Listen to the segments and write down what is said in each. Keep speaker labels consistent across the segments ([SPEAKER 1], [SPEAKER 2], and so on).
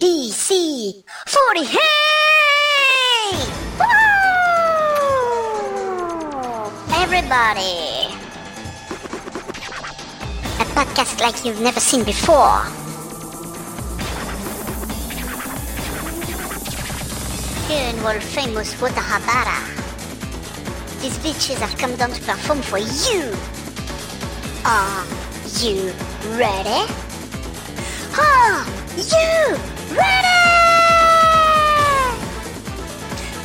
[SPEAKER 1] ACDC 40 Hey! Woo! Everybody! A podcast like you've never seen before. You and world famous Watahabara. These bitches have come down to perform for you. Are you ready? Are you ready?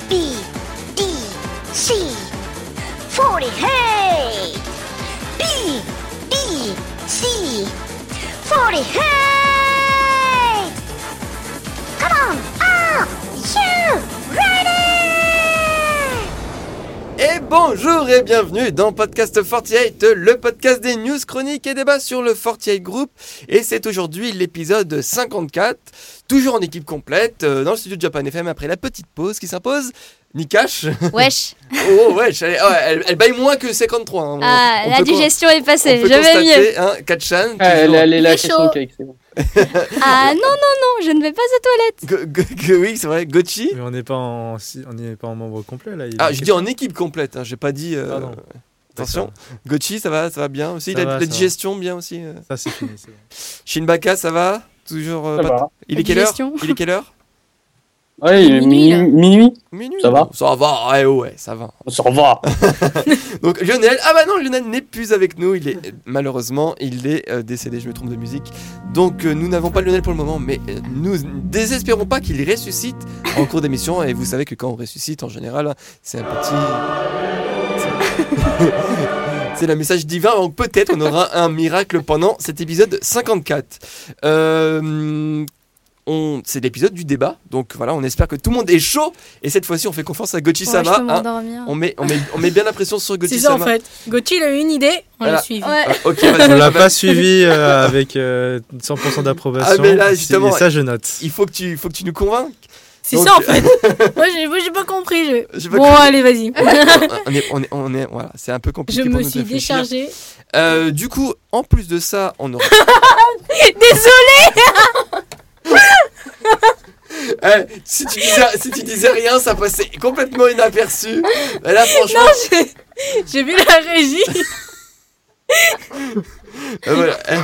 [SPEAKER 1] B D C forty hey B D C forty hey Come on Are you ready?
[SPEAKER 2] Et bonjour et bienvenue dans Podcast 48, le podcast des news, chroniques et débats sur le 48 Group. Et c'est aujourd'hui l'épisode 54, toujours en équipe complète, euh, dans le studio de Japan FM après la petite pause qui s'impose. Nikash
[SPEAKER 3] Wesh,
[SPEAKER 2] Oh ouais, elle, oh, elle- elle baille moins que 53. hein. On-
[SPEAKER 3] ah,
[SPEAKER 2] on
[SPEAKER 3] la
[SPEAKER 2] peut con-
[SPEAKER 3] digestion est
[SPEAKER 2] on
[SPEAKER 3] passée,
[SPEAKER 2] peut
[SPEAKER 3] je vais mieux.
[SPEAKER 2] constater, hein, Katchan,
[SPEAKER 4] Ah, elle,
[SPEAKER 2] toujours-
[SPEAKER 4] elle est là,
[SPEAKER 3] Il fait
[SPEAKER 4] chez son
[SPEAKER 3] chaud.
[SPEAKER 4] cake, c'est bon.
[SPEAKER 3] Ah non, non, non, je ne vais pas aux toilettes.
[SPEAKER 2] Go- go- go- oui, c'est vrai, Gochi.
[SPEAKER 5] Mais on n'est pas en si- on n'est pas en membre complet là. il
[SPEAKER 2] Ah,
[SPEAKER 5] est-
[SPEAKER 2] je dis en équipe complète, hein, j'ai pas dit. euh,
[SPEAKER 5] Pardon.
[SPEAKER 2] Attention,
[SPEAKER 5] D'accord.
[SPEAKER 2] Gochi, ça va, ça va bien aussi.
[SPEAKER 5] Ça
[SPEAKER 2] la,
[SPEAKER 5] va,
[SPEAKER 2] la
[SPEAKER 5] ça va.
[SPEAKER 2] digestion, bien aussi. euh.
[SPEAKER 5] Ça c'est fini. c'est bon.
[SPEAKER 2] Shinbaka, ça va Toujours euh,
[SPEAKER 4] Ça
[SPEAKER 2] pas-
[SPEAKER 4] va.
[SPEAKER 2] Il
[SPEAKER 3] La
[SPEAKER 2] est quelle heure
[SPEAKER 3] digestion.
[SPEAKER 2] Il est quelle heure
[SPEAKER 4] Ouais, il est
[SPEAKER 3] Minuit,
[SPEAKER 4] minuit.
[SPEAKER 3] là.
[SPEAKER 4] minuit.
[SPEAKER 2] Minuit.
[SPEAKER 4] Ça va
[SPEAKER 2] Ça va, ouais, ouais, ça va.
[SPEAKER 4] Ça va.
[SPEAKER 2] Donc Lionel, ah bah non, Lionel n'est plus avec nous, il est malheureusement, il est euh, décédé, je me trompe de musique. Donc euh, nous n'avons pas Lionel pour le moment, mais euh, nous ne désespérons pas qu'il ressuscite en cours d'émission et vous savez que quand on ressuscite en général, c'est un petit c'est- C'est le message divin, donc peut-être on aura un miracle pendant cet épisode 54. Euh, on- C'est l'épisode du débat, donc voilà, on espère que tout le monde est chaud. Et cette fois-ci, on fait confiance à Gochi
[SPEAKER 3] Oh, je
[SPEAKER 2] Sama.
[SPEAKER 3] peux
[SPEAKER 2] hein.
[SPEAKER 3] m'endormir.
[SPEAKER 2] On met, on, met, on met bien la pression sur Gauthier
[SPEAKER 6] C'est ça en fait. Gauthier il a eu une idée, on
[SPEAKER 2] Voilà.
[SPEAKER 6] l'a suivi.
[SPEAKER 3] Ouais,
[SPEAKER 2] ok,
[SPEAKER 5] On
[SPEAKER 2] vas-y.
[SPEAKER 5] l'a
[SPEAKER 2] bah,
[SPEAKER 5] pas suivi euh, avec euh, 100% d'approbation.
[SPEAKER 2] Ah, mais là,
[SPEAKER 5] C'est-
[SPEAKER 2] justement,
[SPEAKER 5] et ça je note.
[SPEAKER 2] Il faut que tu, faut que tu nous convainques.
[SPEAKER 6] C'est
[SPEAKER 2] Donc- euh,
[SPEAKER 6] ça en fait. moi j'ai moi, j'ai pas compris. je-
[SPEAKER 2] Je sais pas
[SPEAKER 6] Bon allez vas-y.
[SPEAKER 2] comment- on est, on est, on est, voilà, c'est un peu compliqué.
[SPEAKER 6] Je
[SPEAKER 2] pour
[SPEAKER 6] me
[SPEAKER 2] nous de
[SPEAKER 6] suis
[SPEAKER 2] réfléchir.
[SPEAKER 6] déchargée.
[SPEAKER 2] Euh, du coup, en plus de ça, on aura.
[SPEAKER 6] Désolé.
[SPEAKER 2] Eh, si, tu disais, si tu disais rien, ça passait complètement inaperçu. Mais là, franchement,
[SPEAKER 6] J'ai vu la régie.
[SPEAKER 2] euh, voilà, eh,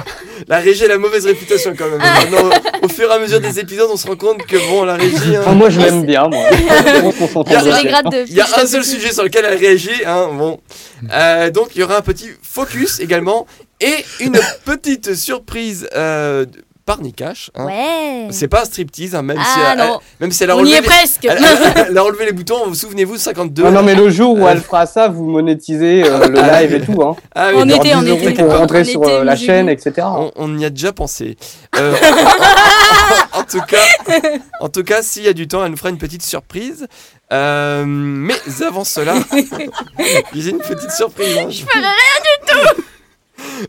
[SPEAKER 2] la régie a la mauvaise réputation quand même.
[SPEAKER 6] Ah.
[SPEAKER 2] Maintenant, au, au fur et à mesure des épisodes, on se rend compte que bon, la régie. hein,
[SPEAKER 4] Enfin, Ah, moi, je l'aime bien, moi. On s'entend
[SPEAKER 2] Il y a-
[SPEAKER 3] c'est
[SPEAKER 4] bien.
[SPEAKER 3] les grades de.
[SPEAKER 2] Il y a un seul sujet sur lequel elle réagit, hein, bon. Euh, donc il y aura un petit focus également et une petite surprise euh, par Nikash. hein.
[SPEAKER 3] Ouais.
[SPEAKER 2] C'est pas un striptease, hein, même, si
[SPEAKER 3] Ah
[SPEAKER 2] elle,
[SPEAKER 3] non,
[SPEAKER 2] même si elle a
[SPEAKER 6] On y
[SPEAKER 2] relevé,
[SPEAKER 6] est
[SPEAKER 2] les-
[SPEAKER 6] presque.
[SPEAKER 2] elle a- elle a relevé les boutons, vous souvenez-vous, 52.
[SPEAKER 4] Ah non, mais le jour où
[SPEAKER 2] Euh.
[SPEAKER 4] elle fera ça, vous monétisez euh, le live et tout. Hein.
[SPEAKER 2] Ah oui,
[SPEAKER 6] On
[SPEAKER 2] non,
[SPEAKER 4] Genre
[SPEAKER 6] était,
[SPEAKER 4] 10 euros
[SPEAKER 6] était.
[SPEAKER 4] pour rentrer
[SPEAKER 3] On
[SPEAKER 4] sur
[SPEAKER 3] était,
[SPEAKER 4] euh, la
[SPEAKER 3] j'ai
[SPEAKER 4] chaîne,
[SPEAKER 3] vu.
[SPEAKER 4] etc.
[SPEAKER 2] on, on y a déjà pensé. Euh, en tout cas, en tout cas, s'il y a du temps, elle nous fera une petite surprise. Euh, mais avant cela, j'ai une petite surprise. Je ferai rien du tout.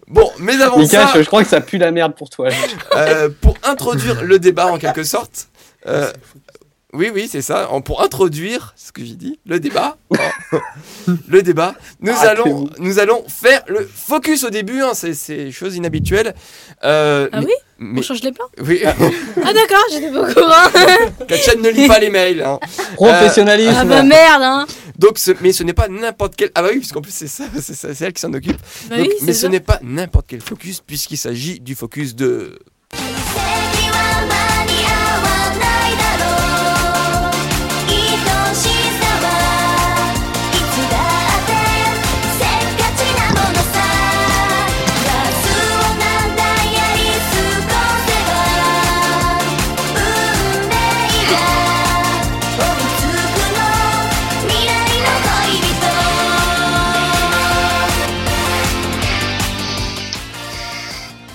[SPEAKER 2] Bon, mais avant ça,
[SPEAKER 4] Mika, je, je crois que ça Ah, pue la merde pour toi.
[SPEAKER 2] euh, pour introduire le débat en quelque sorte. euh, oui, oui, c'est ça. En- Pour introduire ce que j'ai dit, le débat, hein, le débat, nous
[SPEAKER 4] Ah,
[SPEAKER 2] allons, nous allons faire le focus au début. hein, c'est- c'est chose inhabituelle. Euh,
[SPEAKER 6] Ah
[SPEAKER 2] mais-
[SPEAKER 6] oui
[SPEAKER 2] mais-
[SPEAKER 6] On change les plans.
[SPEAKER 2] oui,
[SPEAKER 6] Ah d'accord, j'étais pas au courant.
[SPEAKER 2] Katchan ne lit pas les mails. hein.
[SPEAKER 4] bah, Professionnalisme.
[SPEAKER 3] ah bah merde, hein.
[SPEAKER 2] Donc, ce- mais ce n'est pas n'importe quel. Ah bah oui, puisqu'en plus c'est ça, c'est ça, c'est elle qui s'en occupe.
[SPEAKER 6] Bah
[SPEAKER 2] Donc,
[SPEAKER 6] oui,
[SPEAKER 2] mais
[SPEAKER 6] c'est
[SPEAKER 2] ce
[SPEAKER 6] ça.
[SPEAKER 2] n'est pas n'importe quel focus, puisqu'il s'agit du focus de.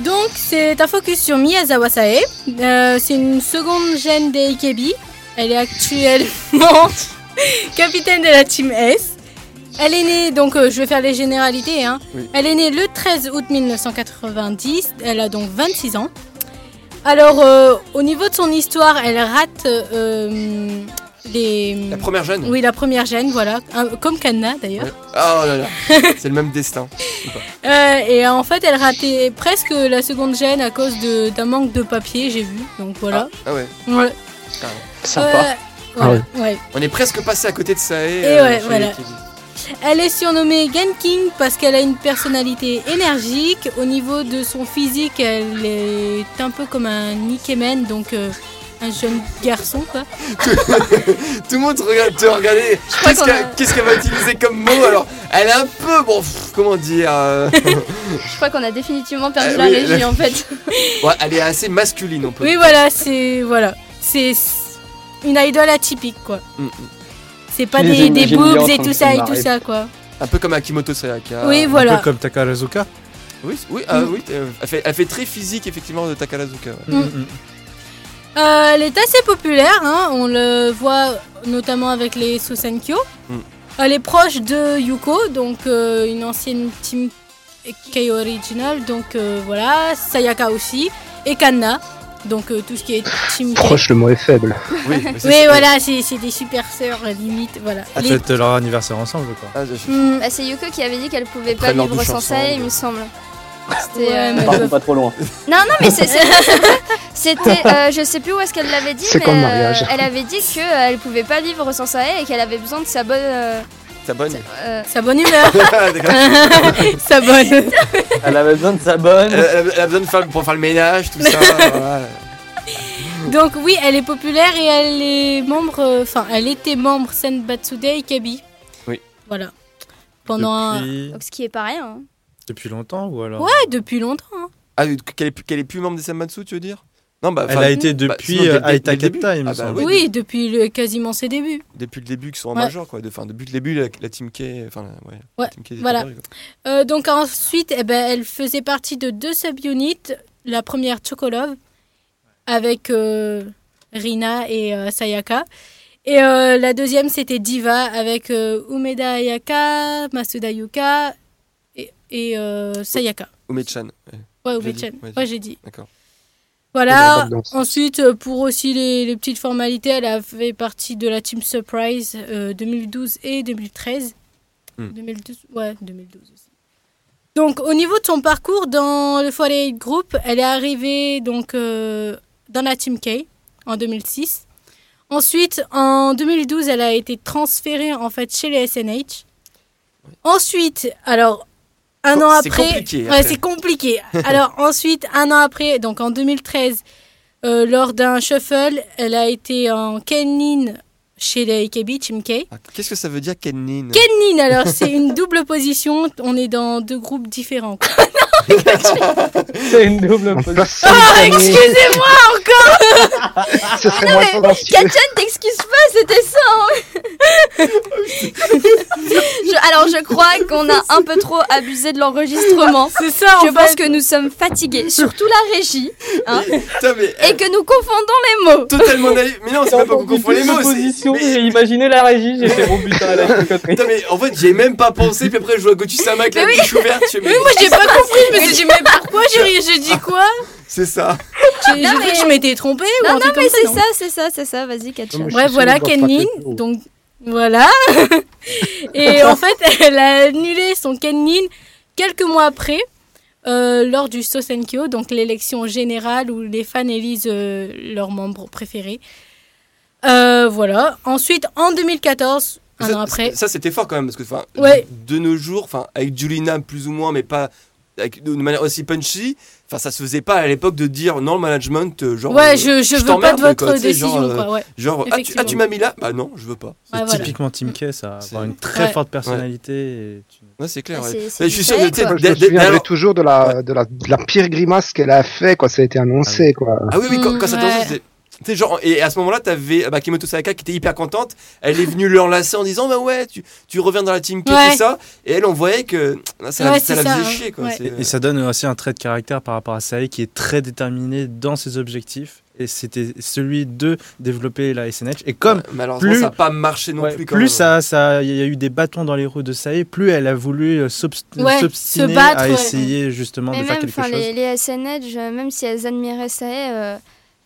[SPEAKER 6] Donc c'est un focus sur Miyazawa Sae. Euh, c'est une seconde gêne des Ikebi. Elle est actuellement capitaine de la Team S. Elle est née, donc euh, je vais faire les généralités. hein.
[SPEAKER 2] Oui.
[SPEAKER 6] Elle est née le 13 août 1990. Elle a donc 26 ans. Alors euh, au niveau de son histoire, elle rate euh, les...
[SPEAKER 2] La première jeune
[SPEAKER 6] Oui, la première gêne, voilà, Un- comme Kanna d'ailleurs.
[SPEAKER 2] Oh là là, c'est le même destin.
[SPEAKER 6] Euh, et en fait, elle ratait presque la seconde gêne à cause de- d'un manque de papier, j'ai vu. Donc voilà.
[SPEAKER 2] Ah ouais,
[SPEAKER 6] Voilà.
[SPEAKER 4] Sympa.
[SPEAKER 6] Euh,
[SPEAKER 4] Ah
[SPEAKER 6] voilà, ouais.
[SPEAKER 2] on est presque passé à côté de euh, ça. Et,
[SPEAKER 6] ouais, voilà. Elle est surnommée Genking parce qu'elle a une personnalité énergique. Au niveau de son physique, elle est un peu comme un Ikemen, donc euh, un jeune garçon quoi.
[SPEAKER 2] Tout le monde te regarde, te regarder. Qu'est-ce
[SPEAKER 6] qu'on
[SPEAKER 2] qu'elle
[SPEAKER 6] a-
[SPEAKER 2] qu'est-ce qu'elle va utiliser comme mot Alors, elle est un peu, bon, pff, comment dire euh,
[SPEAKER 3] Je crois qu'on a définitivement perdu
[SPEAKER 2] Euh,
[SPEAKER 3] la
[SPEAKER 2] oui,
[SPEAKER 3] régie en fait.
[SPEAKER 2] ouais, Elle est assez masculine, on peut
[SPEAKER 6] Oui,
[SPEAKER 2] dire.
[SPEAKER 6] voilà, c'est voilà, c'est une idole atypique quoi.
[SPEAKER 2] Mm, mm.
[SPEAKER 6] C'est
[SPEAKER 4] Je
[SPEAKER 6] pas
[SPEAKER 4] les
[SPEAKER 6] des, des
[SPEAKER 4] imagine bien en
[SPEAKER 6] boobs
[SPEAKER 4] train
[SPEAKER 6] et
[SPEAKER 4] de se
[SPEAKER 6] tout ça et tout
[SPEAKER 4] marrer.
[SPEAKER 6] ça quoi.
[SPEAKER 2] Un peu comme Akimoto Sayaka.
[SPEAKER 6] Oui,
[SPEAKER 5] Un
[SPEAKER 6] voilà.
[SPEAKER 5] peu comme Takarazuka.
[SPEAKER 2] Oui, oui, ah, oui euh, elle, fait, elle fait très physique, effectivement, de Takarazuka. ouais.
[SPEAKER 6] Mm. Euh, elle est assez populaire, hein, on le voit notamment avec les Susenkyo.
[SPEAKER 2] Mm.
[SPEAKER 6] Elle est proche de Yuko, donc euh, une ancienne team K original, donc euh, voilà, Sayaka aussi, et Kanna, donc euh, tout ce qui est team K.
[SPEAKER 7] Proche, le mot est faible.
[SPEAKER 2] Oui, mais c'est-
[SPEAKER 6] Oui,
[SPEAKER 2] c'est-
[SPEAKER 6] voilà, c'est c'est des super sœurs euh, limite, voilà.
[SPEAKER 5] Ah,
[SPEAKER 6] Les-
[SPEAKER 5] Peut-être leur anniversaire ensemble, quoi.
[SPEAKER 2] Ah, je-
[SPEAKER 6] Mm,
[SPEAKER 3] Bah, c'est Yuko qui avait dit qu'elle pouvait
[SPEAKER 2] Après,
[SPEAKER 3] pas
[SPEAKER 2] leur
[SPEAKER 3] vivre
[SPEAKER 2] douche
[SPEAKER 3] sans ça,
[SPEAKER 2] ensemble.
[SPEAKER 3] il me semble. C'était,
[SPEAKER 6] Ouais,
[SPEAKER 3] euh,
[SPEAKER 6] mais
[SPEAKER 4] Partons
[SPEAKER 6] elles
[SPEAKER 4] pas trop loin.
[SPEAKER 3] Non, non, mais c'est- c'est- c'était. euh, je sais plus où est-ce qu'elle l'avait dit,
[SPEAKER 7] C'est
[SPEAKER 3] mais
[SPEAKER 7] comme le
[SPEAKER 3] euh,
[SPEAKER 7] mariage.
[SPEAKER 3] elle avait dit qu'elle pouvait pas vivre sans Sae et qu'elle avait besoin de sa bonne. euh,
[SPEAKER 2] T'as bonne
[SPEAKER 3] euh,
[SPEAKER 6] Sa bonne humeur,
[SPEAKER 2] D'accord.
[SPEAKER 6] sa bonne.
[SPEAKER 4] Elle avait besoin de sa bonne.
[SPEAKER 2] elle, elle a- elle a besoin de faire, pour faire le ménage, tout ça. voilà.
[SPEAKER 6] Donc oui, elle est populaire et elle est membre, euh, enfin, elle était membre Senbatsude et Kabi.
[SPEAKER 2] Oui.
[SPEAKER 6] Voilà. Pendant un-
[SPEAKER 5] Depuis...
[SPEAKER 3] donc, ce qui est pas rien. hein.
[SPEAKER 5] depuis longtemps ou alors
[SPEAKER 6] Ouais, depuis longtemps. hein.
[SPEAKER 2] Ah, qu'elle est, plus- qu'elle est plus membre des Sammatsu, tu veux dire Non, bah,
[SPEAKER 5] Elle
[SPEAKER 2] enfin,
[SPEAKER 5] a été
[SPEAKER 2] bah,
[SPEAKER 5] depuis
[SPEAKER 2] sinon, dès-
[SPEAKER 5] euh,
[SPEAKER 2] dès- dès le
[SPEAKER 5] Aitaka
[SPEAKER 2] début.
[SPEAKER 5] Time, il me
[SPEAKER 2] Ah, bah,
[SPEAKER 5] semble.
[SPEAKER 2] oui.
[SPEAKER 6] Oui, depuis le- quasiment ses débuts.
[SPEAKER 2] depuis le début qu'ils sont en
[SPEAKER 6] Ouais.
[SPEAKER 2] major, quoi. De- Enfin, depuis le début, la, la Team K. Enfin, la- ouais. la
[SPEAKER 6] Ouais,
[SPEAKER 2] team K est
[SPEAKER 6] voilà.
[SPEAKER 2] apparue, quoi.
[SPEAKER 6] Euh, donc ensuite, eh ben, elle faisait partie de deux sub-units. La première, Chocolove, avec euh, Rina et euh, Sayaka. Et euh, la deuxième, c'était Diva, avec euh, Umeda Ayaka, Masuda Yuka et, et, euh, Sayaka.
[SPEAKER 2] Ume-chan. ouais.
[SPEAKER 6] Ouais,
[SPEAKER 2] J'ai
[SPEAKER 6] Ume-chan.
[SPEAKER 2] dit, ouais,
[SPEAKER 6] Ouais, j'ai dit.
[SPEAKER 2] D'accord.
[SPEAKER 6] Voilà.
[SPEAKER 7] Dans la danse.
[SPEAKER 6] Ensuite, euh, pour aussi les, les petites formalités, elle a fait partie de la Team Surprise euh, 2012 et 2013.
[SPEAKER 2] Hmm.
[SPEAKER 6] 2012, ouais, 2012 aussi. Donc, au niveau de son parcours dans le Foray Group, elle est arrivée donc euh, dans la Team K en 2006. Ensuite, en 2012, elle a été transférée en fait chez les SNH. Ensuite, alors un
[SPEAKER 2] Com-
[SPEAKER 6] an
[SPEAKER 2] c'est
[SPEAKER 6] après,
[SPEAKER 2] compliqué,
[SPEAKER 6] Ouais,
[SPEAKER 2] après.
[SPEAKER 6] c'est compliqué. alors ensuite, un an après, donc en 2013, euh, lors d'un shuffle, elle a été en Kenin chez les AKB Team K.
[SPEAKER 2] Ah, Qu'est-ce que ça veut dire, Kenin
[SPEAKER 6] Kenin, alors c'est une double position. On est dans deux groupes différents. quoi.
[SPEAKER 4] C'est une double
[SPEAKER 7] On
[SPEAKER 4] position.
[SPEAKER 7] place ça dans le panier.
[SPEAKER 3] Excusez-moi,
[SPEAKER 7] Ce serait moins tendancieux.
[SPEAKER 3] Kachan, t'excuses pas, c'était ça. hein. Je- alors, je crois qu'on a un peu trop abusé de l'enregistrement.
[SPEAKER 6] C'est ça.
[SPEAKER 3] Je
[SPEAKER 6] Ah, en
[SPEAKER 3] pense
[SPEAKER 6] fait.
[SPEAKER 3] que nous sommes fatigués, surtout la régie, hein,
[SPEAKER 2] Mais- Putain, mais.
[SPEAKER 3] et que nous confondons les mots.
[SPEAKER 2] Totalement naïf. Mais non, c'est même pas qu'on confond les mots. c'est-
[SPEAKER 4] position.
[SPEAKER 2] mais-
[SPEAKER 4] J'ai imaginé la régie. J'ai fait bon putain, elle a fait une connerie.
[SPEAKER 2] Putain, mais en fait, j'y ai même pas pensé. Puis après, je vois Gauthier Samak, la bouche ouverte. je fais, mais
[SPEAKER 6] Moi j'ai pas compris, je me suis dit, mais pourquoi j'ai j'ai dit quoi
[SPEAKER 2] c'est ça.
[SPEAKER 6] J'ai j'ai
[SPEAKER 3] Non,
[SPEAKER 6] cru
[SPEAKER 3] mais-
[SPEAKER 6] que je m'étais trompée ou un
[SPEAKER 3] Non, non,
[SPEAKER 6] truc
[SPEAKER 3] mais
[SPEAKER 6] comme
[SPEAKER 3] c'est
[SPEAKER 6] non
[SPEAKER 3] ça, c'est ça, c'est ça, vas-y, Kachan.
[SPEAKER 7] Non, mais je
[SPEAKER 6] Ouais,
[SPEAKER 7] suis
[SPEAKER 6] voilà,
[SPEAKER 7] sûr de voir
[SPEAKER 6] Kenlin.
[SPEAKER 7] pas
[SPEAKER 2] Oh.
[SPEAKER 7] que-
[SPEAKER 6] Donc voilà. Et en fait, elle a annulé son Kenlin quelques mois après, euh, lors du Sosenkyo, donc l'élection générale où les fans élisent euh, leurs membres préférés. Euh, voilà. Ensuite, en 2014, un
[SPEAKER 2] Ça-
[SPEAKER 6] an après.
[SPEAKER 2] Ça, c'était fort quand même. Parce que, enfin,
[SPEAKER 6] Ouais.
[SPEAKER 2] de nos jours, enfin, avec Julina, plus ou moins, mais pas. Avec, de manière aussi punchy, enfin ça se faisait pas à l'époque de dire non le management euh, genre euh,
[SPEAKER 6] Ouais, je, je veux pas
[SPEAKER 2] t'emmerde,
[SPEAKER 6] de votre
[SPEAKER 2] quoi, tu sais,
[SPEAKER 6] décision,
[SPEAKER 2] genre, euh,
[SPEAKER 6] quoi. Ouais.
[SPEAKER 2] genre ah tu, ah, tu
[SPEAKER 6] Effectivement.
[SPEAKER 2] m'as mis là bah non je veux pas
[SPEAKER 5] C'est
[SPEAKER 6] Ouais, voilà.
[SPEAKER 5] typiquement Team K, ça.
[SPEAKER 2] C'est-
[SPEAKER 5] Avoir une très
[SPEAKER 6] Ouais.
[SPEAKER 5] forte personnalité. et tu-
[SPEAKER 2] ouais, c'est clair
[SPEAKER 6] Ah,
[SPEAKER 2] ouais.
[SPEAKER 3] C'est-
[SPEAKER 2] Mais
[SPEAKER 3] c'est
[SPEAKER 2] je suis
[SPEAKER 3] du
[SPEAKER 2] sûr
[SPEAKER 3] fait,
[SPEAKER 2] tu sais,
[SPEAKER 3] quoi.
[SPEAKER 7] Moi,
[SPEAKER 2] dès-
[SPEAKER 7] Je me
[SPEAKER 2] dès- dès-
[SPEAKER 7] souviendrai
[SPEAKER 2] alors-
[SPEAKER 7] toujours de la, de, la, de la pire grimace qu'elle a fait quand ça a été annoncé. Quoi.
[SPEAKER 2] Ah oui, oui, quand, quand ça
[SPEAKER 6] Mm,
[SPEAKER 2] t'annonce,
[SPEAKER 6] ouais.
[SPEAKER 2] c'est- tu sais, genre, et à ce moment-là, t'avais bah, Kimoto Sayaka qui était hyper contente. Elle est venue l'enlacer en disant Bah ouais, tu, tu reviens dans la team K,
[SPEAKER 6] Ouais.
[SPEAKER 2] tout ça. Et elle, on voyait que ah, ça, la-
[SPEAKER 6] Ouais,
[SPEAKER 2] ça
[SPEAKER 6] c'est
[SPEAKER 2] la
[SPEAKER 6] ça,
[SPEAKER 2] faisait
[SPEAKER 6] hein.
[SPEAKER 2] chier. Quoi.
[SPEAKER 6] Ouais.
[SPEAKER 2] C'est-
[SPEAKER 5] Et, et ça donne aussi un trait de caractère par rapport à Sae qui est très déterminé dans ses objectifs. Et c'était celui de développer la SNH. Et comme
[SPEAKER 2] euh, Malheureusement,
[SPEAKER 5] plus-
[SPEAKER 2] ça n'a pas marché non
[SPEAKER 5] Ouais,
[SPEAKER 2] plus.
[SPEAKER 5] plus,
[SPEAKER 2] Quand même.
[SPEAKER 5] ça, ça, il y a eu des bâtons dans les roues de Sae, plus elle a voulu euh, s'obst-
[SPEAKER 6] Ouais,
[SPEAKER 5] s'obstiner
[SPEAKER 6] se battre,
[SPEAKER 5] à
[SPEAKER 6] ouais.
[SPEAKER 5] essayer justement
[SPEAKER 3] Mais
[SPEAKER 5] de faire
[SPEAKER 3] même,
[SPEAKER 5] quelque
[SPEAKER 3] enfin,
[SPEAKER 5] chose.
[SPEAKER 3] les, les SNH, euh, même si elles admiraient ça,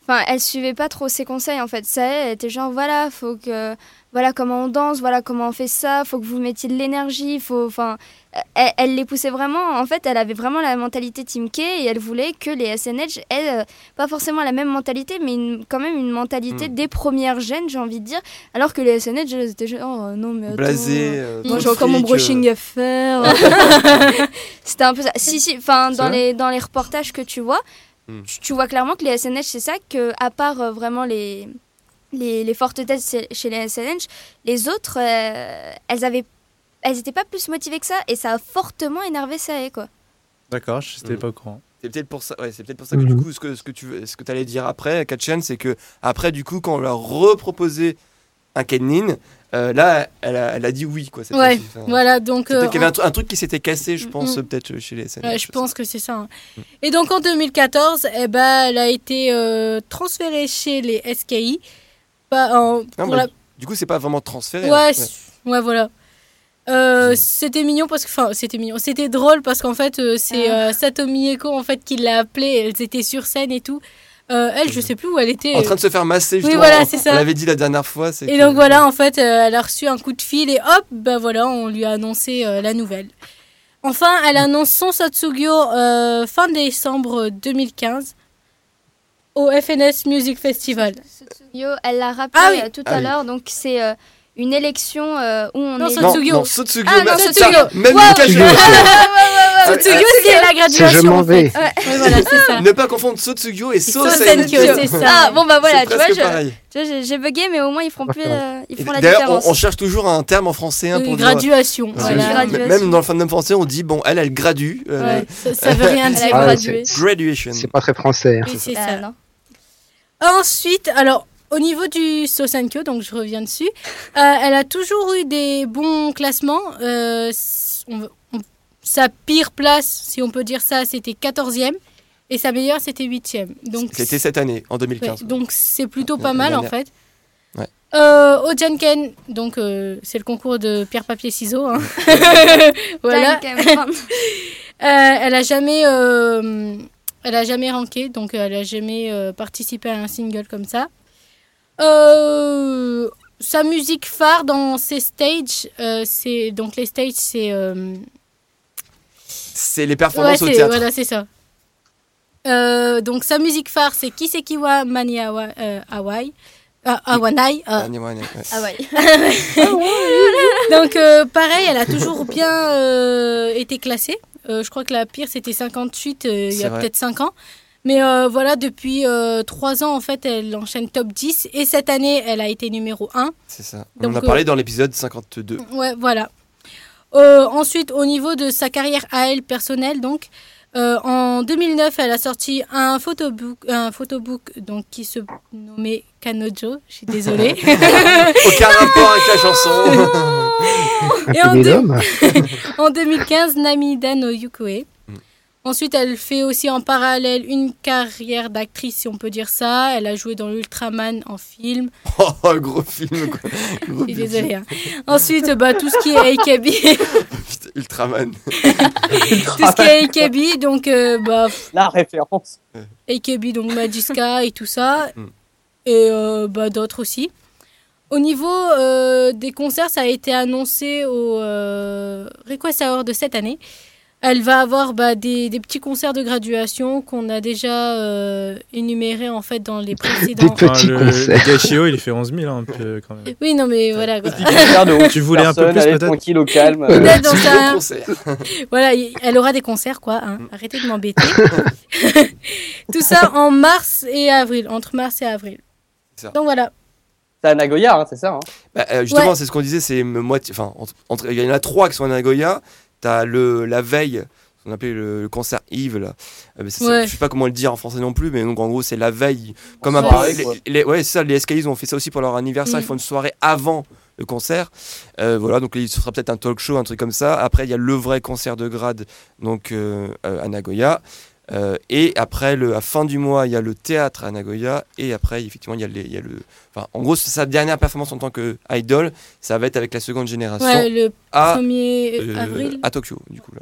[SPEAKER 3] Enfin, elle suivait pas trop ses conseils en fait. Ça, elle était genre voilà, faut que voilà comment on danse, voilà comment on fait ça, faut que vous mettiez de l'énergie, faut enfin euh, elle, elle les poussait vraiment. En fait, elle avait vraiment la mentalité Team K et elle voulait que les SNH aient euh, pas forcément la même mentalité, mais une- quand même une mentalité
[SPEAKER 5] Hmm.
[SPEAKER 2] Mm.
[SPEAKER 3] des premières gènes, j'ai envie de dire, alors que les SNH elles étaient genre oh, non mais attends,
[SPEAKER 2] Blasé. euh,
[SPEAKER 3] moi,
[SPEAKER 2] trop
[SPEAKER 3] j'ai encore mon
[SPEAKER 2] fric, euh,
[SPEAKER 3] brushing à faire. C'était un peu ça. Si, si, enfin,
[SPEAKER 2] C'est
[SPEAKER 3] dans
[SPEAKER 2] vrai
[SPEAKER 3] les, dans les reportages que tu vois,
[SPEAKER 2] Hmm.
[SPEAKER 3] tu, tu vois clairement que les SNH, c'est ça, que à part euh, vraiment les, les, les fortes têtes chez- chez les SNH, les autres, euh, elles avaient. Elles étaient pas plus motivées que ça et ça a fortement énervé Sae quoi.
[SPEAKER 5] D'accord, je n'étais
[SPEAKER 2] Mm.
[SPEAKER 5] pas au courant.
[SPEAKER 2] C'est peut-être pour ça, ouais, c'est peut-être pour ça que du
[SPEAKER 7] Mhm.
[SPEAKER 2] coup, ce que, ce que tu veux- ce que allais dire après, Katchen, c'est que après, du coup, quand on leur a reproposé un Kennin, euh, là, elle a, elle a dit oui, quoi. cette
[SPEAKER 6] Ouais,
[SPEAKER 2] fois-ci. Enfin,
[SPEAKER 6] Voilà, donc.
[SPEAKER 2] Peut-être
[SPEAKER 6] euh,
[SPEAKER 2] qu'il y avait un, tru- un truc qui s'était cassé, je pense,
[SPEAKER 6] Mhm.
[SPEAKER 2] euh, peut-être chez les SNH.
[SPEAKER 6] Ouais, je
[SPEAKER 2] sais
[SPEAKER 6] pense que c'est ça. hein. Et donc en 2014, eh ben, elle a été euh, transférée chez les SKI. Pas, en-
[SPEAKER 2] Non,
[SPEAKER 6] pour
[SPEAKER 2] mais
[SPEAKER 6] la-
[SPEAKER 2] Du coup, c'est pas vraiment transféré. hein.
[SPEAKER 6] ouais, c- ouais, voilà. Euh, c'était mignon parce que, enfin, c'était mignon, c'était drôle parce qu'en fait, euh, c'est euh, Satomi Eko en fait qui l'a appelée. Elles étaient sur scène et tout. Euh, elle, je sais plus où elle était.
[SPEAKER 2] En train de se faire masser,
[SPEAKER 6] Oui,
[SPEAKER 2] justement.
[SPEAKER 6] voilà,
[SPEAKER 2] on-
[SPEAKER 6] c'est ça.
[SPEAKER 2] On l'avait dit la dernière fois. c'est
[SPEAKER 6] Et
[SPEAKER 2] que-
[SPEAKER 6] donc voilà, en fait, euh, elle a reçu un coup de fil et hop, ben voilà, on lui a annoncé euh, la nouvelle. Enfin, elle annonce son Satsugyo euh, fin décembre 2015 au FNS Music Festival.
[SPEAKER 3] Yo, elle l'a rappelé
[SPEAKER 6] Ah oui.
[SPEAKER 3] euh, tout
[SPEAKER 2] Ah
[SPEAKER 3] à
[SPEAKER 2] oui.
[SPEAKER 3] l'heure, donc c'est euh, une élection euh, où on
[SPEAKER 6] Non,
[SPEAKER 3] est.
[SPEAKER 6] ça-
[SPEAKER 2] Non,
[SPEAKER 6] Sotsugyo.
[SPEAKER 2] non, Sotsugyo,
[SPEAKER 3] Ah, non,
[SPEAKER 2] même-
[SPEAKER 6] Sotsugyo.
[SPEAKER 2] ça, même
[SPEAKER 6] Wow.
[SPEAKER 2] Lucas, je-
[SPEAKER 6] Satsugyo, c'est la graduation.
[SPEAKER 7] Si je m'en
[SPEAKER 6] en fait.
[SPEAKER 7] vais.
[SPEAKER 3] Ouais.
[SPEAKER 6] Ouais, voilà, c'est ça.
[SPEAKER 2] Ne pas confondre Sotsugyo et
[SPEAKER 6] Sosenkyo,
[SPEAKER 2] Sosenkyo.
[SPEAKER 6] c'est ça.
[SPEAKER 3] Ah bon bah voilà,
[SPEAKER 2] C'est
[SPEAKER 3] tu vois,
[SPEAKER 2] presque
[SPEAKER 3] je-
[SPEAKER 2] pareil.
[SPEAKER 3] tu vois, j'ai j'ai bugué, mais au moins ils feront plus, la- ils
[SPEAKER 2] Et
[SPEAKER 3] font la
[SPEAKER 2] D'ailleurs,
[SPEAKER 3] différence.
[SPEAKER 2] on, on cherche toujours un terme en français hein,
[SPEAKER 6] Euh,
[SPEAKER 2] pour dire-
[SPEAKER 6] graduation,
[SPEAKER 2] Parce que
[SPEAKER 6] voilà.
[SPEAKER 2] m-
[SPEAKER 3] Graduation.
[SPEAKER 2] Même dans le fandom français, on dit bon, elle, elle gradue. euh,
[SPEAKER 6] Ouais, ça, ça veut rien
[SPEAKER 3] Elle a
[SPEAKER 6] dire.
[SPEAKER 7] Ah,
[SPEAKER 3] gradué.
[SPEAKER 7] c'est-
[SPEAKER 2] Graduation.
[SPEAKER 7] C'est pas très français. hein.
[SPEAKER 6] Oui, c'est
[SPEAKER 3] Ah,
[SPEAKER 6] ça.
[SPEAKER 3] non.
[SPEAKER 6] Ensuite, alors au niveau du Sosankyo, donc je reviens dessus, euh, elle a toujours eu des bons classements. Euh, s- on- on- sa pire place, si on peut dire ça, c'était 14e et sa meilleure, c'était 8e. Donc
[SPEAKER 2] C'était cette année, en
[SPEAKER 6] ouais,
[SPEAKER 2] 2015.
[SPEAKER 6] donc c'est plutôt
[SPEAKER 2] La-
[SPEAKER 6] pas
[SPEAKER 2] la
[SPEAKER 6] mal en
[SPEAKER 2] dernière.
[SPEAKER 6] fait.
[SPEAKER 2] Ouais.
[SPEAKER 6] Euh, au Janken, donc euh, c'est le concours de pierre papier ciseaux. hein. voilà.
[SPEAKER 3] Time
[SPEAKER 6] Euh, elle a jamais, euh, elle a jamais ranké, donc euh, elle a jamais euh, participé à un single comme ça. Euh, sa musique phare dans ses stages, euh, c'est donc les stages, c'est euh,
[SPEAKER 2] C'est les
[SPEAKER 6] ouais,
[SPEAKER 2] performances au
[SPEAKER 6] c'est-
[SPEAKER 2] théâtre.
[SPEAKER 6] voilà, c'est ça. Euh, donc sa musique phare, c'est Kisekiwa Maniawa euh, Hawaii. Ah, Awanai, ah.
[SPEAKER 2] Dernier mois, ouais.
[SPEAKER 3] Ah ouais.
[SPEAKER 6] Donc euh, pareil, elle a toujours bien euh, été classée. Euh, je crois que la pire c'était 58 euh, il y
[SPEAKER 2] C'est
[SPEAKER 6] a
[SPEAKER 2] vrai.
[SPEAKER 6] peut-être 5 ans. Mais euh, voilà, depuis 3 ans en fait, elle enchaîne top 10 et cette année, elle a été numéro 1.
[SPEAKER 2] C'est ça. on
[SPEAKER 6] Donc,
[SPEAKER 2] en a
[SPEAKER 6] euh,
[SPEAKER 2] parlé dans l'épisode 52.
[SPEAKER 6] Ouais, voilà. Euh, ensuite, au niveau de sa carrière à elle personnelle, donc, euh, en 2009, elle a sorti un photobook, un photobook donc, qui se nommait Kanojo. Je suis désolée.
[SPEAKER 2] Aucun rapport avec la chanson.
[SPEAKER 6] et
[SPEAKER 7] Un
[SPEAKER 6] en
[SPEAKER 7] peu
[SPEAKER 6] deux-
[SPEAKER 7] d'homme.
[SPEAKER 6] En 2015, Namida no Yukue.
[SPEAKER 2] Mm.
[SPEAKER 6] Ensuite, elle fait aussi en parallèle une carrière d'actrice, si on peut dire ça. Elle a joué dans l'Ultraman en film.
[SPEAKER 2] oh, oh, gros film, quoi. Gros
[SPEAKER 6] Je suis
[SPEAKER 2] film.
[SPEAKER 6] désolée. hein. Ensuite, bah, tout ce qui est AKB.
[SPEAKER 2] Putain, Ultraman.
[SPEAKER 6] tout ce qui
[SPEAKER 4] Ah,
[SPEAKER 6] est AKB, donc, euh, bah, pff,
[SPEAKER 4] La référence.
[SPEAKER 6] AKB, donc Magiska et tout ça.
[SPEAKER 2] Mm.
[SPEAKER 6] Et euh, bah, d'autres aussi. Au niveau euh, des concerts, ça a été annoncé au euh, Request Hour de cette année. Elle va avoir bah, des, des petits concerts de graduation qu'on a déjà euh, énumérés en fait dans les précédents.
[SPEAKER 7] Des
[SPEAKER 5] Ah,
[SPEAKER 7] Petit
[SPEAKER 5] le,
[SPEAKER 7] concert.
[SPEAKER 5] le Gachio, il fait 11 000 hein, un peu quand même.
[SPEAKER 6] Oui, non mais voilà. quoi.
[SPEAKER 4] Petit concert de onze
[SPEAKER 5] Tu voulais un peu
[SPEAKER 4] personnes,
[SPEAKER 5] plus,
[SPEAKER 4] allez,
[SPEAKER 5] peut-être
[SPEAKER 4] tranquille, au calme.
[SPEAKER 7] Euh,
[SPEAKER 6] Peut-être dans
[SPEAKER 2] Petit
[SPEAKER 6] un-
[SPEAKER 2] concert.
[SPEAKER 6] voilà, y- elle aura des concerts quoi. hein.
[SPEAKER 2] Mm.
[SPEAKER 6] Arrêtez de m'embêter. Tout ça en mars et avril, entre mars et avril.
[SPEAKER 2] C'est ça.
[SPEAKER 6] Donc voilà.
[SPEAKER 4] C'est à Nagoya, hein, c'est ça. hein.
[SPEAKER 2] Bah, euh, justement,
[SPEAKER 6] Ouais.
[SPEAKER 2] c'est ce qu'on disait, c'est me- moitié. Enfin, entre- entre- il y en a trois qui sont à Nagoya. T'as le la veille, ce qu'on appelait le, le concert Yves. Là. Euh, mais ça, ça-
[SPEAKER 6] Ouais.
[SPEAKER 2] Je sais pas comment le dire en français non plus, mais donc en gros, c'est la veille. Comme un
[SPEAKER 4] Soirée,
[SPEAKER 2] peu.
[SPEAKER 4] quoi.
[SPEAKER 2] Les, les- ouais, c'est ça. Les SK, ils ont fait ça aussi pour leur anniversaire.
[SPEAKER 6] Mm.
[SPEAKER 2] Ils font une soirée avant le concert. Euh, voilà, donc il se fera peut-être un talk show, un truc comme ça. Après, il y a le vrai concert de grade, donc euh, euh, à Nagoya. Euh, et après, le, à fin du mois, il y a le théâtre à Nagoya. Et après, effectivement, il y a, les- il y a le. Enfin, en gros, sa dernière performance en tant que idol, ça va être avec la seconde génération
[SPEAKER 6] Ouais, le
[SPEAKER 2] à,
[SPEAKER 6] 1er
[SPEAKER 2] euh,
[SPEAKER 6] avril.
[SPEAKER 2] à Tokyo, du coup, là.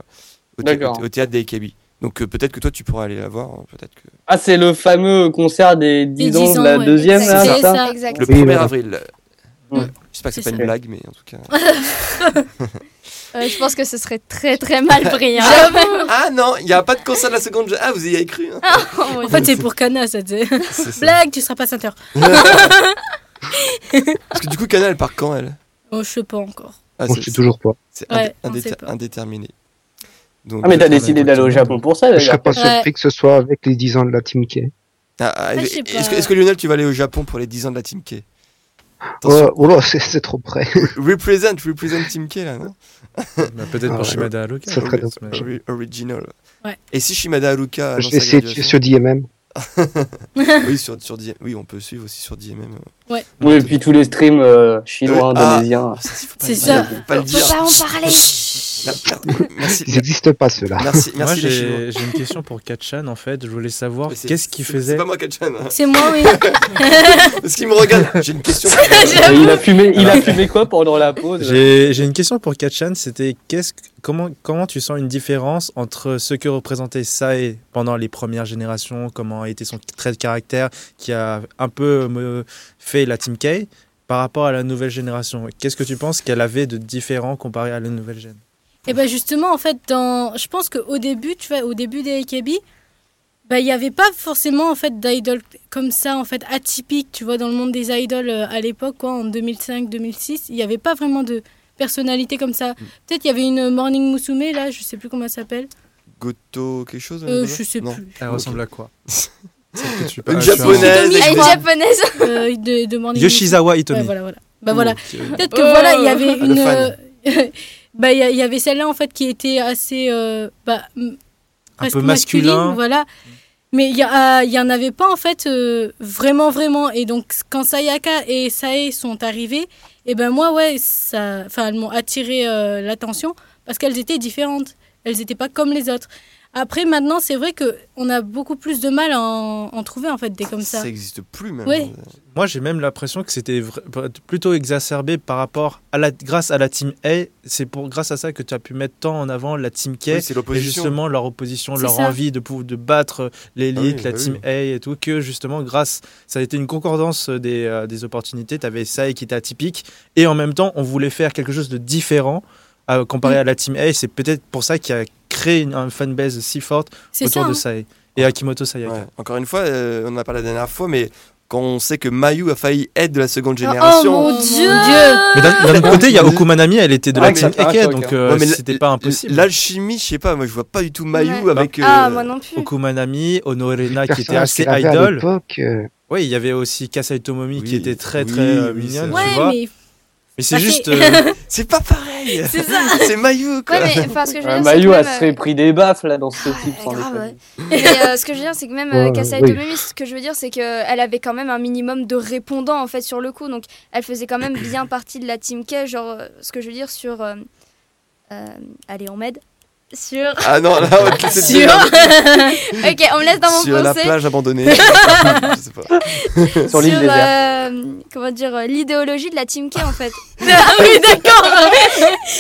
[SPEAKER 2] Au, thé-
[SPEAKER 4] D'accord.
[SPEAKER 2] au- au théâtre d'Aikebi. Donc euh, peut-être que toi tu pourras aller la voir. hein, Peut-être que
[SPEAKER 4] Ah, c'est le fameux concert des 10,
[SPEAKER 6] Des 10
[SPEAKER 4] ans de la
[SPEAKER 6] ans, ouais.
[SPEAKER 4] deuxième, là,
[SPEAKER 2] C'est
[SPEAKER 4] c'est ça
[SPEAKER 3] Exact.
[SPEAKER 2] le
[SPEAKER 7] Oui,
[SPEAKER 2] 1er
[SPEAKER 7] voilà.
[SPEAKER 2] avril.
[SPEAKER 4] Mm.
[SPEAKER 2] J'espère que c'est
[SPEAKER 6] C'est
[SPEAKER 2] pas une
[SPEAKER 6] ça.
[SPEAKER 2] blague, mais en tout cas.
[SPEAKER 3] Euh, je pense que ce serait très très mal pris. hein.
[SPEAKER 2] Ah non, il n'y a pas de concert de la seconde. Ah, vous y avez cru. hein.
[SPEAKER 6] En fait, c'est pour Cana, ça te
[SPEAKER 5] C'est ça.
[SPEAKER 6] Blague, tu seras pas ceinture.
[SPEAKER 2] Parce que du coup, Canal, elle part quand elle
[SPEAKER 6] Oh, je sais pas encore.
[SPEAKER 2] Ah,
[SPEAKER 7] Moi,
[SPEAKER 2] c'est-
[SPEAKER 7] je suis toujours pas.
[SPEAKER 2] c'est
[SPEAKER 6] Ouais,
[SPEAKER 2] indé-
[SPEAKER 6] on
[SPEAKER 2] indé-
[SPEAKER 6] sait pas.
[SPEAKER 2] indéterminé. Donc,
[SPEAKER 4] Ah, mais t'as
[SPEAKER 2] peut-être qu'on
[SPEAKER 4] décidé
[SPEAKER 2] a
[SPEAKER 4] d'aller au
[SPEAKER 2] tout le
[SPEAKER 4] Japon
[SPEAKER 2] monde.
[SPEAKER 4] pour ça,
[SPEAKER 7] Je serais
[SPEAKER 4] d'ailleurs.
[SPEAKER 7] pas
[SPEAKER 6] Ouais.
[SPEAKER 7] surpris que ce soit avec les 10 ans de la Team K.
[SPEAKER 2] Ah, ah,
[SPEAKER 6] Ah, je sais
[SPEAKER 2] Est-ce que,
[SPEAKER 6] pas.
[SPEAKER 2] est-ce que, Lionel, tu vas aller au Japon pour les 10 ans de la Team K
[SPEAKER 7] Oh,
[SPEAKER 2] Attention,
[SPEAKER 7] oh là, c'est c'est trop près.
[SPEAKER 2] represent, represent Team K là, non
[SPEAKER 5] Bah, Peut-être
[SPEAKER 7] Ah,
[SPEAKER 5] pour
[SPEAKER 7] ouais.
[SPEAKER 5] Shimada Aloka.
[SPEAKER 7] Ça serait
[SPEAKER 5] mais-
[SPEAKER 7] dommage.
[SPEAKER 5] mais-
[SPEAKER 2] Ori- Original.
[SPEAKER 6] Ouais.
[SPEAKER 2] Et si Shimada Haruka
[SPEAKER 7] je
[SPEAKER 2] annonce
[SPEAKER 7] vais
[SPEAKER 2] sa
[SPEAKER 7] essayer de suivre
[SPEAKER 2] graduation
[SPEAKER 7] sur DMM.
[SPEAKER 2] oui, sur, sur DM oui, on peut suivre aussi sur DMM.
[SPEAKER 4] Oui, et puis tous les streams euh, chinois,
[SPEAKER 2] Euh, ah.
[SPEAKER 4] indonésiens.
[SPEAKER 2] Ah, ça, il faut pas
[SPEAKER 6] C'est
[SPEAKER 2] le
[SPEAKER 6] ça.
[SPEAKER 2] dire, il faut pas le
[SPEAKER 3] Faut
[SPEAKER 2] dire.
[SPEAKER 3] pas en parler.
[SPEAKER 2] La merde. Merci,
[SPEAKER 7] Ils n'existent pas, ceux-là.
[SPEAKER 2] merci,
[SPEAKER 5] Moi,
[SPEAKER 2] merci les Chinois.
[SPEAKER 5] j'ai j'ai une question pour Katchan, en fait. Je voulais savoir
[SPEAKER 2] Mais c'est-
[SPEAKER 5] qu'est-ce qu'il
[SPEAKER 2] c'est-
[SPEAKER 5] faisait.
[SPEAKER 2] C'est pas moi, Kachan. hein.
[SPEAKER 6] C'est moi, oui.
[SPEAKER 2] Parce qu'il me regarde. J'ai une question. euh,
[SPEAKER 4] Et Euh, il a fumé, il a fumé quoi pendant la pause
[SPEAKER 5] Ah.
[SPEAKER 4] euh,
[SPEAKER 5] J'ai j'ai une question pour Katchan, c'était qu'est-ce que- comment, comment tu sens une différence entre ce que représentait Sae pendant les premières générations, comment a été son trait de caractère qui a un peu euh, fait la Team K par rapport à la nouvelle génération Qu'est-ce que tu penses qu'elle avait de différent comparé à la nouvelle génération
[SPEAKER 6] Et ben justement, en fait, dans... je pense qu'au début, tu vois, au début des AKB, bah, il n'y avait pas forcément en fait d'idoles comme ça, en fait, atypiques, tu vois, dans le monde des idoles euh, à l'époque, quoi, en 2005-2006, il n'y avait pas vraiment de personnalité comme ça. Peut-être il y avait une Morning Musume, là, je sais plus comment elle s'appelle.
[SPEAKER 2] Goto, quelque chose
[SPEAKER 6] Euh,
[SPEAKER 2] euh,
[SPEAKER 6] je sais
[SPEAKER 2] non.
[SPEAKER 6] plus.
[SPEAKER 5] Elle ressemble à quoi
[SPEAKER 2] Une japonaise.
[SPEAKER 6] Hidomi,
[SPEAKER 3] Elle est
[SPEAKER 2] avec-
[SPEAKER 6] je
[SPEAKER 3] japonaise.
[SPEAKER 6] Euh, de, de Morning
[SPEAKER 5] Yoshizawa
[SPEAKER 6] Musume.
[SPEAKER 5] Itomi.
[SPEAKER 6] Ouais, voilà, voilà. Bah voilà.
[SPEAKER 5] Ouh,
[SPEAKER 6] Peut-être que
[SPEAKER 3] Oh.
[SPEAKER 6] voilà, il y avait
[SPEAKER 2] Ah, le
[SPEAKER 6] une.
[SPEAKER 2] fan.
[SPEAKER 6] euh, bah, il y, a- il y avait celle-là en fait qui était assez. euh, bah, m-
[SPEAKER 5] Un
[SPEAKER 6] presque
[SPEAKER 5] peu masculin.
[SPEAKER 6] Voilà. Mais il y, a- ah, il y en avait pas en fait euh, vraiment, vraiment. Et donc quand Sayaka et Sae sont arrivées, et ben moi, ouais, ça, enfin, elles m'ont attiré euh, l'attention parce qu'elles étaient différentes. Elles n'étaient pas comme les autres. Après, maintenant, c'est vrai que on a beaucoup plus de mal à en, en trouver en fait des
[SPEAKER 5] Ah,
[SPEAKER 6] comme ça.
[SPEAKER 2] Ça existe plus même.
[SPEAKER 6] Ouais.
[SPEAKER 5] Moi, j'ai même l'impression que c'était vra- plutôt exacerbé par rapport à la grâce à la team A. C'est pour grâce à ça que tu as pu mettre tant en avant la team K
[SPEAKER 2] Oui, c'est
[SPEAKER 5] et
[SPEAKER 2] l'opposition.
[SPEAKER 5] justement leur opposition,
[SPEAKER 6] C'est
[SPEAKER 5] leur
[SPEAKER 6] ça.
[SPEAKER 5] envie de, pou- de battre l'élite,
[SPEAKER 2] Ah oui,
[SPEAKER 5] la
[SPEAKER 2] bah
[SPEAKER 5] team
[SPEAKER 2] oui.
[SPEAKER 5] A et tout, que justement grâce, ça a été une concordance des, euh, des opportunités, tu avais ça et qui était atypique, et en même temps on voulait faire quelque chose de différent euh,
[SPEAKER 6] Mm.
[SPEAKER 5] comparé à la team A, c'est peut-être pour ça qu'il a créé une, un fanbase si forte
[SPEAKER 6] C'est
[SPEAKER 5] autour
[SPEAKER 6] ça.
[SPEAKER 5] de
[SPEAKER 6] hein.
[SPEAKER 5] Sae et Akimoto Sayaka.
[SPEAKER 2] Ouais. Encore une fois, euh, on en a parlé la dernière fois, mais quand on sait que Mayu a failli être de la seconde
[SPEAKER 3] Oh
[SPEAKER 2] génération.
[SPEAKER 3] mon
[SPEAKER 6] Oh,
[SPEAKER 3] dieu.
[SPEAKER 6] mon Dieu.
[SPEAKER 5] Mais d'un
[SPEAKER 2] Ah,
[SPEAKER 5] d'un autre côté, il y a Okumanami, elle était de
[SPEAKER 4] Ouais,
[SPEAKER 5] la
[SPEAKER 4] mais ça
[SPEAKER 5] team
[SPEAKER 4] fait un
[SPEAKER 5] Eke,
[SPEAKER 4] choc,
[SPEAKER 5] donc
[SPEAKER 4] hein.
[SPEAKER 5] euh,
[SPEAKER 2] Ouais, mais
[SPEAKER 5] c'était pas impossible.
[SPEAKER 2] L'alchimie, je sais pas, moi je vois pas du tout Mayu
[SPEAKER 3] Ouais.
[SPEAKER 2] avec.
[SPEAKER 3] Ah,
[SPEAKER 2] euh,
[SPEAKER 3] moi non plus.
[SPEAKER 5] Okumanami,
[SPEAKER 2] Ah,
[SPEAKER 5] Honorena qui était
[SPEAKER 7] Personnage
[SPEAKER 5] assez
[SPEAKER 7] qu'elle avait à
[SPEAKER 5] idol.
[SPEAKER 7] l'époque, euh,
[SPEAKER 5] Oui, il y avait aussi Kasai Tomomi
[SPEAKER 2] Oui,
[SPEAKER 5] qui était très
[SPEAKER 2] oui,
[SPEAKER 5] très euh,
[SPEAKER 2] oui,
[SPEAKER 5] mignonne,
[SPEAKER 2] c'est
[SPEAKER 5] tu
[SPEAKER 6] Ouais,
[SPEAKER 5] vois. Mais,
[SPEAKER 6] mais
[SPEAKER 5] c'est
[SPEAKER 6] Bah,
[SPEAKER 5] juste.
[SPEAKER 6] c'est-
[SPEAKER 5] euh,
[SPEAKER 2] C'est pas pareil
[SPEAKER 6] c'est ça.
[SPEAKER 2] C'est Mayu quoi
[SPEAKER 3] Ouais, mais enfin, ce que je veux
[SPEAKER 4] Ouais,
[SPEAKER 3] dire, c'est que
[SPEAKER 4] Mayu, elle
[SPEAKER 3] même,
[SPEAKER 4] se serait pris des baffes là dans ce type.
[SPEAKER 3] Ouais,
[SPEAKER 4] sans
[SPEAKER 3] grave,
[SPEAKER 4] déconner.
[SPEAKER 3] Mais, euh, ce que je veux dire, c'est que même euh,
[SPEAKER 7] Ouais,
[SPEAKER 3] Kasai
[SPEAKER 7] oui.
[SPEAKER 3] Tomemi, ce que je veux dire, c'est qu'elle avait quand même un minimum de répondants en fait sur le coup. Donc elle faisait quand même bien partie de la team K. Genre, euh, ce que je veux dire sur. euh, euh, allez, on m'aide. Sur.
[SPEAKER 2] Ah non, là, on va te laisser
[SPEAKER 6] Sur-
[SPEAKER 2] dire.
[SPEAKER 3] ok, on me laisse dans mon
[SPEAKER 2] Sur la
[SPEAKER 3] pensée.
[SPEAKER 2] plage abandonnée. Je sais pas.
[SPEAKER 4] Sur l'île déserte.
[SPEAKER 3] euh, Comment dire euh, L'idéologie de la team K en fait.
[SPEAKER 6] Ah oui, d'accord.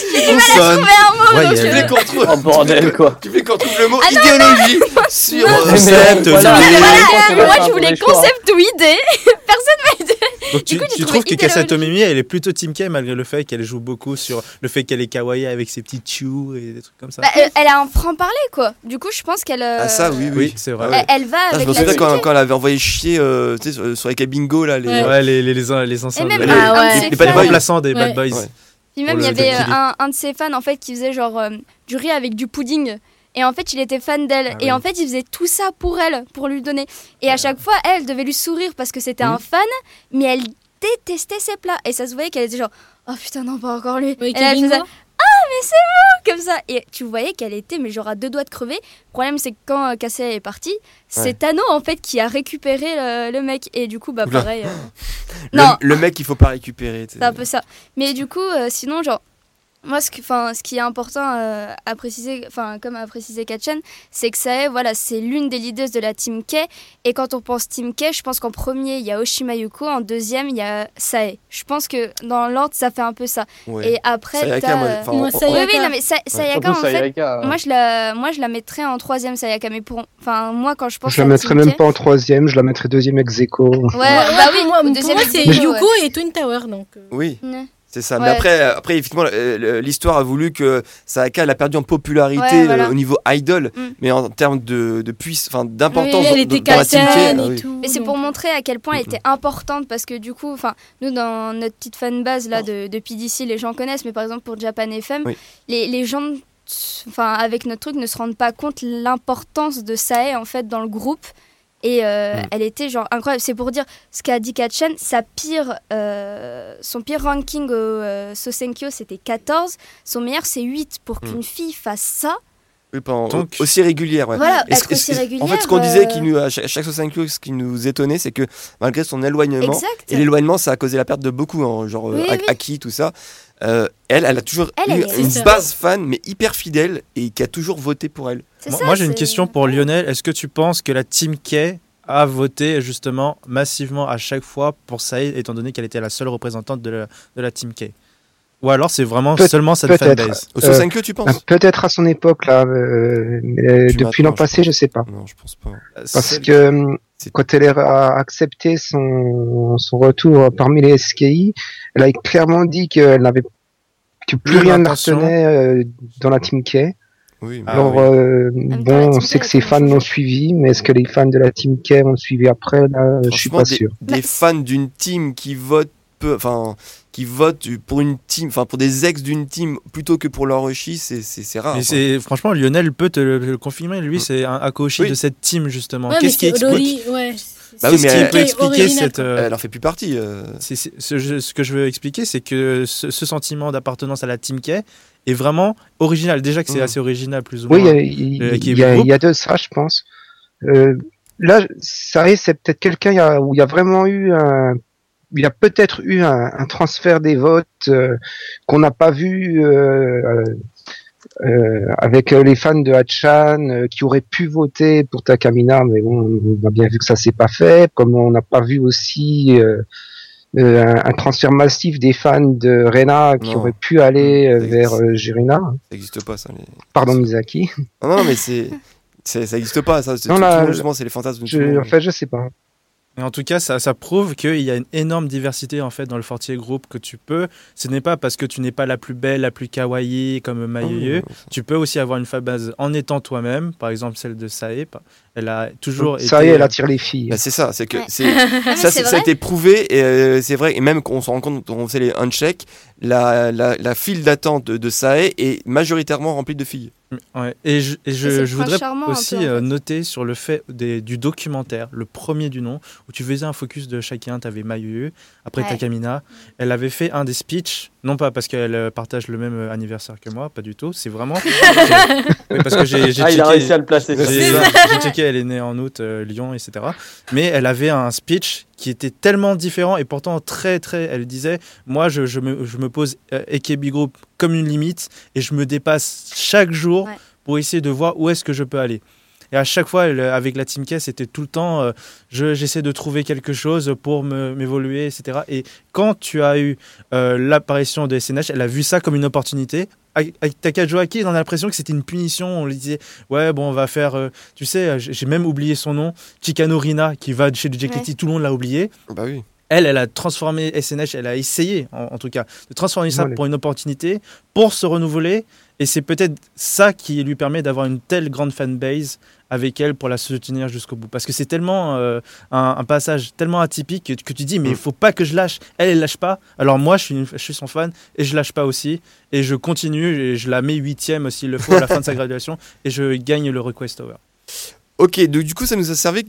[SPEAKER 2] Consonne.
[SPEAKER 5] ouais, il y
[SPEAKER 2] Tu
[SPEAKER 5] a-
[SPEAKER 2] fais qu'on trouve.
[SPEAKER 4] Oh bordel quoi.
[SPEAKER 2] Tu fais qu'on trouve le mot
[SPEAKER 3] Ah
[SPEAKER 2] idéologie sur. euh,
[SPEAKER 5] non. Concept,
[SPEAKER 4] mais je
[SPEAKER 5] idée.
[SPEAKER 4] pense que
[SPEAKER 3] Voilà, ah,
[SPEAKER 4] c'est
[SPEAKER 3] moi
[SPEAKER 4] un
[SPEAKER 3] je voulais
[SPEAKER 4] mauvais
[SPEAKER 5] hein.
[SPEAKER 4] choix.
[SPEAKER 3] concept ou idée.
[SPEAKER 5] Bah, Donc tu,
[SPEAKER 3] coup, j'ai
[SPEAKER 5] tu
[SPEAKER 3] trouvé
[SPEAKER 5] trouves que Kasai
[SPEAKER 3] idéologique.
[SPEAKER 5] Tomomi, elle est plutôt team K malgré le fait qu'elle joue beaucoup sur le fait qu'elle est kawaii avec ses petits choux et des trucs comme ça.
[SPEAKER 3] Bah, euh, elle a un franc-parler quoi. Du coup, je pense qu'elle. euh,
[SPEAKER 2] Ah, ça, oui, oui.
[SPEAKER 5] oui, c'est
[SPEAKER 2] Ah
[SPEAKER 5] vrai.
[SPEAKER 2] ouais.
[SPEAKER 3] Elle, elle va
[SPEAKER 2] Ah, je
[SPEAKER 3] avec
[SPEAKER 2] me
[SPEAKER 3] la
[SPEAKER 2] souviens
[SPEAKER 3] team
[SPEAKER 2] quand,
[SPEAKER 3] K.
[SPEAKER 2] quand elle avait envoyé chier euh, tu sais, sur, sur les cabingo là. Les...
[SPEAKER 6] Ouais.
[SPEAKER 5] Ouais, les, les, les, en- les
[SPEAKER 3] Et
[SPEAKER 5] enceintes.
[SPEAKER 3] même
[SPEAKER 5] les-
[SPEAKER 2] Elle
[SPEAKER 3] un,
[SPEAKER 6] est-
[SPEAKER 3] un de
[SPEAKER 6] elle
[SPEAKER 3] ses
[SPEAKER 6] est
[SPEAKER 5] les pas- les
[SPEAKER 3] fans.
[SPEAKER 5] remplaçants des
[SPEAKER 6] Ouais.
[SPEAKER 5] Bad Boys.
[SPEAKER 2] Ouais.
[SPEAKER 3] Puis même,
[SPEAKER 5] Pour
[SPEAKER 3] il y
[SPEAKER 5] le
[SPEAKER 3] avait euh,
[SPEAKER 5] défilé.
[SPEAKER 3] un, un de ses fans, en fait, qui faisait genre euh, du riz avec du pudding. Et en fait, il était fan d'elle.
[SPEAKER 5] Ah
[SPEAKER 3] et
[SPEAKER 5] oui. Ah.
[SPEAKER 3] en fait, il faisait tout ça pour elle, pour lui donner. Et à chaque fois, elle devait lui sourire parce que c'était
[SPEAKER 2] Mhm.
[SPEAKER 3] un fan, mais elle détestait ses plats. Et ça se voyait qu'elle était genre, oh putain, non, pas encore lui.
[SPEAKER 6] Oui,
[SPEAKER 3] et là, elle
[SPEAKER 6] Kevin,
[SPEAKER 3] faisait Ah,
[SPEAKER 6] quoi.
[SPEAKER 3] comme ça. Et tu voyais qu'elle était, mais genre à deux doigts de crever. Le problème, c'est que quand euh, Cassel est parti,
[SPEAKER 2] Ouais.
[SPEAKER 3] c'est Tano, en fait, qui a récupéré euh, le, le mec. Et du coup, bah
[SPEAKER 2] Oula.
[SPEAKER 3] pareil. euh,
[SPEAKER 2] Le,
[SPEAKER 3] Non.
[SPEAKER 2] le mec, il faut pas récupérer. tu sais.
[SPEAKER 3] C'est un peu ça. Mais du coup, euh, sinon, genre, moi, ce, que, 'fin, ce qui est important euh, à préciser, enfin, comme a précisé Kachan, c'est que Sae, voilà, c'est l'une des leaders de la Team K. Et quand on pense Team K, je pense qu'en premier, il y a Oshima Yuko, en deuxième, il y a Sae. Je pense que dans l'ordre, ça fait un peu ça.
[SPEAKER 2] Ouais.
[SPEAKER 3] Et après,
[SPEAKER 2] Sayaka,
[SPEAKER 3] t'as,
[SPEAKER 2] moi,
[SPEAKER 3] euh,
[SPEAKER 2] enfin,
[SPEAKER 6] Moi,
[SPEAKER 2] on-
[SPEAKER 6] ça y
[SPEAKER 3] Oui,
[SPEAKER 6] est.
[SPEAKER 3] oui, non, mais Sa- Sayaka, en
[SPEAKER 4] Surtout
[SPEAKER 3] fait,
[SPEAKER 4] Sayaka.
[SPEAKER 3] moi je, la, moi, je la mettrais en troisième, Sayaka. Mais pour, enfin, moi, quand je pense
[SPEAKER 7] Je la
[SPEAKER 3] à
[SPEAKER 7] mettrais
[SPEAKER 3] Team K-
[SPEAKER 7] même pas en troisième, je la mettrais deuxième ex aequo.
[SPEAKER 3] Ouais, bah oui,
[SPEAKER 6] pour moi,
[SPEAKER 3] au
[SPEAKER 6] pour
[SPEAKER 3] deuxième
[SPEAKER 6] moi,
[SPEAKER 3] ex
[SPEAKER 6] c'est
[SPEAKER 3] aequo,
[SPEAKER 6] Yuko
[SPEAKER 3] ouais.
[SPEAKER 6] et Twin Tower. Donc, euh,
[SPEAKER 2] Oui,
[SPEAKER 3] Ouais.
[SPEAKER 2] c'est ça. Mais
[SPEAKER 3] Ouais.
[SPEAKER 2] après, euh, après effectivement, euh, le- l'histoire a voulu que Sayaka elle a perdu en popularité
[SPEAKER 3] Ouais,
[SPEAKER 2] euh,
[SPEAKER 3] voilà.
[SPEAKER 2] au niveau idol,
[SPEAKER 3] Mm.
[SPEAKER 2] mais en termes de, de puissance, enfin d'importance
[SPEAKER 3] Oui,
[SPEAKER 2] dans-
[SPEAKER 6] elle était
[SPEAKER 2] dans la team K,
[SPEAKER 6] capitaine
[SPEAKER 2] ah
[SPEAKER 6] et
[SPEAKER 2] oui.
[SPEAKER 6] tout.
[SPEAKER 3] Mais c'est
[SPEAKER 6] donc,
[SPEAKER 3] pour montrer à quel point elle
[SPEAKER 2] euh,
[SPEAKER 3] était importante parce que du coup, enfin, nous dans notre petite fanbase là de, de PDC, les gens connaissent, mais par exemple pour Japan FM,
[SPEAKER 2] Ah. Oui.
[SPEAKER 3] les, les gens, ne s- enfin avec notre truc, ne se rendent pas compte l'importance de Sae en fait dans le groupe. Et euh,
[SPEAKER 2] Mm.
[SPEAKER 3] elle était genre incroyable. C'est pour dire ce qu'a dit Kachan, sa pire, euh, son pire ranking au euh, Sosenkyo c'était 14, son meilleur c'est 8. Pour
[SPEAKER 2] Mm.
[SPEAKER 3] qu'une fille fasse ça,
[SPEAKER 2] Oui, pas en-
[SPEAKER 5] Donc-
[SPEAKER 2] aussi régulière, ouais.
[SPEAKER 3] voilà,
[SPEAKER 2] Est-ce-
[SPEAKER 3] être
[SPEAKER 2] est-ce-
[SPEAKER 3] aussi régulière.
[SPEAKER 2] En fait, ce qu'on disait
[SPEAKER 3] euh,
[SPEAKER 2] qui nous, à chaque, chaque 65, ce qui nous étonnait, c'est que malgré son éloignement,
[SPEAKER 3] Exact.
[SPEAKER 2] et l'éloignement, ça a causé la perte de beaucoup, hein, genre euh,
[SPEAKER 3] Oui,
[SPEAKER 2] A-
[SPEAKER 3] oui.
[SPEAKER 2] Aki, tout ça. Euh, elle, elle a toujours
[SPEAKER 3] Elle,
[SPEAKER 2] eu
[SPEAKER 3] elle est-
[SPEAKER 2] une
[SPEAKER 6] C'est ça.
[SPEAKER 2] base fan, mais hyper fidèle et qui a toujours voté pour elle.
[SPEAKER 3] C'est
[SPEAKER 5] Moi,
[SPEAKER 3] ça,
[SPEAKER 5] moi, j'ai une
[SPEAKER 3] c'est-
[SPEAKER 5] question pour Lionel. Est-ce que tu penses que la Team K a voté justement massivement à chaque fois pour Saïd, étant donné qu'elle était la seule représentante de la, de la Team K Ou alors c'est vraiment
[SPEAKER 7] Peut-
[SPEAKER 5] seulement cette
[SPEAKER 7] peut-être.
[SPEAKER 5] fanbase
[SPEAKER 2] Au
[SPEAKER 7] Euh,
[SPEAKER 2] 65, tu
[SPEAKER 7] Ah,
[SPEAKER 2] penses
[SPEAKER 7] Peut-être à son époque là, euh, mais
[SPEAKER 2] Puis
[SPEAKER 7] depuis
[SPEAKER 2] maintenant,
[SPEAKER 7] l'an
[SPEAKER 2] je
[SPEAKER 7] passé, je sais pas.
[SPEAKER 2] Non, je pense pas.
[SPEAKER 7] Parce
[SPEAKER 5] C'est-
[SPEAKER 7] que euh,
[SPEAKER 2] C'est-
[SPEAKER 7] quand elle a accepté son, son retour parmi les SKI, elle a clairement dit qu'elle n'avait que plus
[SPEAKER 5] Plus
[SPEAKER 7] rien ne la
[SPEAKER 5] l'intention.
[SPEAKER 7] retenait euh, dans la Team K.
[SPEAKER 2] Oui, mais-
[SPEAKER 5] Ah,
[SPEAKER 7] Alors,
[SPEAKER 5] oui.
[SPEAKER 7] euh,
[SPEAKER 3] même temps, la
[SPEAKER 7] bon, on
[SPEAKER 3] Team
[SPEAKER 7] sait
[SPEAKER 3] K,
[SPEAKER 7] que ses
[SPEAKER 3] elle a
[SPEAKER 7] fans
[SPEAKER 3] changé.
[SPEAKER 7] l'ont suivi, mais est-ce que les fans de la Team K l'ont suivi après Là, je suis
[SPEAKER 2] franchement,
[SPEAKER 7] pas
[SPEAKER 2] des,
[SPEAKER 7] sûr.
[SPEAKER 2] des
[SPEAKER 3] Bah,
[SPEAKER 2] fans d'une team qui votent peu, enfin, qui votent pour une team, enfin, pour des ex d'une team plutôt que pour leur Roshi, c'est c'est- c'est rare. hein.
[SPEAKER 5] Mais
[SPEAKER 2] enfin.
[SPEAKER 5] c'est franchement Lionel peut te le, le confirmer.
[SPEAKER 7] Mm.
[SPEAKER 5] Lui, c'est un Akoshi
[SPEAKER 2] Oui.
[SPEAKER 5] de cette team justement.
[SPEAKER 6] Ouais, mais
[SPEAKER 5] Qu'est-ce qui
[SPEAKER 6] c'est
[SPEAKER 5] explique
[SPEAKER 6] Loli, ouais.
[SPEAKER 2] Bah oui,
[SPEAKER 5] Qu'est-ce
[SPEAKER 2] mais
[SPEAKER 5] qui
[SPEAKER 2] elle-
[SPEAKER 5] peut
[SPEAKER 6] Et
[SPEAKER 5] expliquer
[SPEAKER 6] original,
[SPEAKER 5] cette euh,
[SPEAKER 2] Elle en fait plus partie. euh.
[SPEAKER 5] C'est- c'est- ce, je- ce que je veux expliquer, c'est que ce, ce sentiment d'appartenance à la Team K est vraiment original. Déjà que c'est
[SPEAKER 2] Mhm.
[SPEAKER 5] assez original, plus ou
[SPEAKER 7] Mm. Oui, il y
[SPEAKER 5] moins.
[SPEAKER 7] a- il
[SPEAKER 5] euh, qui
[SPEAKER 7] il y, a-
[SPEAKER 5] regroupe.
[SPEAKER 7] il y a de ça, je pense. Euh, là, ça y est, c'est peut-être quelqu'un il y a- où il y a vraiment eu un, il y a peut-être eu un, un transfert des votes euh, qu'on n'a pas vu euh, euh, avec euh, les fans de Hachan euh, qui auraient pu voter pour Takamina, mais bon, on a bien vu que ça s'est pas fait. Comme on n'a pas vu aussi euh, euh, un, un transfert massif des fans de Rena qui
[SPEAKER 2] Non.
[SPEAKER 7] auraient pu
[SPEAKER 5] Mm.
[SPEAKER 7] aller euh,
[SPEAKER 2] Ça
[SPEAKER 7] vers
[SPEAKER 2] existe.
[SPEAKER 7] euh, Jirina.
[SPEAKER 2] Ça n'existe pas, ça. les-
[SPEAKER 7] Pardon Misaki.
[SPEAKER 2] Non, non, mais c'est. c'est- Ça n'existe pas, ça. C'est-
[SPEAKER 7] Non,
[SPEAKER 2] tout-
[SPEAKER 7] là,
[SPEAKER 2] tout le monde,
[SPEAKER 7] je-
[SPEAKER 2] justement, c'est les fantasmes de tout le
[SPEAKER 7] Je,
[SPEAKER 2] monde.
[SPEAKER 7] en fait, je sais pas.
[SPEAKER 5] Mais en tout cas, ça, ça prouve qu'il y a une énorme diversité en fait dans le Fortier Group que tu peux. Ce n'est pas parce que tu n'es pas la plus belle, la plus kawaii comme
[SPEAKER 2] Non, non,
[SPEAKER 5] Mayuyu.
[SPEAKER 2] non,
[SPEAKER 5] Tu peux aussi avoir une fanbase en étant toi-même. Par exemple, celle de Sae. pa- Elle a toujours
[SPEAKER 7] Ça
[SPEAKER 5] été.
[SPEAKER 7] y est, elle attire les filles.
[SPEAKER 2] Bah, c'est ça, c'est que
[SPEAKER 3] Ouais.
[SPEAKER 2] c'est-
[SPEAKER 3] Ah, mais
[SPEAKER 2] ça,
[SPEAKER 3] c'est
[SPEAKER 2] c'est- ça
[SPEAKER 3] vrai.
[SPEAKER 2] a été prouvé et euh, c'est vrai et même qu'on se rend compte on fait les uncheck, la, la, la file d'attente de, de Sae est majoritairement remplie de filles.
[SPEAKER 5] Mm, Ouais. Et je, et je-
[SPEAKER 3] c'est le
[SPEAKER 5] je
[SPEAKER 3] point
[SPEAKER 5] voudrais
[SPEAKER 3] charmant, un
[SPEAKER 5] aussi
[SPEAKER 3] peu, en fait.
[SPEAKER 5] euh, noter sur le fait des- du documentaire, le premier du nom, où tu faisais un focus de chacun. Tu avais Mayu, après
[SPEAKER 3] Ouais.
[SPEAKER 5] Takamina. Elle avait fait un des speeches, non pas parce qu'elle euh, partage le même euh, anniversaire que moi, pas du tout. C'est vraiment. Oui, parce que j'ai j'ai
[SPEAKER 4] Ah, il a
[SPEAKER 5] checké-
[SPEAKER 4] réussi à le placer.
[SPEAKER 5] J'ai
[SPEAKER 4] C'est
[SPEAKER 5] j'ai checké, elle est née en août, euh, Lyon, etc. Mais elle avait un speech qui était tellement différent et pourtant très, très. Elle disait Moi, je, je me, je me pose euh, AKB Group comme une limite et je me dépasse chaque jour
[SPEAKER 3] Ouais.
[SPEAKER 5] pour essayer de voir où est-ce que je peux aller. Et à chaque fois, elle, euh, avec la Team K, c'était tout le temps euh, je- j'essaie de trouver quelque chose pour me- m'évoluer, etc. Et quand tu as eu euh, l'apparition de SNH, elle a vu ça comme une opportunité. Ak- Ak- Takajoaki, on a l'impression que c'était une punition. On lui disait Ouais, bon, on va faire. euh, tu sais, euh, j'ai j'ai même oublié son nom. Chikano Rina, qui va chez le Jacketti, tout le monde l'a oublié.
[SPEAKER 2] Bah oui.
[SPEAKER 5] Elle, elle a transformé SNH, elle a essayé, en, en tout cas, de transformer ça
[SPEAKER 7] Voilà.
[SPEAKER 5] pour une opportunité, pour se renouveler. Et c'est peut-être ça qui lui permet d'avoir une telle grande fanbase avec elle pour la soutenir jusqu'au bout. Parce que c'est tellement euh, un, un passage tellement atypique que, que tu dis, mais il faut pas que je lâche. Elle, elle lâche pas. Alors moi, je suis, une- je suis son fan et je lâche pas aussi. Et je continue et je la mets huitième s'il le faut à la fin de sa graduation. Et je gagne le Request Tower.
[SPEAKER 2] Ok, donc du coup ça nous a servi,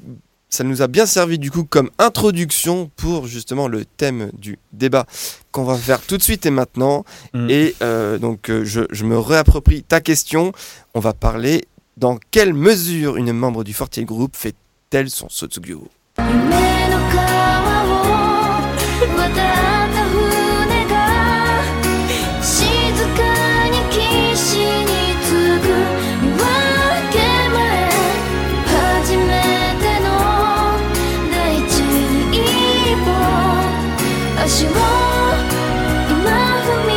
[SPEAKER 2] ça nous a bien servi du coup comme introduction pour justement le thème du débat qu'on va faire tout de suite et maintenant.
[SPEAKER 5] Mm.
[SPEAKER 2] Et euh, donc euh, je, je me réapproprie ta question. On va parler dans quelle mesure une membre du Fortier Group fait-elle son Sotsugyo
[SPEAKER 1] 夢の川を渡った船が静か
[SPEAKER 8] 私を今踏み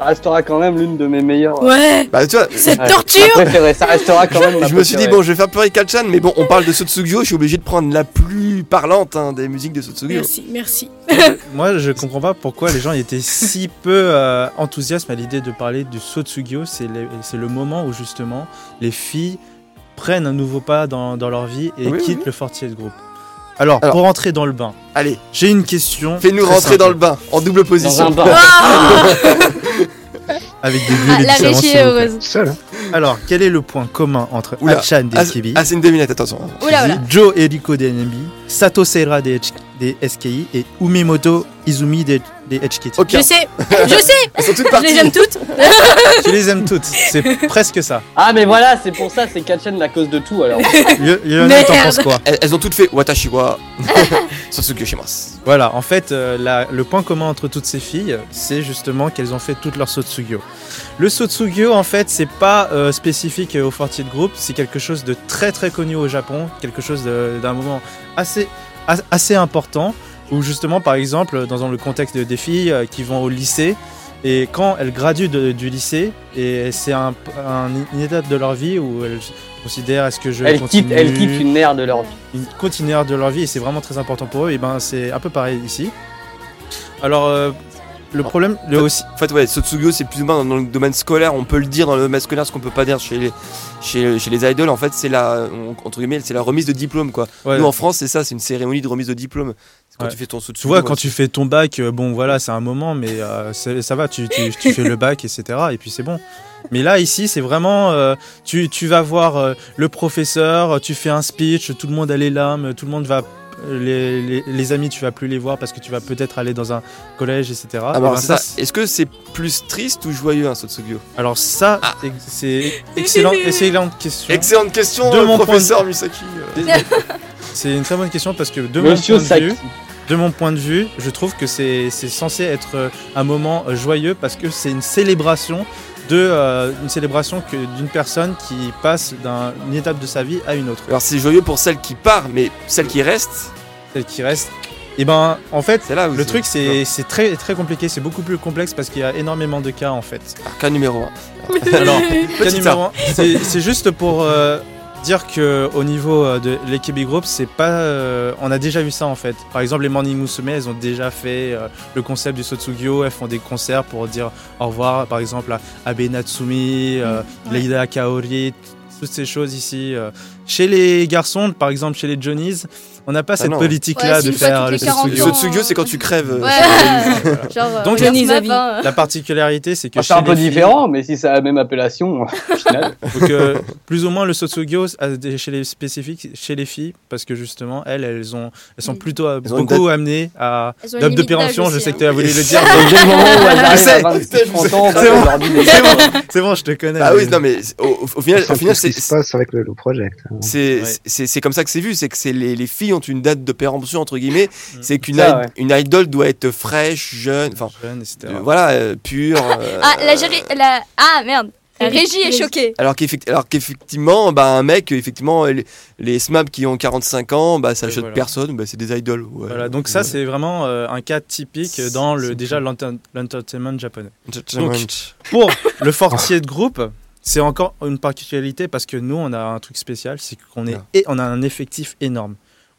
[SPEAKER 4] Ah, Ça restera quand même l'une de mes meilleures.
[SPEAKER 6] Ouais,
[SPEAKER 2] Bah, tu vois,
[SPEAKER 6] cette
[SPEAKER 4] Ouais,
[SPEAKER 6] torture
[SPEAKER 4] ma préférée, ça restera quand même. ma
[SPEAKER 2] je me suis dit,
[SPEAKER 4] préférée.
[SPEAKER 2] bon, je vais faire pleurer Kalchan, mais bon, on parle de Sotsugyo, je suis obligé de prendre la plus parlante hein, des musiques de Sotsugyo.
[SPEAKER 6] Merci, merci.
[SPEAKER 5] Moi, je comprends pas pourquoi les gens étaient si peu euh, enthousiastes à l'idée de parler du Sotsugyo. C'est le, c'est le moment où justement les filles prennent un nouveau pas dans, dans leur vie et
[SPEAKER 2] Oui,
[SPEAKER 5] quittent
[SPEAKER 2] oui.
[SPEAKER 5] le Fortier Group. Alors,
[SPEAKER 2] Alors.
[SPEAKER 5] pour entrer dans le bain,
[SPEAKER 2] Allez,
[SPEAKER 5] j'ai une question.
[SPEAKER 2] fais-nous
[SPEAKER 5] très
[SPEAKER 2] rentrer
[SPEAKER 5] simple,
[SPEAKER 2] dans le bain, en double
[SPEAKER 4] Dans un
[SPEAKER 2] position.
[SPEAKER 6] Oh,
[SPEAKER 4] bar.
[SPEAKER 5] Avec des bulles
[SPEAKER 3] Ah,
[SPEAKER 5] et
[SPEAKER 3] la
[SPEAKER 5] du savon,
[SPEAKER 3] régie
[SPEAKER 5] s'il
[SPEAKER 3] est
[SPEAKER 5] vous plaît.
[SPEAKER 3] heureuse.
[SPEAKER 7] Seul. hein.
[SPEAKER 5] Alors, quel est le point commun entre
[SPEAKER 2] Oula.
[SPEAKER 5] Hachan des
[SPEAKER 2] Ah,
[SPEAKER 5] Kibi,
[SPEAKER 2] c'est- ah, c'est une devinette, attention. hein.
[SPEAKER 3] Oula, oula.
[SPEAKER 5] Joe et Rico des NMB, Sato Seira des, H- des SKI et Umemoto Izumi des, des HKT.
[SPEAKER 2] Ok,
[SPEAKER 6] Je sais, je sais,
[SPEAKER 2] elles sont toutes
[SPEAKER 6] je les
[SPEAKER 2] parties.
[SPEAKER 6] aime toutes.
[SPEAKER 5] Tu les aimes toutes, c'est presque ça.
[SPEAKER 4] Ah, mais voilà, c'est pour ça, c'est Kachan la cause de tout alors.
[SPEAKER 5] Yo- Lionel, t'en penses quoi
[SPEAKER 2] Elles, elles ont toutes fait Watashiwa Sotsugyo Shimas.
[SPEAKER 5] Voilà, en fait, euh, la- le point commun entre toutes ces filles, c'est justement qu'elles ont fait toutes leur Sotsugyo. Le Sotsugyo, en fait, c'est pas euh, spécifique au Fortier Group, c'est quelque chose de très très connu au Japon, quelque chose de- d'un moment assez, a- assez important, où justement, par exemple, dans le contexte de- des filles euh, qui vont au lycée, et quand elles graduent de- du lycée, et c'est un, un- une étape de leur vie où elles considèrent est-ce que je
[SPEAKER 4] Elle
[SPEAKER 5] continue
[SPEAKER 4] quitte, elle quitte une mère de leur vie.
[SPEAKER 5] une continuaire de leur vie et c'est vraiment très important pour eux, et ben c'est un peu pareil ici. Alors euh, le
[SPEAKER 2] Ah.
[SPEAKER 5] problème, le aussi,
[SPEAKER 2] En fait, ouais, Sotsugyo, c'est plus ou moins dans le domaine scolaire, on peut le dire dans le domaine scolaire, ce qu'on peut pas dire chez les, chez, chez les idoles, en fait, c'est la, on- entre guillemets, c'est la remise de diplôme, quoi.
[SPEAKER 5] ouais,
[SPEAKER 2] Nous, en France, c'est ça, c'est une cérémonie de remise de diplôme. C'est quand
[SPEAKER 5] Ouais.
[SPEAKER 2] tu fais ton Sotsugyo.
[SPEAKER 5] tu vois
[SPEAKER 2] ouais,
[SPEAKER 5] quand tu fais ton bac, euh, bon voilà c'est un moment, mais euh, c'est- ça va, tu, tu- tu fais le bac etc et puis c'est bon. Mais là ici c'est vraiment, euh, tu, tu vas voir euh, le professeur, tu fais un speech, tout le monde a les larmes, tout le monde va les, les- les amis, tu vas plus les voir parce que tu vas peut-être aller dans un collège, etc.
[SPEAKER 2] Ah, bah,
[SPEAKER 5] Et ben,
[SPEAKER 2] c'est ça. Est-ce que c'est plus triste ou joyeux, un Sotsugyo
[SPEAKER 5] Alors ça,
[SPEAKER 2] Ah.
[SPEAKER 5] c'est- c'est excellent, excellente question.
[SPEAKER 2] Excellente question,
[SPEAKER 5] De
[SPEAKER 2] euh,
[SPEAKER 5] mon point de-
[SPEAKER 2] professeur Misaki. euh.
[SPEAKER 5] C'est une très bonne question parce que de mon,
[SPEAKER 4] Monsieur Ah,
[SPEAKER 5] point de,
[SPEAKER 4] Saki.
[SPEAKER 5] vue, de mon point de vue, je trouve que c'est c'est censé être euh, un moment euh, joyeux parce que c'est une célébration de euh, une célébration que d'une personne qui passe d'un- d'une étape de sa vie à une autre.
[SPEAKER 2] Alors, c'est joyeux pour celle qui part, mais celle qui reste,
[SPEAKER 5] Celle qui reste, et ben en fait.
[SPEAKER 2] Ah c'est là où
[SPEAKER 5] Le truc c'est c'est très très compliqué, c'est beaucoup plus complexe parce qu'il y a énormément de cas en fait.
[SPEAKER 2] Alors, Cas numéro 1.
[SPEAKER 5] Alors, cas
[SPEAKER 2] Petit
[SPEAKER 5] numéro un, c'est c'est juste pour euh, dire que au niveau euh, de l'équipe Group, c'est pas, euh, on a déjà vu ça en fait. Par exemple, les Morning Musume, elles ont déjà fait euh, le concept du Sotsugyo, elles font des concerts pour dire au revoir, par exemple à Abe Natsumi, euh,
[SPEAKER 4] Mm.
[SPEAKER 5] Leida Kaori, t- toutes ces choses ici. euh. Chez les garçons, par exemple chez les Johnnies, on n'a
[SPEAKER 4] Ah
[SPEAKER 5] pas cette
[SPEAKER 2] non.
[SPEAKER 3] Ouais,
[SPEAKER 5] politique-là
[SPEAKER 3] c'est
[SPEAKER 5] de
[SPEAKER 3] une fois
[SPEAKER 5] faire
[SPEAKER 3] toutes
[SPEAKER 5] le
[SPEAKER 3] les 40
[SPEAKER 2] Le
[SPEAKER 5] Sotsugyo.
[SPEAKER 3] ans.
[SPEAKER 2] Sotsugyo, c'est quand tu crèves. euh,
[SPEAKER 3] Ouais, genre, euh,
[SPEAKER 5] Donc,
[SPEAKER 3] regarde
[SPEAKER 6] Denis
[SPEAKER 3] ce
[SPEAKER 6] Zavi.
[SPEAKER 3] matin, euh.
[SPEAKER 5] La particularité, c'est que
[SPEAKER 4] Ah, C'est
[SPEAKER 5] chez
[SPEAKER 4] un
[SPEAKER 5] les
[SPEAKER 4] peu
[SPEAKER 5] filles-
[SPEAKER 4] différent, mais si c'est la même appellation, au final.
[SPEAKER 5] Donc, euh, plus ou moins, le Sotsugyo a des- chez les spécifiques, chez les filles, parce que justement, elles, elles, ont, elles sont
[SPEAKER 3] Oui.
[SPEAKER 5] plutôt euh,
[SPEAKER 2] Elles ont une
[SPEAKER 5] beaucoup amenées à.
[SPEAKER 3] Elles ont une
[SPEAKER 5] Date de
[SPEAKER 3] limite d'âge
[SPEAKER 5] péremption, je
[SPEAKER 3] aussi,
[SPEAKER 5] sais
[SPEAKER 3] hein.
[SPEAKER 5] que tu as voulu le dire.
[SPEAKER 4] Et dès le moment où elles
[SPEAKER 2] Je sais,
[SPEAKER 4] arrivent à
[SPEAKER 2] putain, je
[SPEAKER 4] 26-30
[SPEAKER 2] sais.
[SPEAKER 4] ans, on
[SPEAKER 2] C'est bon.
[SPEAKER 4] leur dit mais
[SPEAKER 5] C'est bon, c'est bon, je te connais.
[SPEAKER 2] Ah oui,
[SPEAKER 5] mais-
[SPEAKER 2] non, mais c'est- au, au- au final,
[SPEAKER 7] C'est
[SPEAKER 2] au
[SPEAKER 7] un
[SPEAKER 2] final
[SPEAKER 7] peu ce qui
[SPEAKER 2] c'est.
[SPEAKER 7] se passe avec le, le project. hein.
[SPEAKER 2] C'est
[SPEAKER 5] Ouais.
[SPEAKER 2] c'est- c'est comme ça que c'est vu, c'est que c'est les, les filles ont une date de péremption entre guillemets,
[SPEAKER 5] Mm.
[SPEAKER 2] c'est qu'une
[SPEAKER 4] Ça,
[SPEAKER 2] id- une idole doit être fraîche, jeune, enfin
[SPEAKER 5] Jeune, etc.
[SPEAKER 2] euh, voilà, euh, pure. euh,
[SPEAKER 3] Ah, la, géri- la... ah merde, la
[SPEAKER 6] Régie-
[SPEAKER 3] régie est
[SPEAKER 6] régie.
[SPEAKER 3] choquée.
[SPEAKER 2] alors qu'effect- alors qu'effectivement, bah, un mec, effectivement, les, les SMAP qui ont 45 ans, bah, ça
[SPEAKER 5] Ouais,
[SPEAKER 2] achète
[SPEAKER 5] voilà.
[SPEAKER 2] personne, bah, c'est des idoles. ouais.
[SPEAKER 5] Voilà, donc ça,
[SPEAKER 2] Ouais.
[SPEAKER 5] c'est vraiment euh, un cas typique dans
[SPEAKER 2] C'est
[SPEAKER 5] le, déjà l'enter- l'entertainment japonais.
[SPEAKER 2] Mmh. Donc,
[SPEAKER 5] Pour le fortier de groupe, c'est encore une particularité parce que nous, on a un truc spécial, c'est qu'on est,
[SPEAKER 2] Ah.
[SPEAKER 5] et on a un effectif énorme.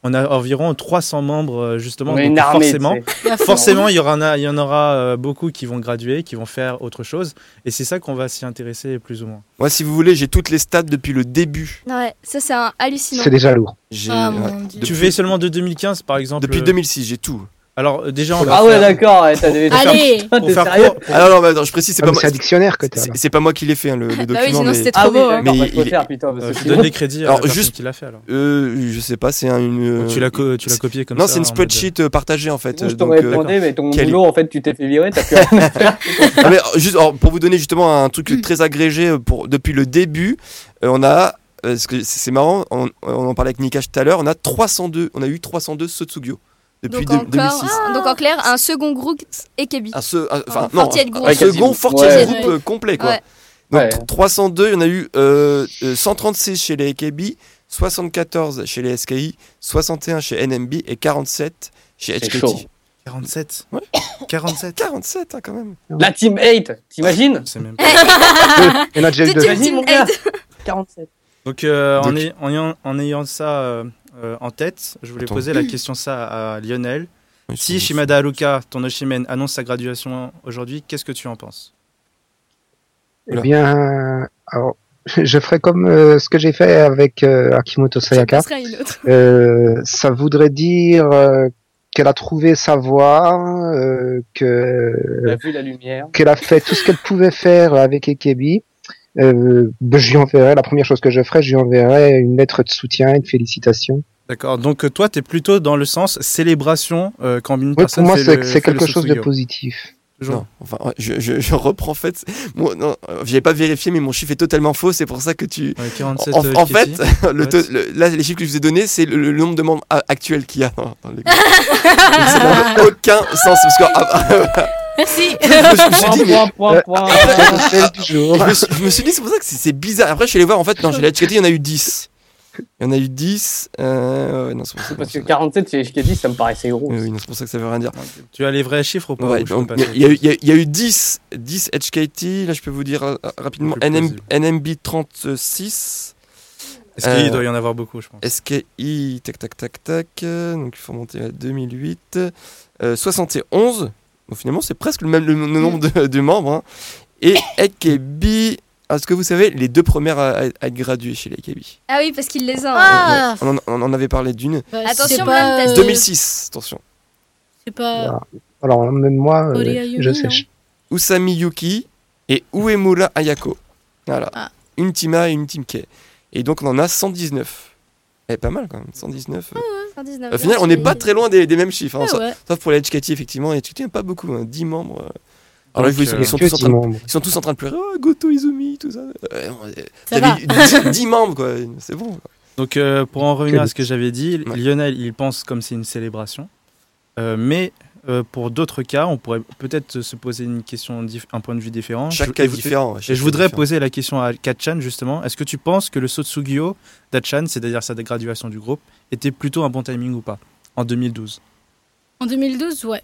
[SPEAKER 5] On a environ 300 membres, euh, justement,
[SPEAKER 4] on est
[SPEAKER 5] donc
[SPEAKER 4] une armée.
[SPEAKER 5] forcément.
[SPEAKER 4] tu sais.
[SPEAKER 6] La
[SPEAKER 5] Forcément, il y, aura, il y en aura euh, beaucoup qui vont graduer, qui vont faire autre chose. Et c'est ça qu'on va s'y intéresser plus ou moins.
[SPEAKER 2] Moi, si vous voulez, j'ai toutes les stats depuis le début.
[SPEAKER 3] Ouais, ça c'est un hallucinant.
[SPEAKER 7] C'est déjà lourd.
[SPEAKER 2] J'ai
[SPEAKER 6] Ah,
[SPEAKER 2] ouais.
[SPEAKER 6] mon Dieu.
[SPEAKER 5] Tu fais seulement de 2015, par exemple euh,
[SPEAKER 2] depuis 2006, j'ai tout.
[SPEAKER 5] Alors, euh, déjà, on va
[SPEAKER 4] Ah ouais,
[SPEAKER 5] faire-
[SPEAKER 4] d'accord, ouais, t'as des.
[SPEAKER 6] Allez,
[SPEAKER 4] Putain,
[SPEAKER 5] pour
[SPEAKER 4] Ah, T'es
[SPEAKER 5] faire
[SPEAKER 4] sérieux
[SPEAKER 5] court,
[SPEAKER 2] Alors non, mais attends, je précise, c'est
[SPEAKER 7] Ah,
[SPEAKER 2] pas
[SPEAKER 7] mais
[SPEAKER 2] moi.
[SPEAKER 7] C'est un dictionnaire que
[SPEAKER 2] c'est-
[SPEAKER 7] t'as. là.
[SPEAKER 2] c'est- c'est pas moi qui l'ai fait hein, le, le
[SPEAKER 3] Bah oui,
[SPEAKER 2] document.
[SPEAKER 3] sinon
[SPEAKER 2] mais-
[SPEAKER 3] c'était
[SPEAKER 4] Ah
[SPEAKER 3] trop
[SPEAKER 4] oui,
[SPEAKER 3] beau. hein.
[SPEAKER 4] d'accord,
[SPEAKER 2] Mais
[SPEAKER 4] bah, faut
[SPEAKER 2] il-
[SPEAKER 4] le faire, putain, parce
[SPEAKER 5] euh,
[SPEAKER 4] que
[SPEAKER 5] je
[SPEAKER 4] sinon-
[SPEAKER 5] donne les crédits à
[SPEAKER 2] Alors,
[SPEAKER 5] la personne
[SPEAKER 2] juste-
[SPEAKER 5] qui l'a fait. Alors.
[SPEAKER 2] Euh, je sais pas, c'est un, une.
[SPEAKER 5] tu l'as co- tu l'as copié comme
[SPEAKER 2] Non,
[SPEAKER 5] ça
[SPEAKER 2] c'est une
[SPEAKER 5] en mode-
[SPEAKER 2] spreadsheet euh, partagée en fait.
[SPEAKER 4] Sinon, je
[SPEAKER 2] euh, donc,
[SPEAKER 4] t'aurais
[SPEAKER 2] euh,
[SPEAKER 4] demandé, mais ton
[SPEAKER 2] Quel-
[SPEAKER 4] boulot, en fait, tu t'es fait virer, t'as plus rien à faire.
[SPEAKER 2] Ah, mais, euh, juste alors, pour vous donner justement un truc très agrégé euh, pour depuis le début, euh, on a euh, parce que c'est c'est marrant, on, on en parlait avec Nikash tout à l'heure, on a 302, on a eu 302 Sotsugyo depuis
[SPEAKER 3] Donc,
[SPEAKER 2] de-
[SPEAKER 3] encore,
[SPEAKER 2] 2006.
[SPEAKER 3] ah, donc en clair, un second groupe Ekebi.
[SPEAKER 2] Un se- un- Ah, enfin
[SPEAKER 3] un
[SPEAKER 2] non,
[SPEAKER 3] fortier de
[SPEAKER 2] un- un
[SPEAKER 3] groupe.
[SPEAKER 4] Ouais,
[SPEAKER 2] second
[SPEAKER 4] quasiment.
[SPEAKER 2] fortier
[SPEAKER 4] Ouais.
[SPEAKER 2] de groupe euh, complet quoi.
[SPEAKER 3] Ouais.
[SPEAKER 2] Donc
[SPEAKER 4] Ouais.
[SPEAKER 2] 302, il y en a eu euh, euh, 136 chez les AKB, 74 chez les SKI, 61 chez NMB et 47 chez
[SPEAKER 4] C'est
[SPEAKER 2] HKT.
[SPEAKER 4] chaud.
[SPEAKER 5] euh, 47.
[SPEAKER 2] Ouais.
[SPEAKER 5] 47.
[SPEAKER 2] 47 hein, quand même.
[SPEAKER 4] La Team 8, t'imagines
[SPEAKER 5] C'est même
[SPEAKER 7] Il y en a déjà
[SPEAKER 3] De
[SPEAKER 7] eu deux. Eh
[SPEAKER 3] Team
[SPEAKER 4] Vas-y, mon gars.
[SPEAKER 6] 47.
[SPEAKER 5] Donc, euh, en,
[SPEAKER 2] Donc-
[SPEAKER 5] ay- en ayant, en ayant ça euh, euh, en tête, je voulais
[SPEAKER 2] Attends.
[SPEAKER 5] poser la question ça à Lionel. Si Shimada Haruka, ton Oshimen, annonce sa graduation aujourd'hui, qu'est-ce que tu en penses
[SPEAKER 7] Eh bien, alors, je ferai comme euh, ce que j'ai fait avec euh, Akimoto Sayaka.
[SPEAKER 6] Ce sera une autre.
[SPEAKER 7] Euh, ça voudrait dire euh, qu'elle a trouvé sa voie, euh, que
[SPEAKER 4] On a vu la lumière.
[SPEAKER 7] qu'elle a fait tout ce qu'elle pouvait faire avec Ekebi. Euh, ben, je lui enverrai, la première chose que je ferai, je lui enverrai une lettre de soutien et de félicitations.
[SPEAKER 5] D'accord, donc euh, toi, tu es plutôt dans le sens célébration euh, quand une
[SPEAKER 7] Oui, pour
[SPEAKER 5] personne
[SPEAKER 7] moi,
[SPEAKER 5] fait
[SPEAKER 7] c'est
[SPEAKER 5] le-
[SPEAKER 7] c'est
[SPEAKER 5] fait
[SPEAKER 7] quelque
[SPEAKER 5] le
[SPEAKER 7] chose de
[SPEAKER 5] Sotsuyo.
[SPEAKER 7] positif.
[SPEAKER 5] Toujours.
[SPEAKER 2] Non, enfin, ouais, je, je, je reprends en fait. Moi, non, euh, j'avais pas vérifié, mais mon chiffre est totalement faux. C'est pour ça que tu.
[SPEAKER 5] Ouais,
[SPEAKER 2] En,
[SPEAKER 5] 47,
[SPEAKER 2] en-
[SPEAKER 5] euh,
[SPEAKER 2] en fait,
[SPEAKER 5] Kitty.
[SPEAKER 2] le
[SPEAKER 5] Ouais.
[SPEAKER 2] taux- le- là, les chiffres que je vous ai donnés, c'est le, le nombre de membres a- actuels qu'il y a dans, dans les groupes. Donc, ça n'a aucun sens. Parce que, ah, bah,
[SPEAKER 6] Merci. Bah,
[SPEAKER 2] je, me suis
[SPEAKER 4] Point,
[SPEAKER 2] dit, mais- euh,
[SPEAKER 4] point, point, point.
[SPEAKER 7] Celle du jour.
[SPEAKER 2] je me suis- je me suis dit, c'est pour ça que c'est- c'est bizarre. Après, je suis allé voir, en fait, non, j'ai HKT, il y en a eu 10. Il y en a eu 10. Euh, ouais, non, c'est pour ça
[SPEAKER 4] Parce que
[SPEAKER 2] non,
[SPEAKER 4] 47 chez HKD, ça me paraissait gros.
[SPEAKER 2] c'est- oui, non, c'est pour ça que ça veut rien dire.
[SPEAKER 5] Tu as les vrais chiffres ou pas
[SPEAKER 2] Ouais,
[SPEAKER 5] ou je
[SPEAKER 2] donc,
[SPEAKER 5] peux
[SPEAKER 2] il y
[SPEAKER 5] passer
[SPEAKER 2] a- il y, a eu- il y a- il y a eu 10, 10 HKT, là je peux vous dire euh, rapidement,
[SPEAKER 5] Plus
[SPEAKER 2] NM,
[SPEAKER 5] plausible.
[SPEAKER 2] NMB 36,
[SPEAKER 5] Est-ce qu'il
[SPEAKER 2] Euh,
[SPEAKER 5] doit y en avoir beaucoup, je pense
[SPEAKER 2] SKI, tac tac tac tac, euh, donc il faut remonter à 2008, euh, 71, donc finalement c'est presque le même le, le nombre de, de membres, hein. et AKB, est-ce que vous savez, les deux premières à, à- à être graduées chez les AKB
[SPEAKER 3] Ah oui, parce qu'il les a. hein.
[SPEAKER 6] Ah.
[SPEAKER 2] on, en- on en avait parlé d'une,
[SPEAKER 6] Bah,
[SPEAKER 3] Attention,
[SPEAKER 6] c'est
[SPEAKER 3] madame,
[SPEAKER 6] pas,
[SPEAKER 3] t'as-
[SPEAKER 6] euh,
[SPEAKER 2] 2006, attention,
[SPEAKER 6] C'est pas.
[SPEAKER 7] Alors, même moi, euh,
[SPEAKER 6] Auréa Yumi,
[SPEAKER 7] je
[SPEAKER 6] non
[SPEAKER 7] sèche.
[SPEAKER 2] Usami Yuki et Uemura Ayako, voilà,
[SPEAKER 6] Ah.
[SPEAKER 2] une Tima et une Team K, et donc on en a 119, eh pas mal quand même, 119, euh.
[SPEAKER 3] 119.
[SPEAKER 2] au final on n'est pas très loin des, des mêmes chiffres, hein,
[SPEAKER 6] Ah
[SPEAKER 2] ça-
[SPEAKER 6] ouais.
[SPEAKER 2] Sauf pour les HKT, effectivement. Les HKT, il y en a pas beaucoup, hein, 10 membres. euh. Alors
[SPEAKER 5] Donc,
[SPEAKER 2] ils, sont-
[SPEAKER 5] euh,
[SPEAKER 2] ils sont
[SPEAKER 7] Que
[SPEAKER 2] tous en
[SPEAKER 7] dix
[SPEAKER 2] train de,
[SPEAKER 7] membres.
[SPEAKER 2] ils sont tous en train de pleurer. Oh, Goto Izumi, tout ça. Euh, non, euh,
[SPEAKER 6] Ça va.
[SPEAKER 2] t'avais 10, 10 membres, quoi. C'est bon. quoi.
[SPEAKER 5] Donc, euh, pour en revenir
[SPEAKER 7] Que
[SPEAKER 5] à ce que j'avais dit,
[SPEAKER 2] Ouais.
[SPEAKER 5] Lionel, il pense comme c'est une célébration. Euh, mais euh, pour d'autres cas, on pourrait peut-être se poser une question, diff- un point de vue différent.
[SPEAKER 2] Chaque
[SPEAKER 5] Je-
[SPEAKER 2] cas est
[SPEAKER 5] et vous-
[SPEAKER 2] différent.
[SPEAKER 5] Et je voudrais poser la question à Katchan, justement. Est-ce que tu penses que le Sotsugyo d'Achan, c'est-à-dire sa graduation du groupe, était plutôt un bon timing ou pas En 2012
[SPEAKER 6] En 2012, ouais.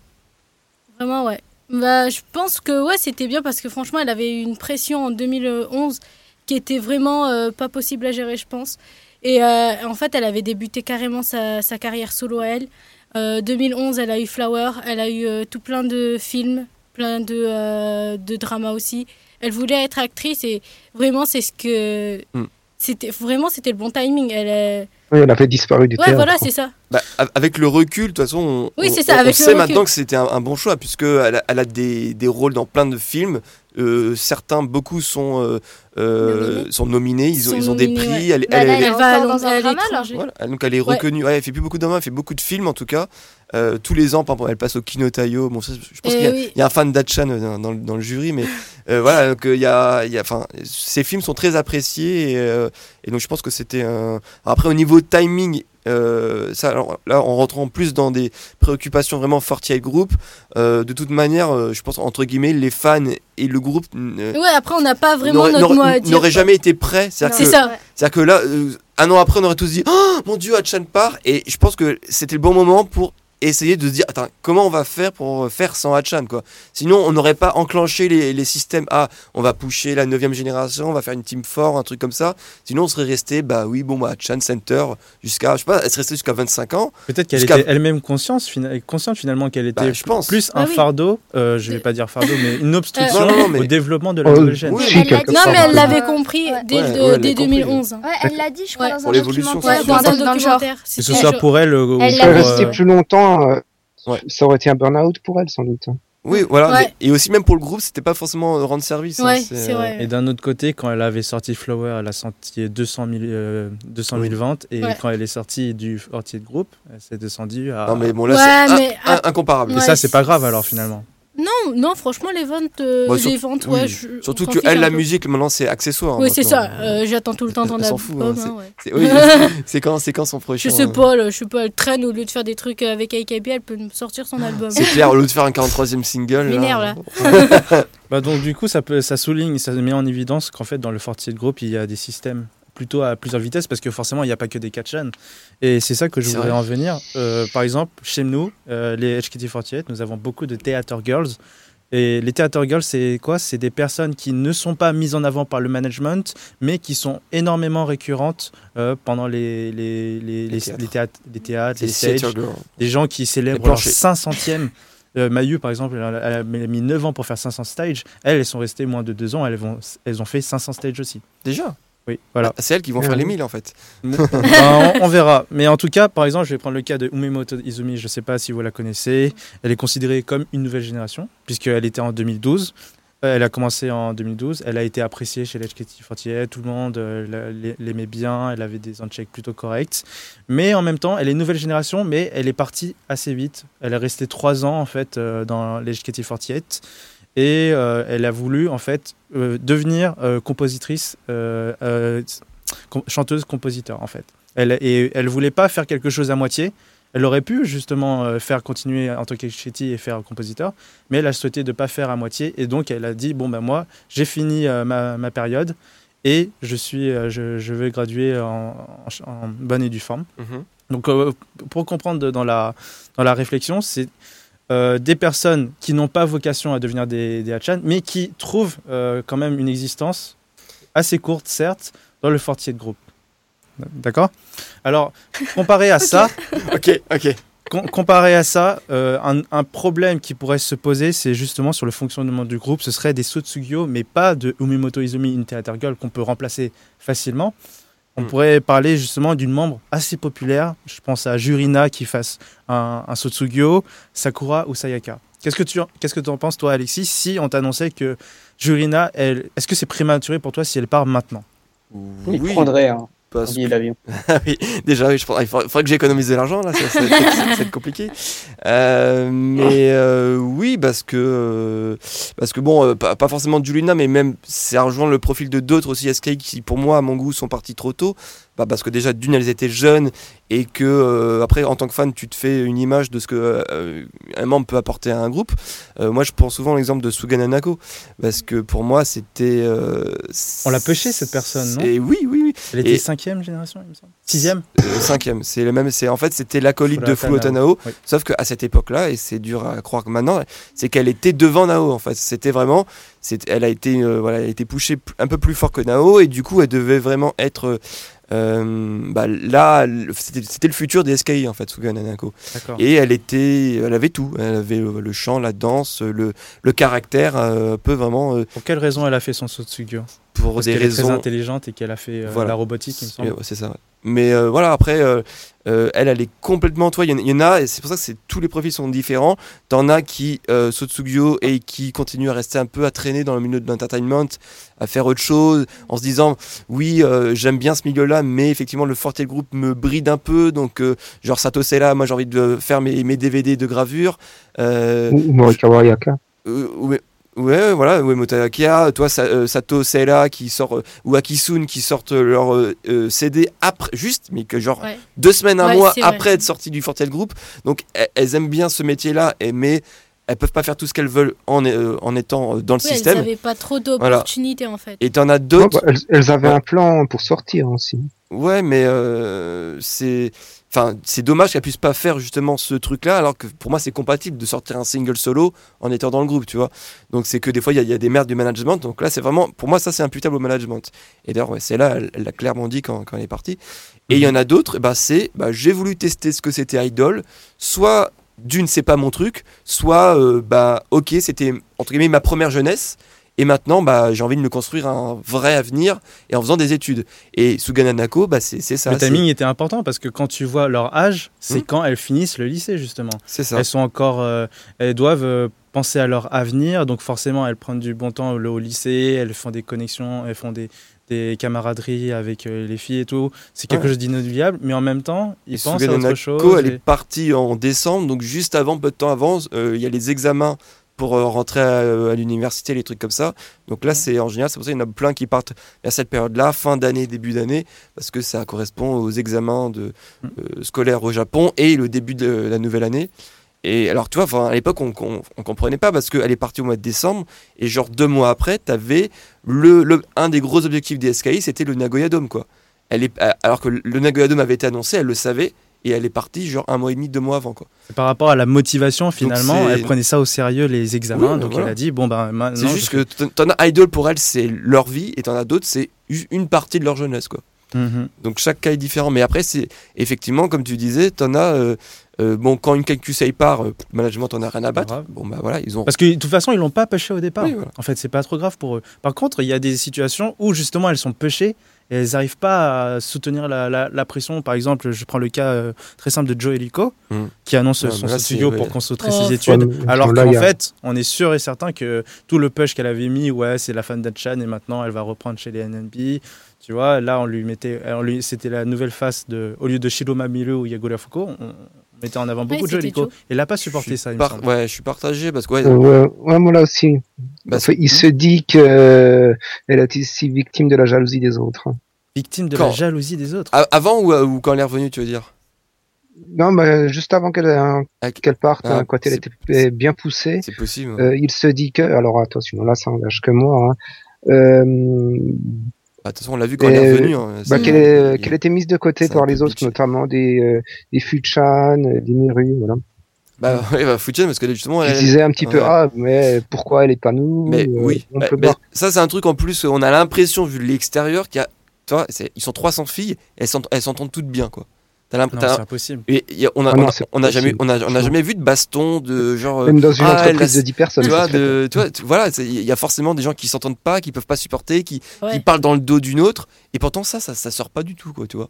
[SPEAKER 6] Vraiment, ouais. Bah, je pense que ouais, c'était bien parce que franchement, elle avait eu une pression en 2011 qui était vraiment euh, pas possible à gérer, je pense. Et euh, en fait, elle avait débuté carrément sa, sa carrière solo à elle. Euh, 2011, elle a eu Flower, elle a eu euh, tout plein de films, plein de, euh, de dramas aussi. Elle voulait être actrice et vraiment, c'est ce que.
[SPEAKER 2] Mm.
[SPEAKER 6] C'était vraiment c'était le bon timing. Elle, euh,
[SPEAKER 7] Oui, elle avait disparu du
[SPEAKER 6] Ouais,
[SPEAKER 7] théâtre.
[SPEAKER 6] voilà, c'est ça.
[SPEAKER 2] Bah, a- avec le recul, de toute façon, on,
[SPEAKER 6] Oui,
[SPEAKER 2] on-
[SPEAKER 6] c'est ça,
[SPEAKER 2] on- on
[SPEAKER 6] avec le
[SPEAKER 2] sait
[SPEAKER 6] recul.
[SPEAKER 2] maintenant que c'était un, un bon choix, puisque elle a, elle a des, des rôles dans plein de films. Euh, certains, beaucoup sont, euh, euh,
[SPEAKER 6] Nominés.
[SPEAKER 2] sont nominés. Ils ont,
[SPEAKER 6] Sont
[SPEAKER 2] ils ont des
[SPEAKER 6] nominés,
[SPEAKER 2] prix.
[SPEAKER 6] ouais.
[SPEAKER 2] Elle,
[SPEAKER 3] Bah,
[SPEAKER 2] elle-
[SPEAKER 3] là,
[SPEAKER 2] elle-
[SPEAKER 3] il est
[SPEAKER 6] elle va
[SPEAKER 3] encore
[SPEAKER 6] à
[SPEAKER 3] dans un
[SPEAKER 6] l'en-
[SPEAKER 3] drama,
[SPEAKER 6] à
[SPEAKER 3] alors.
[SPEAKER 6] l'étranger.
[SPEAKER 2] Voilà, donc elle est
[SPEAKER 6] Ouais.
[SPEAKER 2] reconnue. Ouais, elle fait plus beaucoup d'hommes, elle fait beaucoup de films en tout cas. Euh, tous les ans, par exemple, elle passe au Kinotayo. Bon, ça, je pense
[SPEAKER 6] Eh
[SPEAKER 2] qu'il y, a-
[SPEAKER 6] oui.
[SPEAKER 2] il y a un fan d'Achan euh, dans, dans le- dans le jury, mais euh, voilà, donc, euh, il y a, il y a- enfin, ces films sont très appréciés et, euh, et donc je pense que c'était un. Après, au niveau timing. euh, ça, alors, là, en rentrant plus dans des préoccupations vraiment Fortier Group, euh, de toute manière, euh, je pense entre guillemets, les fans et le groupe euh,
[SPEAKER 6] Ouais, après, on n'a pas vraiment
[SPEAKER 2] n'auraient-
[SPEAKER 6] notre mot à
[SPEAKER 2] n'auraient
[SPEAKER 6] dire.
[SPEAKER 2] n'auraient jamais été prêts. C'est-à-dire
[SPEAKER 6] C'est
[SPEAKER 2] que-
[SPEAKER 6] ça.
[SPEAKER 2] c'est-à-dire que là, euh, un an après, on aurait tous dit Oh mon dieu, Hachan part Et je pense que c'était le bon moment pour essayer de se dire Attends, comment on va faire pour faire sans Hachan quoi Sinon, on n'aurait pas enclenché les, les systèmes Ah, on va pusher la 9 génération, on va faire une team fort, un truc comme ça. Sinon, on serait resté Bah oui, bon, bah, Hachan Center, jusqu'à, je sais pas, elle serait restée jusqu'à 25 ans.
[SPEAKER 5] Peut-être qu'elle
[SPEAKER 2] Jusqu'à-
[SPEAKER 5] était elle-même consciente, fina- consciente finalement qu'elle était
[SPEAKER 2] Bah, je pense.
[SPEAKER 5] plus
[SPEAKER 6] Bah
[SPEAKER 5] un
[SPEAKER 6] oui.
[SPEAKER 5] fardeau, euh, je vais pas dire fardeau, mais une obstruction
[SPEAKER 2] Euh, Non, non, mais-
[SPEAKER 5] au développement de la
[SPEAKER 7] Oh,
[SPEAKER 5] nouvelle gêne.
[SPEAKER 2] oui.
[SPEAKER 7] Si,
[SPEAKER 3] Elle l'a
[SPEAKER 7] quelque
[SPEAKER 3] dit.
[SPEAKER 6] Non,
[SPEAKER 7] part.
[SPEAKER 6] mais elle
[SPEAKER 3] Euh,
[SPEAKER 6] l'avait compris
[SPEAKER 3] ouais.
[SPEAKER 6] dès,
[SPEAKER 2] Ouais,
[SPEAKER 6] de-
[SPEAKER 2] ouais, elle
[SPEAKER 6] dès
[SPEAKER 2] l'a compris.
[SPEAKER 6] 2011. hein.
[SPEAKER 3] Ouais, elle l'a dit, je crois,
[SPEAKER 6] Ouais.
[SPEAKER 3] dans
[SPEAKER 2] Pour
[SPEAKER 3] un
[SPEAKER 2] l'évolution,
[SPEAKER 3] documentaire.
[SPEAKER 2] Ouais,
[SPEAKER 6] dans
[SPEAKER 2] dans
[SPEAKER 6] un
[SPEAKER 3] dans le genre.
[SPEAKER 6] documentaire.
[SPEAKER 5] Que
[SPEAKER 6] c'était
[SPEAKER 5] ce soit
[SPEAKER 6] chaud.
[SPEAKER 5] pour elle euh, ou
[SPEAKER 3] Elle
[SPEAKER 5] pour,
[SPEAKER 7] Si elle
[SPEAKER 3] l'a
[SPEAKER 5] euh,
[SPEAKER 7] restait plus longtemps, euh,
[SPEAKER 2] Ouais.
[SPEAKER 7] ça aurait été un burn-out pour elle, sans doute. hein.
[SPEAKER 2] Oui, voilà.
[SPEAKER 6] Ouais.
[SPEAKER 2] mais- et aussi, même pour le groupe, c'était pas forcément euh, rendre service. hein,
[SPEAKER 6] Ouais, c'est
[SPEAKER 5] Et
[SPEAKER 6] vrai.
[SPEAKER 5] d'un autre côté, quand elle avait sorti Flower, elle a senti 200 000, euh, 200 000
[SPEAKER 2] Oui.
[SPEAKER 5] ventes. Et
[SPEAKER 6] Ouais.
[SPEAKER 5] quand elle est sortie du fortier de groupe, elle s'est descendue à.
[SPEAKER 2] euh, Non, mais bon, là, c'est
[SPEAKER 6] Ouais,
[SPEAKER 2] in-
[SPEAKER 6] mais ah,
[SPEAKER 2] in- incomparable.
[SPEAKER 5] Et
[SPEAKER 6] Ouais,
[SPEAKER 5] ça, c'est
[SPEAKER 6] c'est-
[SPEAKER 5] pas grave alors finalement.
[SPEAKER 6] Non, non, franchement, les ventes, euh,
[SPEAKER 2] Ouais,
[SPEAKER 6] les
[SPEAKER 2] surtout-
[SPEAKER 6] ventes,
[SPEAKER 2] oui.
[SPEAKER 6] ouais. je-
[SPEAKER 2] Surtout
[SPEAKER 6] on s'en
[SPEAKER 2] que
[SPEAKER 6] fiche
[SPEAKER 2] elle,
[SPEAKER 6] un
[SPEAKER 2] la
[SPEAKER 6] peu.
[SPEAKER 2] musique, maintenant, c'est accessoire. hein,
[SPEAKER 6] Oui, c'est
[SPEAKER 2] maintenant.
[SPEAKER 6] ça. euh, J'attends tout le temps
[SPEAKER 2] Elle
[SPEAKER 6] dans
[SPEAKER 2] s'en
[SPEAKER 6] la
[SPEAKER 2] fout, hein, c'est- C'est oui, c'est quand, c'est quand son prochain
[SPEAKER 6] Je sais
[SPEAKER 2] euh,
[SPEAKER 6] pas, là, je sais pas, elle traîne au lieu de faire des trucs avec AKB, elle peut me sortir son album.
[SPEAKER 2] C'est clair, au lieu de faire un 43e single.
[SPEAKER 6] M'énerve, là.
[SPEAKER 5] Bah, donc, du coup, ça, peut, ça souligne, ça met en évidence qu'en fait, dans le fortier de groupe, il y a des systèmes. plutôt à plusieurs vitesses parce que forcément, il n'y a pas que des 4 chaînes. Et c'est ça que je
[SPEAKER 2] C'est
[SPEAKER 5] voudrais
[SPEAKER 2] vrai.
[SPEAKER 5] en venir. Euh, par exemple, chez nous, euh, les HKT48, nous avons beaucoup de Theater Girls. Et les Theater Girls, c'est quoi C'est des personnes qui ne sont pas mises en avant par le management, mais qui sont énormément récurrentes euh, pendant les, les, les, les,
[SPEAKER 2] théâtres.
[SPEAKER 5] les théâtres, les, théâtres,
[SPEAKER 2] C'est
[SPEAKER 5] les stages
[SPEAKER 2] Theater Girl.
[SPEAKER 5] des gens qui
[SPEAKER 2] Les
[SPEAKER 5] célèbrent leur
[SPEAKER 2] planchers.
[SPEAKER 5] 500e. Euh, Mayu, par exemple, elle a, elle a mis 9 ans pour faire 500 stages. Elles, elles sont restées moins de 2 ans. Elles, vont, elles ont fait 500 stages aussi.
[SPEAKER 2] Déjà
[SPEAKER 5] Oui, voilà.
[SPEAKER 2] Ah, C'est elles qui vont
[SPEAKER 7] Ouais.
[SPEAKER 2] faire les 1000 en fait.
[SPEAKER 5] Ben, on, on verra. Mais en tout cas, par exemple, je vais prendre le cas de Umemoto Izumi. Je ne sais pas si vous la connaissez. Elle est considérée comme une nouvelle génération, puisqu'elle était en 2012. Euh, Elle a commencé en 2012. Elle a été appréciée chez l'HKT48. Tout le monde euh, la- l'ai- l'aimait bien. Elle avait des unchecks plutôt corrects. Mais en même temps, elle est nouvelle génération, mais elle est partie assez vite. Elle est restée trois ans, en fait, euh, dans l'HKT48. Et euh, elle a voulu, en fait, euh, devenir euh, compositrice, euh, euh, com- chanteuse-compositeur, en fait. Elle, et elle voulait pas faire quelque chose à moitié. Elle aurait pu justement euh, faire continuer en tant qu'écrivain et faire compositeur, mais elle a souhaité de pas faire à moitié. Et donc elle a dit bon ben moi j'ai fini euh, ma, ma période et je suis euh, je, je vais graduer en, en- en bonne et due forme. Donc, euh, pour comprendre dans la, dans la réflexion, c'est euh, des personnes qui n'ont pas vocation à devenir des, des Hachan, mais qui trouvent euh, quand même une existence assez courte, certes, dans le fortier de groupe. D'accord Alors, comparé à ça,
[SPEAKER 2] Ok, ok.
[SPEAKER 5] Com- comparé à ça, euh, un, un problème qui pourrait se poser, c'est justement sur le fonctionnement du groupe. Ce serait des Sotsugyo, mais pas de Umimoto Izumi, une theater girl qu'on peut remplacer facilement. On
[SPEAKER 2] Mm.
[SPEAKER 5] pourrait parler justement d'une membre assez populaire. Je pense à Jurina qui fasse un, un Sotsugyo, Sakura ou Sayaka. Qu'est-ce que tu en- qu'est-ce que t'en penses toi, Alexis, si on t'annonçait que Jurina, elle, est-ce que c'est prématuré pour toi si elle part maintenant
[SPEAKER 4] Il prendrait hein. un
[SPEAKER 2] parce
[SPEAKER 4] billet d'avion.
[SPEAKER 2] Ah oui, déjà, oui, je prends- il faudrait, faudrait que j'économise de l'argent, là, ça, ça- ça- ça va être compliqué. Euh, mais euh, oui, parce que, euh, parce que bon, euh, pas, pas forcément Julina, mais même, ça rejoint le profil de d'autres aussi, SK, qui pour moi, à mon goût, sont partis trop tôt. Bah, parce que déjà, d'une, elles étaient jeunes, et que, euh, après, en tant que fan, tu te fais une image de ce que euh, un membre peut apporter à un groupe. Euh, moi, je prends souvent l'exemple de Sugan Hanako, parce que pour moi, c'était. euh,
[SPEAKER 5] On l'a pêché, cette personne, non
[SPEAKER 2] Et oui, oui, oui.
[SPEAKER 5] Elle était
[SPEAKER 2] Et-
[SPEAKER 5] cinquième génération, il me semble. Sixième
[SPEAKER 2] Euh, cinquième. C'est le même. C'est en fait c'était l'acolyte de Flo
[SPEAKER 5] Furuta
[SPEAKER 2] Tanao,
[SPEAKER 5] oui.
[SPEAKER 2] sauf qu'à cette époque-là, et c'est dur à croire que maintenant, c'est qu'elle était devant Nao en fait. C'était vraiment, c'est, elle a été, euh, voilà, elle a été poussée p- un peu plus fort que Nao et du coup, elle devait vraiment être euh, euh, bah, là. le- C'était, c'était le futur des SKI en fait, Suga Nanako.
[SPEAKER 5] D'accord.
[SPEAKER 2] Et elle était, elle avait tout. Elle avait euh, le chant, la danse, le, le caractère, euh, peu vraiment euh,
[SPEAKER 5] Pour quelle raison elle a fait son Sotsugyo
[SPEAKER 2] pour
[SPEAKER 5] Parce
[SPEAKER 2] des
[SPEAKER 5] qu'elle est très
[SPEAKER 2] raisons
[SPEAKER 5] intelligente et qu'elle a fait euh,
[SPEAKER 2] Voilà.
[SPEAKER 5] la robotique, il me semble.
[SPEAKER 2] Ouais, ouais, c'est ça. ouais. Mais euh, voilà, après, euh, euh, elle, elle est complètement. Toi, il y en- il y, en a, et c'est pour ça que c'est- tous les profils sont différents. T'en as qui euh, sautent Sugyo et qui continuent à rester un peu à traîner dans le milieu de l'entertainment, à faire autre chose, en se disant oui, euh, j'aime bien ce milieu-là, mais effectivement, le Forte Group me bride un peu. Donc, euh, genre Sato Sela, moi, j'ai envie de faire mes, mes DVD de gravure. Euh,
[SPEAKER 7] Ou ou Morikawa Ayaka.
[SPEAKER 2] euh, ouais, ouais, voilà, ouais, Motakia, toi, Sa- euh, Sato Seila qui sort, euh, ou Akisun qui sortent leur euh, euh, CD après, juste, mais que genre
[SPEAKER 6] Ouais.
[SPEAKER 2] deux semaines, un
[SPEAKER 6] Ouais,
[SPEAKER 2] mois
[SPEAKER 6] c'est vrai.
[SPEAKER 2] après être sorti du Fortel Group. Donc, elles, elles aiment bien ce métier-là, et- mais elles peuvent pas faire tout ce qu'elles veulent en, euh, en étant euh, dans le
[SPEAKER 6] Oui, elles
[SPEAKER 2] système.
[SPEAKER 6] n'avaient pas trop d'opportunités en fait.
[SPEAKER 2] Et t'en as
[SPEAKER 7] Oh,
[SPEAKER 2] d'autres.
[SPEAKER 7] bah, elles, elles avaient
[SPEAKER 2] Ouais.
[SPEAKER 7] un plan pour sortir aussi.
[SPEAKER 2] Ouais, mais euh, c'est, enfin, c'est dommage qu'elle puisse pas faire justement ce truc-là, alors que pour moi c'est compatible de sortir un single solo en étant dans le groupe, tu vois. Donc c'est que des fois il y a- il y, a des merdes du management. Donc là c'est vraiment, pour moi ça c'est imputable au management. Et d'ailleurs ouais, c'est là, elle elle l'a clairement dit quand, quand elle est partie. Et il y en a d'autres, bah c'est, bah, j'ai voulu tester ce que c'était Idol, soit d'une c'est pas mon truc, soit euh, bah ok c'était entre guillemets ma première jeunesse. Et maintenant, bah, j'ai envie de me construire un vrai avenir et en faisant des études. Et Sugana Nako, bah, c'est c'est ça.
[SPEAKER 5] le
[SPEAKER 2] c'est-
[SPEAKER 5] timing était important parce que quand tu vois leur âge, c'est
[SPEAKER 2] Mhm.
[SPEAKER 5] quand elles finissent le lycée justement.
[SPEAKER 2] C'est ça.
[SPEAKER 5] Elles sont encore, euh, elles doivent euh, penser à leur avenir, donc forcément elles prennent du bon temps au lycée, elles font des connexions, elles font des, des camaraderies avec euh, les filles et tout. C'est quelque
[SPEAKER 2] Ouais.
[SPEAKER 5] chose d'inoubliable, mais en même temps ils
[SPEAKER 2] Et
[SPEAKER 5] pensent à
[SPEAKER 2] Sugana
[SPEAKER 5] autre
[SPEAKER 2] Nako,
[SPEAKER 5] chose.
[SPEAKER 2] elle
[SPEAKER 5] et-
[SPEAKER 2] est partie en décembre, donc juste avant, peu de temps avant, euh, il y a les examens pour euh, rentrer à, euh, à l'université, les trucs comme ça. Donc là, c'est en général, c'est pour ça qu'il y en a plein qui partent vers cette période-là, fin d'année, début d'année, parce que ça correspond aux examens de,
[SPEAKER 5] Mm.
[SPEAKER 2] euh, scolaires au Japon et le début de la nouvelle année. Et alors, tu vois, enfin, à l'époque, on, on, on comprenait pas parce qu'elle est partie au mois de décembre et genre deux mois après, t'avais le, le un des gros objectifs des SKI, c'était le Nagoya Dome, quoi. Elle est, euh, alors que le Nagoya Dome avait été annoncé, elle le savait et elle est partie genre un mois et demi, deux mois avant quoi.
[SPEAKER 5] Par rapport à la motivation, finalement,
[SPEAKER 2] c'est-
[SPEAKER 5] elle prenait ça au sérieux, les examens.
[SPEAKER 2] Oui,
[SPEAKER 5] donc
[SPEAKER 2] voilà.
[SPEAKER 5] elle a dit, bon, ben maintenant.
[SPEAKER 2] C'est juste que t'en- t'en as Idol pour elle c'est leur vie et t'en as d'autres c'est u- une partie de leur jeunesse quoi.
[SPEAKER 5] Mhm.
[SPEAKER 2] Donc chaque cas est différent. Mais après, c'est effectivement, comme tu disais, t'en as. euh, euh, bon, quand une CalcuSA part, euh, le management t'en a rien à battre.
[SPEAKER 5] grave.
[SPEAKER 2] Bon, bah voilà, ils ont.
[SPEAKER 5] Parce que de toute façon, ils l'ont pas pêché au départ.
[SPEAKER 2] Oui, voilà.
[SPEAKER 5] En fait, c'est pas trop grave pour eux. Par contre, il y a des situations où justement elles sont pêchées et elles n'arrivent pas à soutenir la, la- la pression. Par exemple, je prends le cas euh, très simple de Joe Helico
[SPEAKER 2] Mm.
[SPEAKER 5] qui annonce
[SPEAKER 2] Ouais,
[SPEAKER 5] son
[SPEAKER 2] mais là,
[SPEAKER 5] studio
[SPEAKER 2] c'est-
[SPEAKER 5] pour
[SPEAKER 2] ouais.
[SPEAKER 5] concentrer
[SPEAKER 6] Oh.
[SPEAKER 5] ses études.
[SPEAKER 7] Ouais, mais-
[SPEAKER 5] alors
[SPEAKER 7] là,
[SPEAKER 5] qu'en
[SPEAKER 7] il y a-
[SPEAKER 5] fait, on est sûr et certain que tout le push qu'elle avait mis, ouais, c'est la fan d'Achan et maintenant elle va reprendre chez les NNB. Tu vois, là, on lui mettait, on lui- c'était la nouvelle face de, au lieu de Shiroma Milu ou Yagura Fuko, on, on mettait en avant beaucoup de Joe
[SPEAKER 6] c'était
[SPEAKER 5] Helico.
[SPEAKER 6] Joe.
[SPEAKER 5] Et elle n'a pas
[SPEAKER 2] Je
[SPEAKER 5] supporté
[SPEAKER 2] suis
[SPEAKER 5] ça, il me
[SPEAKER 2] par-
[SPEAKER 5] semble.
[SPEAKER 2] Ouais, je suis partagé parce que. Ouais,
[SPEAKER 7] Euh, ouais, ouais, moi là aussi.
[SPEAKER 2] parce
[SPEAKER 7] Enfin,
[SPEAKER 2] que-
[SPEAKER 7] il se dit que euh, elle a été si victime de la jalousie des autres.
[SPEAKER 5] Victime de
[SPEAKER 2] Quand-
[SPEAKER 5] la jalousie des autres.
[SPEAKER 2] A- Avant ou, euh, ou quand elle est revenue, tu veux dire
[SPEAKER 7] Non, mais euh, juste avant qu'elle hein,
[SPEAKER 2] Ah,
[SPEAKER 7] qu'elle parte,
[SPEAKER 2] ah,
[SPEAKER 7] hein, quand elle
[SPEAKER 2] c'est-
[SPEAKER 7] était euh, bien poussée,
[SPEAKER 2] C'est possible. hein.
[SPEAKER 7] euh, il se dit que. Alors attention, là ça engage que moi. hein, euh,
[SPEAKER 2] Bah, De toute façon, on l'a vu quand elle est
[SPEAKER 7] euh,
[SPEAKER 2] revenue. hein,
[SPEAKER 7] bah,
[SPEAKER 2] c'est-
[SPEAKER 7] qu'elle
[SPEAKER 2] il-
[SPEAKER 7] est- qu'elle était mise de côté
[SPEAKER 2] c'est un
[SPEAKER 7] par
[SPEAKER 2] peu
[SPEAKER 7] les autres,
[SPEAKER 2] bitchy.
[SPEAKER 7] notamment des euh, des Fuchan, euh, des Miru, voilà.
[SPEAKER 2] Bah, ouais, bah, Fujian, parce que justement.
[SPEAKER 7] Ils
[SPEAKER 2] elle-
[SPEAKER 7] se disaient un petit peu
[SPEAKER 2] Ouais.
[SPEAKER 7] ah mais pourquoi elle est pas nous
[SPEAKER 2] Mais
[SPEAKER 7] euh,
[SPEAKER 2] oui,
[SPEAKER 7] on
[SPEAKER 2] Bah,
[SPEAKER 7] peut
[SPEAKER 2] mais
[SPEAKER 7] voir.
[SPEAKER 2] ça c'est un truc en plus, on a l'impression vu de l'extérieur qu'il y a, tu vois, c'est- ils sont 300 filles, elles s'ent- elles s'entendent toutes bien quoi. T'as l'imp-
[SPEAKER 5] Non,
[SPEAKER 2] t'as-
[SPEAKER 5] c'est impossible.
[SPEAKER 2] et y a- on a,
[SPEAKER 7] Ah
[SPEAKER 2] on
[SPEAKER 7] non,
[SPEAKER 2] a-
[SPEAKER 7] c'est
[SPEAKER 2] on a
[SPEAKER 7] possible,
[SPEAKER 2] jamais, on a, on a
[SPEAKER 7] franchement.
[SPEAKER 2] jamais vu de baston de genre. euh,
[SPEAKER 7] même dans une
[SPEAKER 2] ah, elle
[SPEAKER 7] entreprise
[SPEAKER 2] a-
[SPEAKER 7] de 10 personnes
[SPEAKER 2] tu vois,
[SPEAKER 7] c'est fait.
[SPEAKER 2] de, tu vois, tu- voilà, c'est- il y a forcément des gens qui s'entendent pas, qui peuvent pas supporter, qui,
[SPEAKER 6] Ouais.
[SPEAKER 2] qui parlent dans le dos d'une autre, et pourtant ça, ça, ça sort pas du tout, quoi, tu vois.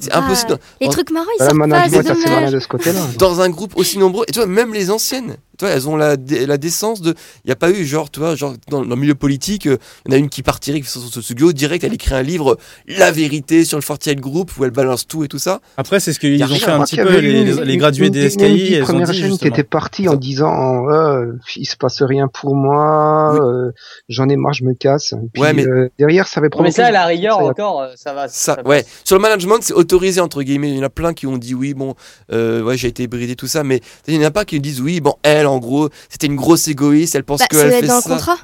[SPEAKER 2] C'est
[SPEAKER 3] Ah,
[SPEAKER 2] impossible.
[SPEAKER 3] Les
[SPEAKER 2] On-
[SPEAKER 3] trucs marrants, ils
[SPEAKER 7] voilà
[SPEAKER 3] sortent pas,
[SPEAKER 7] management
[SPEAKER 3] c'est
[SPEAKER 7] ça sert à rien
[SPEAKER 3] dommage.
[SPEAKER 7] de ce côté là
[SPEAKER 2] Dans un groupe aussi nombreux, et tu vois, même les anciennes, tu vois, elles ont la, dé- la décence de, il y a pas eu, genre, tu vois, genre dans, dans le milieu politique, euh, il y en a une qui partirait sur son studio direct, elle écrit un livre, euh, La vérité sur le Fortier Groupe, où elle balance tout et tout ça.
[SPEAKER 5] Après, c'est ce
[SPEAKER 2] Y
[SPEAKER 5] qu'ils
[SPEAKER 2] a
[SPEAKER 5] ont
[SPEAKER 2] rien.
[SPEAKER 5] fait un
[SPEAKER 7] Je
[SPEAKER 5] petit
[SPEAKER 7] crois
[SPEAKER 5] peu,
[SPEAKER 7] qu'il y avait
[SPEAKER 5] les,
[SPEAKER 7] une-
[SPEAKER 5] les
[SPEAKER 7] une-
[SPEAKER 5] gradués
[SPEAKER 7] une-
[SPEAKER 5] des
[SPEAKER 7] une- une
[SPEAKER 5] SKI, elles ont
[SPEAKER 7] première
[SPEAKER 5] dit
[SPEAKER 7] chaîne qui
[SPEAKER 5] justement.
[SPEAKER 7] était partie en
[SPEAKER 2] Ça.
[SPEAKER 7] disant euh, il se passe rien pour moi,
[SPEAKER 2] Oui.
[SPEAKER 7] euh, j'en ai marre, je me casse. Puis,
[SPEAKER 2] Ouais, mais-
[SPEAKER 7] euh, derrière, ça avait provoqué.
[SPEAKER 4] mais ça, à la rigueur,
[SPEAKER 7] Ça, y a-
[SPEAKER 4] encore, euh, ça va.
[SPEAKER 2] Ça,
[SPEAKER 4] passe.
[SPEAKER 2] ouais. Sur le management, c'est autorisé entre guillemets. Il y en a plein qui ont dit oui, bon, euh, ouais, j'ai été bridé tout ça, mais il n'y en a pas qui disent oui, bon, elle, en gros, c'était une grosse égoïste, elle pense
[SPEAKER 3] Bah, ça
[SPEAKER 2] qu'elle
[SPEAKER 3] doit
[SPEAKER 2] fait
[SPEAKER 3] être dans le
[SPEAKER 2] ça.
[SPEAKER 3] contrat.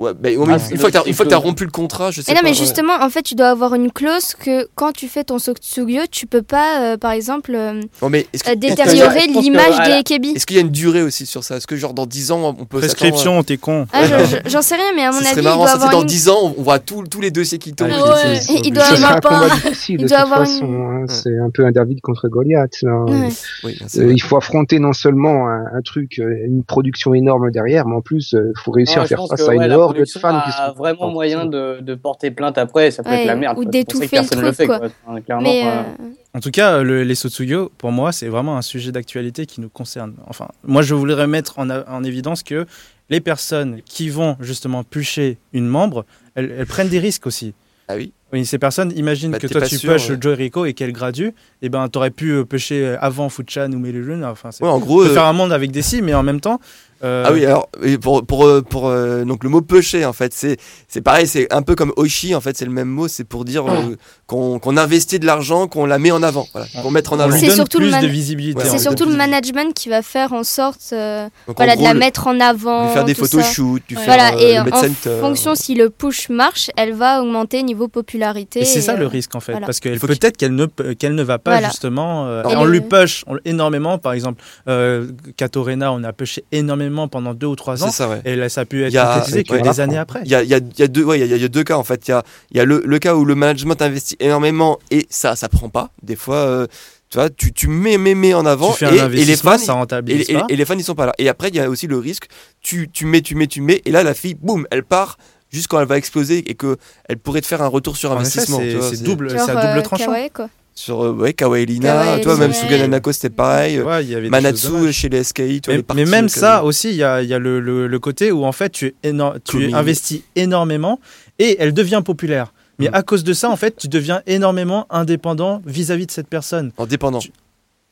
[SPEAKER 2] Ouais, bah, au moins,
[SPEAKER 4] Ah,
[SPEAKER 2] une fois que t'as-
[SPEAKER 4] c'est
[SPEAKER 2] une fois que t'as
[SPEAKER 4] le-
[SPEAKER 2] rompu le contrat, je sais
[SPEAKER 3] Mais non,
[SPEAKER 2] pas.
[SPEAKER 3] mais
[SPEAKER 2] ouais.
[SPEAKER 3] justement, en fait, tu dois avoir une clause que quand tu fais ton Sotsugyo, tu peux pas, euh, par exemple, euh,
[SPEAKER 2] Bon, mais est-ce que-
[SPEAKER 3] euh,
[SPEAKER 4] que-
[SPEAKER 3] détériorer
[SPEAKER 4] je pense que,
[SPEAKER 3] l'image
[SPEAKER 4] à
[SPEAKER 3] des
[SPEAKER 4] la-
[SPEAKER 3] Ekebi.
[SPEAKER 2] est-ce qu'il y a une durée aussi sur ça Est-ce que genre dans 10 ans, on peut
[SPEAKER 5] Prescription, t'es
[SPEAKER 2] euh,
[SPEAKER 5] con.
[SPEAKER 3] Ah, je- je- j'en sais rien, mais à mon
[SPEAKER 2] s'attendre à- Ce
[SPEAKER 3] avis,
[SPEAKER 2] serait
[SPEAKER 3] il
[SPEAKER 2] marrant,
[SPEAKER 3] doit
[SPEAKER 2] ça, c'est
[SPEAKER 3] avoir
[SPEAKER 2] dans
[SPEAKER 3] une...
[SPEAKER 2] 10 ans, on voit tout, tous les dossiers qui tombent.
[SPEAKER 6] Ah,
[SPEAKER 5] oui,
[SPEAKER 6] ouais.
[SPEAKER 5] c'est- c'est
[SPEAKER 3] Et il
[SPEAKER 5] obligé.
[SPEAKER 3] doit
[SPEAKER 7] Ça
[SPEAKER 3] avoir
[SPEAKER 7] sera un combat
[SPEAKER 3] pas-
[SPEAKER 7] difficile,
[SPEAKER 3] il
[SPEAKER 7] de
[SPEAKER 3] doit
[SPEAKER 7] toute
[SPEAKER 3] avoir une-
[SPEAKER 7] façon, hein. C'est un peu un David contre Goliath. là.
[SPEAKER 3] Ouais.
[SPEAKER 2] Oui, c'est
[SPEAKER 7] Euh,
[SPEAKER 2] vrai.
[SPEAKER 7] il faut affronter non seulement un, un truc, euh, une production énorme derrière, mais en plus, euh, il faut réussir
[SPEAKER 4] Ouais,
[SPEAKER 7] à
[SPEAKER 4] je
[SPEAKER 7] faire
[SPEAKER 4] pense
[SPEAKER 7] face
[SPEAKER 4] que,
[SPEAKER 7] à
[SPEAKER 4] ouais,
[SPEAKER 7] une
[SPEAKER 4] la
[SPEAKER 7] horde de
[SPEAKER 4] production
[SPEAKER 7] fans
[SPEAKER 4] a
[SPEAKER 7] qui sont.
[SPEAKER 4] vraiment moyen de, de porter plainte après, ça peut
[SPEAKER 3] Ouais,
[SPEAKER 4] être la merde.
[SPEAKER 3] ou
[SPEAKER 4] quoi. C'est pour ça que
[SPEAKER 3] d'étouffer le
[SPEAKER 4] personne
[SPEAKER 3] truc,
[SPEAKER 4] fait,
[SPEAKER 3] quoi.
[SPEAKER 4] Enfin, clairement,
[SPEAKER 3] Mais
[SPEAKER 4] enfin,
[SPEAKER 3] euh,
[SPEAKER 5] En tout cas, le- les Sotsuyo, pour moi, c'est vraiment un sujet d'actualité qui nous concerne. Enfin, moi, je voulais mettre en, a- en évidence que les personnes qui vont justement pucher une membre, elles, elles prennent des risques aussi.
[SPEAKER 2] Ah oui.
[SPEAKER 5] Oui, ces personnes, imagine
[SPEAKER 2] Bah,
[SPEAKER 5] que
[SPEAKER 2] t'es
[SPEAKER 5] toi
[SPEAKER 2] pas
[SPEAKER 5] tu
[SPEAKER 2] sûr,
[SPEAKER 5] pushes
[SPEAKER 2] ouais.
[SPEAKER 5] Joe Rico et qu'elle gradue, et ben t'aurais pu euh, pusher euh, avant Fuchan ou Melulun. Enfin, c'est
[SPEAKER 2] Ouais, en gros.
[SPEAKER 5] on peut
[SPEAKER 2] euh,
[SPEAKER 5] faire un monde avec des si, mais en même temps. euh,
[SPEAKER 2] Ah oui, alors et pour pour euh, pour euh, donc le mot pêcher en fait, c'est c'est pareil, c'est un peu comme oshi en fait, c'est le même mot, c'est pour dire euh, qu'on qu'on investit de l'argent, qu'on la met en avant, voilà, qu'on mette en
[SPEAKER 5] on
[SPEAKER 2] avant.
[SPEAKER 5] lui
[SPEAKER 3] C'est
[SPEAKER 5] donne
[SPEAKER 3] surtout le
[SPEAKER 5] plus
[SPEAKER 3] man-
[SPEAKER 5] de visibilité.
[SPEAKER 2] Ouais,
[SPEAKER 5] on
[SPEAKER 3] c'est
[SPEAKER 5] lui
[SPEAKER 2] en
[SPEAKER 3] surtout
[SPEAKER 5] donne
[SPEAKER 3] le
[SPEAKER 5] plus de-
[SPEAKER 3] management qui va faire en sorte euh,
[SPEAKER 2] Donc, en
[SPEAKER 3] voilà,
[SPEAKER 2] gros,
[SPEAKER 3] de la
[SPEAKER 2] le-
[SPEAKER 3] mettre en avant.
[SPEAKER 2] lui faire des
[SPEAKER 3] tout
[SPEAKER 2] photos
[SPEAKER 3] ça.
[SPEAKER 2] shoot, lui
[SPEAKER 6] Ouais.
[SPEAKER 2] faire
[SPEAKER 3] Voilà,
[SPEAKER 2] euh,
[SPEAKER 3] et
[SPEAKER 2] le
[SPEAKER 3] en
[SPEAKER 2] Med Center.
[SPEAKER 3] fonction si le push marche, elle va augmenter niveau popularité.
[SPEAKER 5] Et c'est ça
[SPEAKER 3] euh,
[SPEAKER 5] le risque en fait,
[SPEAKER 3] voilà.
[SPEAKER 5] parce qu'elle
[SPEAKER 2] Faut
[SPEAKER 5] peut-être qu'elle ne peut- qu'elle ne va pas
[SPEAKER 3] Voilà.
[SPEAKER 5] justement. euh,
[SPEAKER 3] Elle
[SPEAKER 5] on
[SPEAKER 3] est-
[SPEAKER 5] lui push on- énormément, par exemple, euh, Katorena, on a pushé énormément pendant deux ou trois ans,
[SPEAKER 2] C'est ça, ouais.
[SPEAKER 5] et là ça a pu
[SPEAKER 2] Il
[SPEAKER 5] être
[SPEAKER 2] y a-
[SPEAKER 5] concrétisé que
[SPEAKER 2] ouais.
[SPEAKER 5] des années après.
[SPEAKER 2] Il y a, il y, a, il y a deux, ouais, il y a- il y a deux cas en fait. Il y a, il y a le, le cas où le management investit énormément et ça, ça prend pas. Des fois, euh, tu vois, tu, tu mets, mets, mets en avant
[SPEAKER 5] tu fais
[SPEAKER 2] et,
[SPEAKER 5] un
[SPEAKER 2] et les
[SPEAKER 5] investissement,
[SPEAKER 2] fans,
[SPEAKER 5] ça
[SPEAKER 2] et,
[SPEAKER 5] rentabilise
[SPEAKER 2] et-
[SPEAKER 5] pas.
[SPEAKER 2] et les fans, ils sont pas là. Et après, il y a aussi le risque. Tu, tu mets, tu mets, tu mets et là, la fille, boum, elle part juste quand elle va exploser et que elle pourrait te faire un retour sur
[SPEAKER 5] En effet,
[SPEAKER 2] investissement. tu
[SPEAKER 5] c'est-
[SPEAKER 2] vois,
[SPEAKER 5] c'est double, c'est
[SPEAKER 3] genre,
[SPEAKER 5] à double
[SPEAKER 3] euh,
[SPEAKER 5] tranchant.
[SPEAKER 3] kawaii, quoi.
[SPEAKER 2] Sur euh, ouais, Kawaii Lina,
[SPEAKER 3] Kawaii
[SPEAKER 2] tu vois, même
[SPEAKER 6] Lina.
[SPEAKER 2] Sugan Anako, c'était pareil.
[SPEAKER 5] Ouais, il y avait des choses
[SPEAKER 2] Manatsu
[SPEAKER 5] dommages.
[SPEAKER 2] chez les SKI, tu vois,
[SPEAKER 5] Mais,
[SPEAKER 2] les parties,
[SPEAKER 5] mais même
[SPEAKER 2] euh,
[SPEAKER 5] ça aussi, il y a, il y a le, le- le côté où en fait tu, es éno- tu
[SPEAKER 2] Community.
[SPEAKER 5] investis énormément et elle devient populaire. Mais
[SPEAKER 2] Mm.
[SPEAKER 5] à cause de ça, en fait, tu deviens énormément indépendant vis-à-vis de cette personne.
[SPEAKER 2] En dépendant.
[SPEAKER 5] Tu-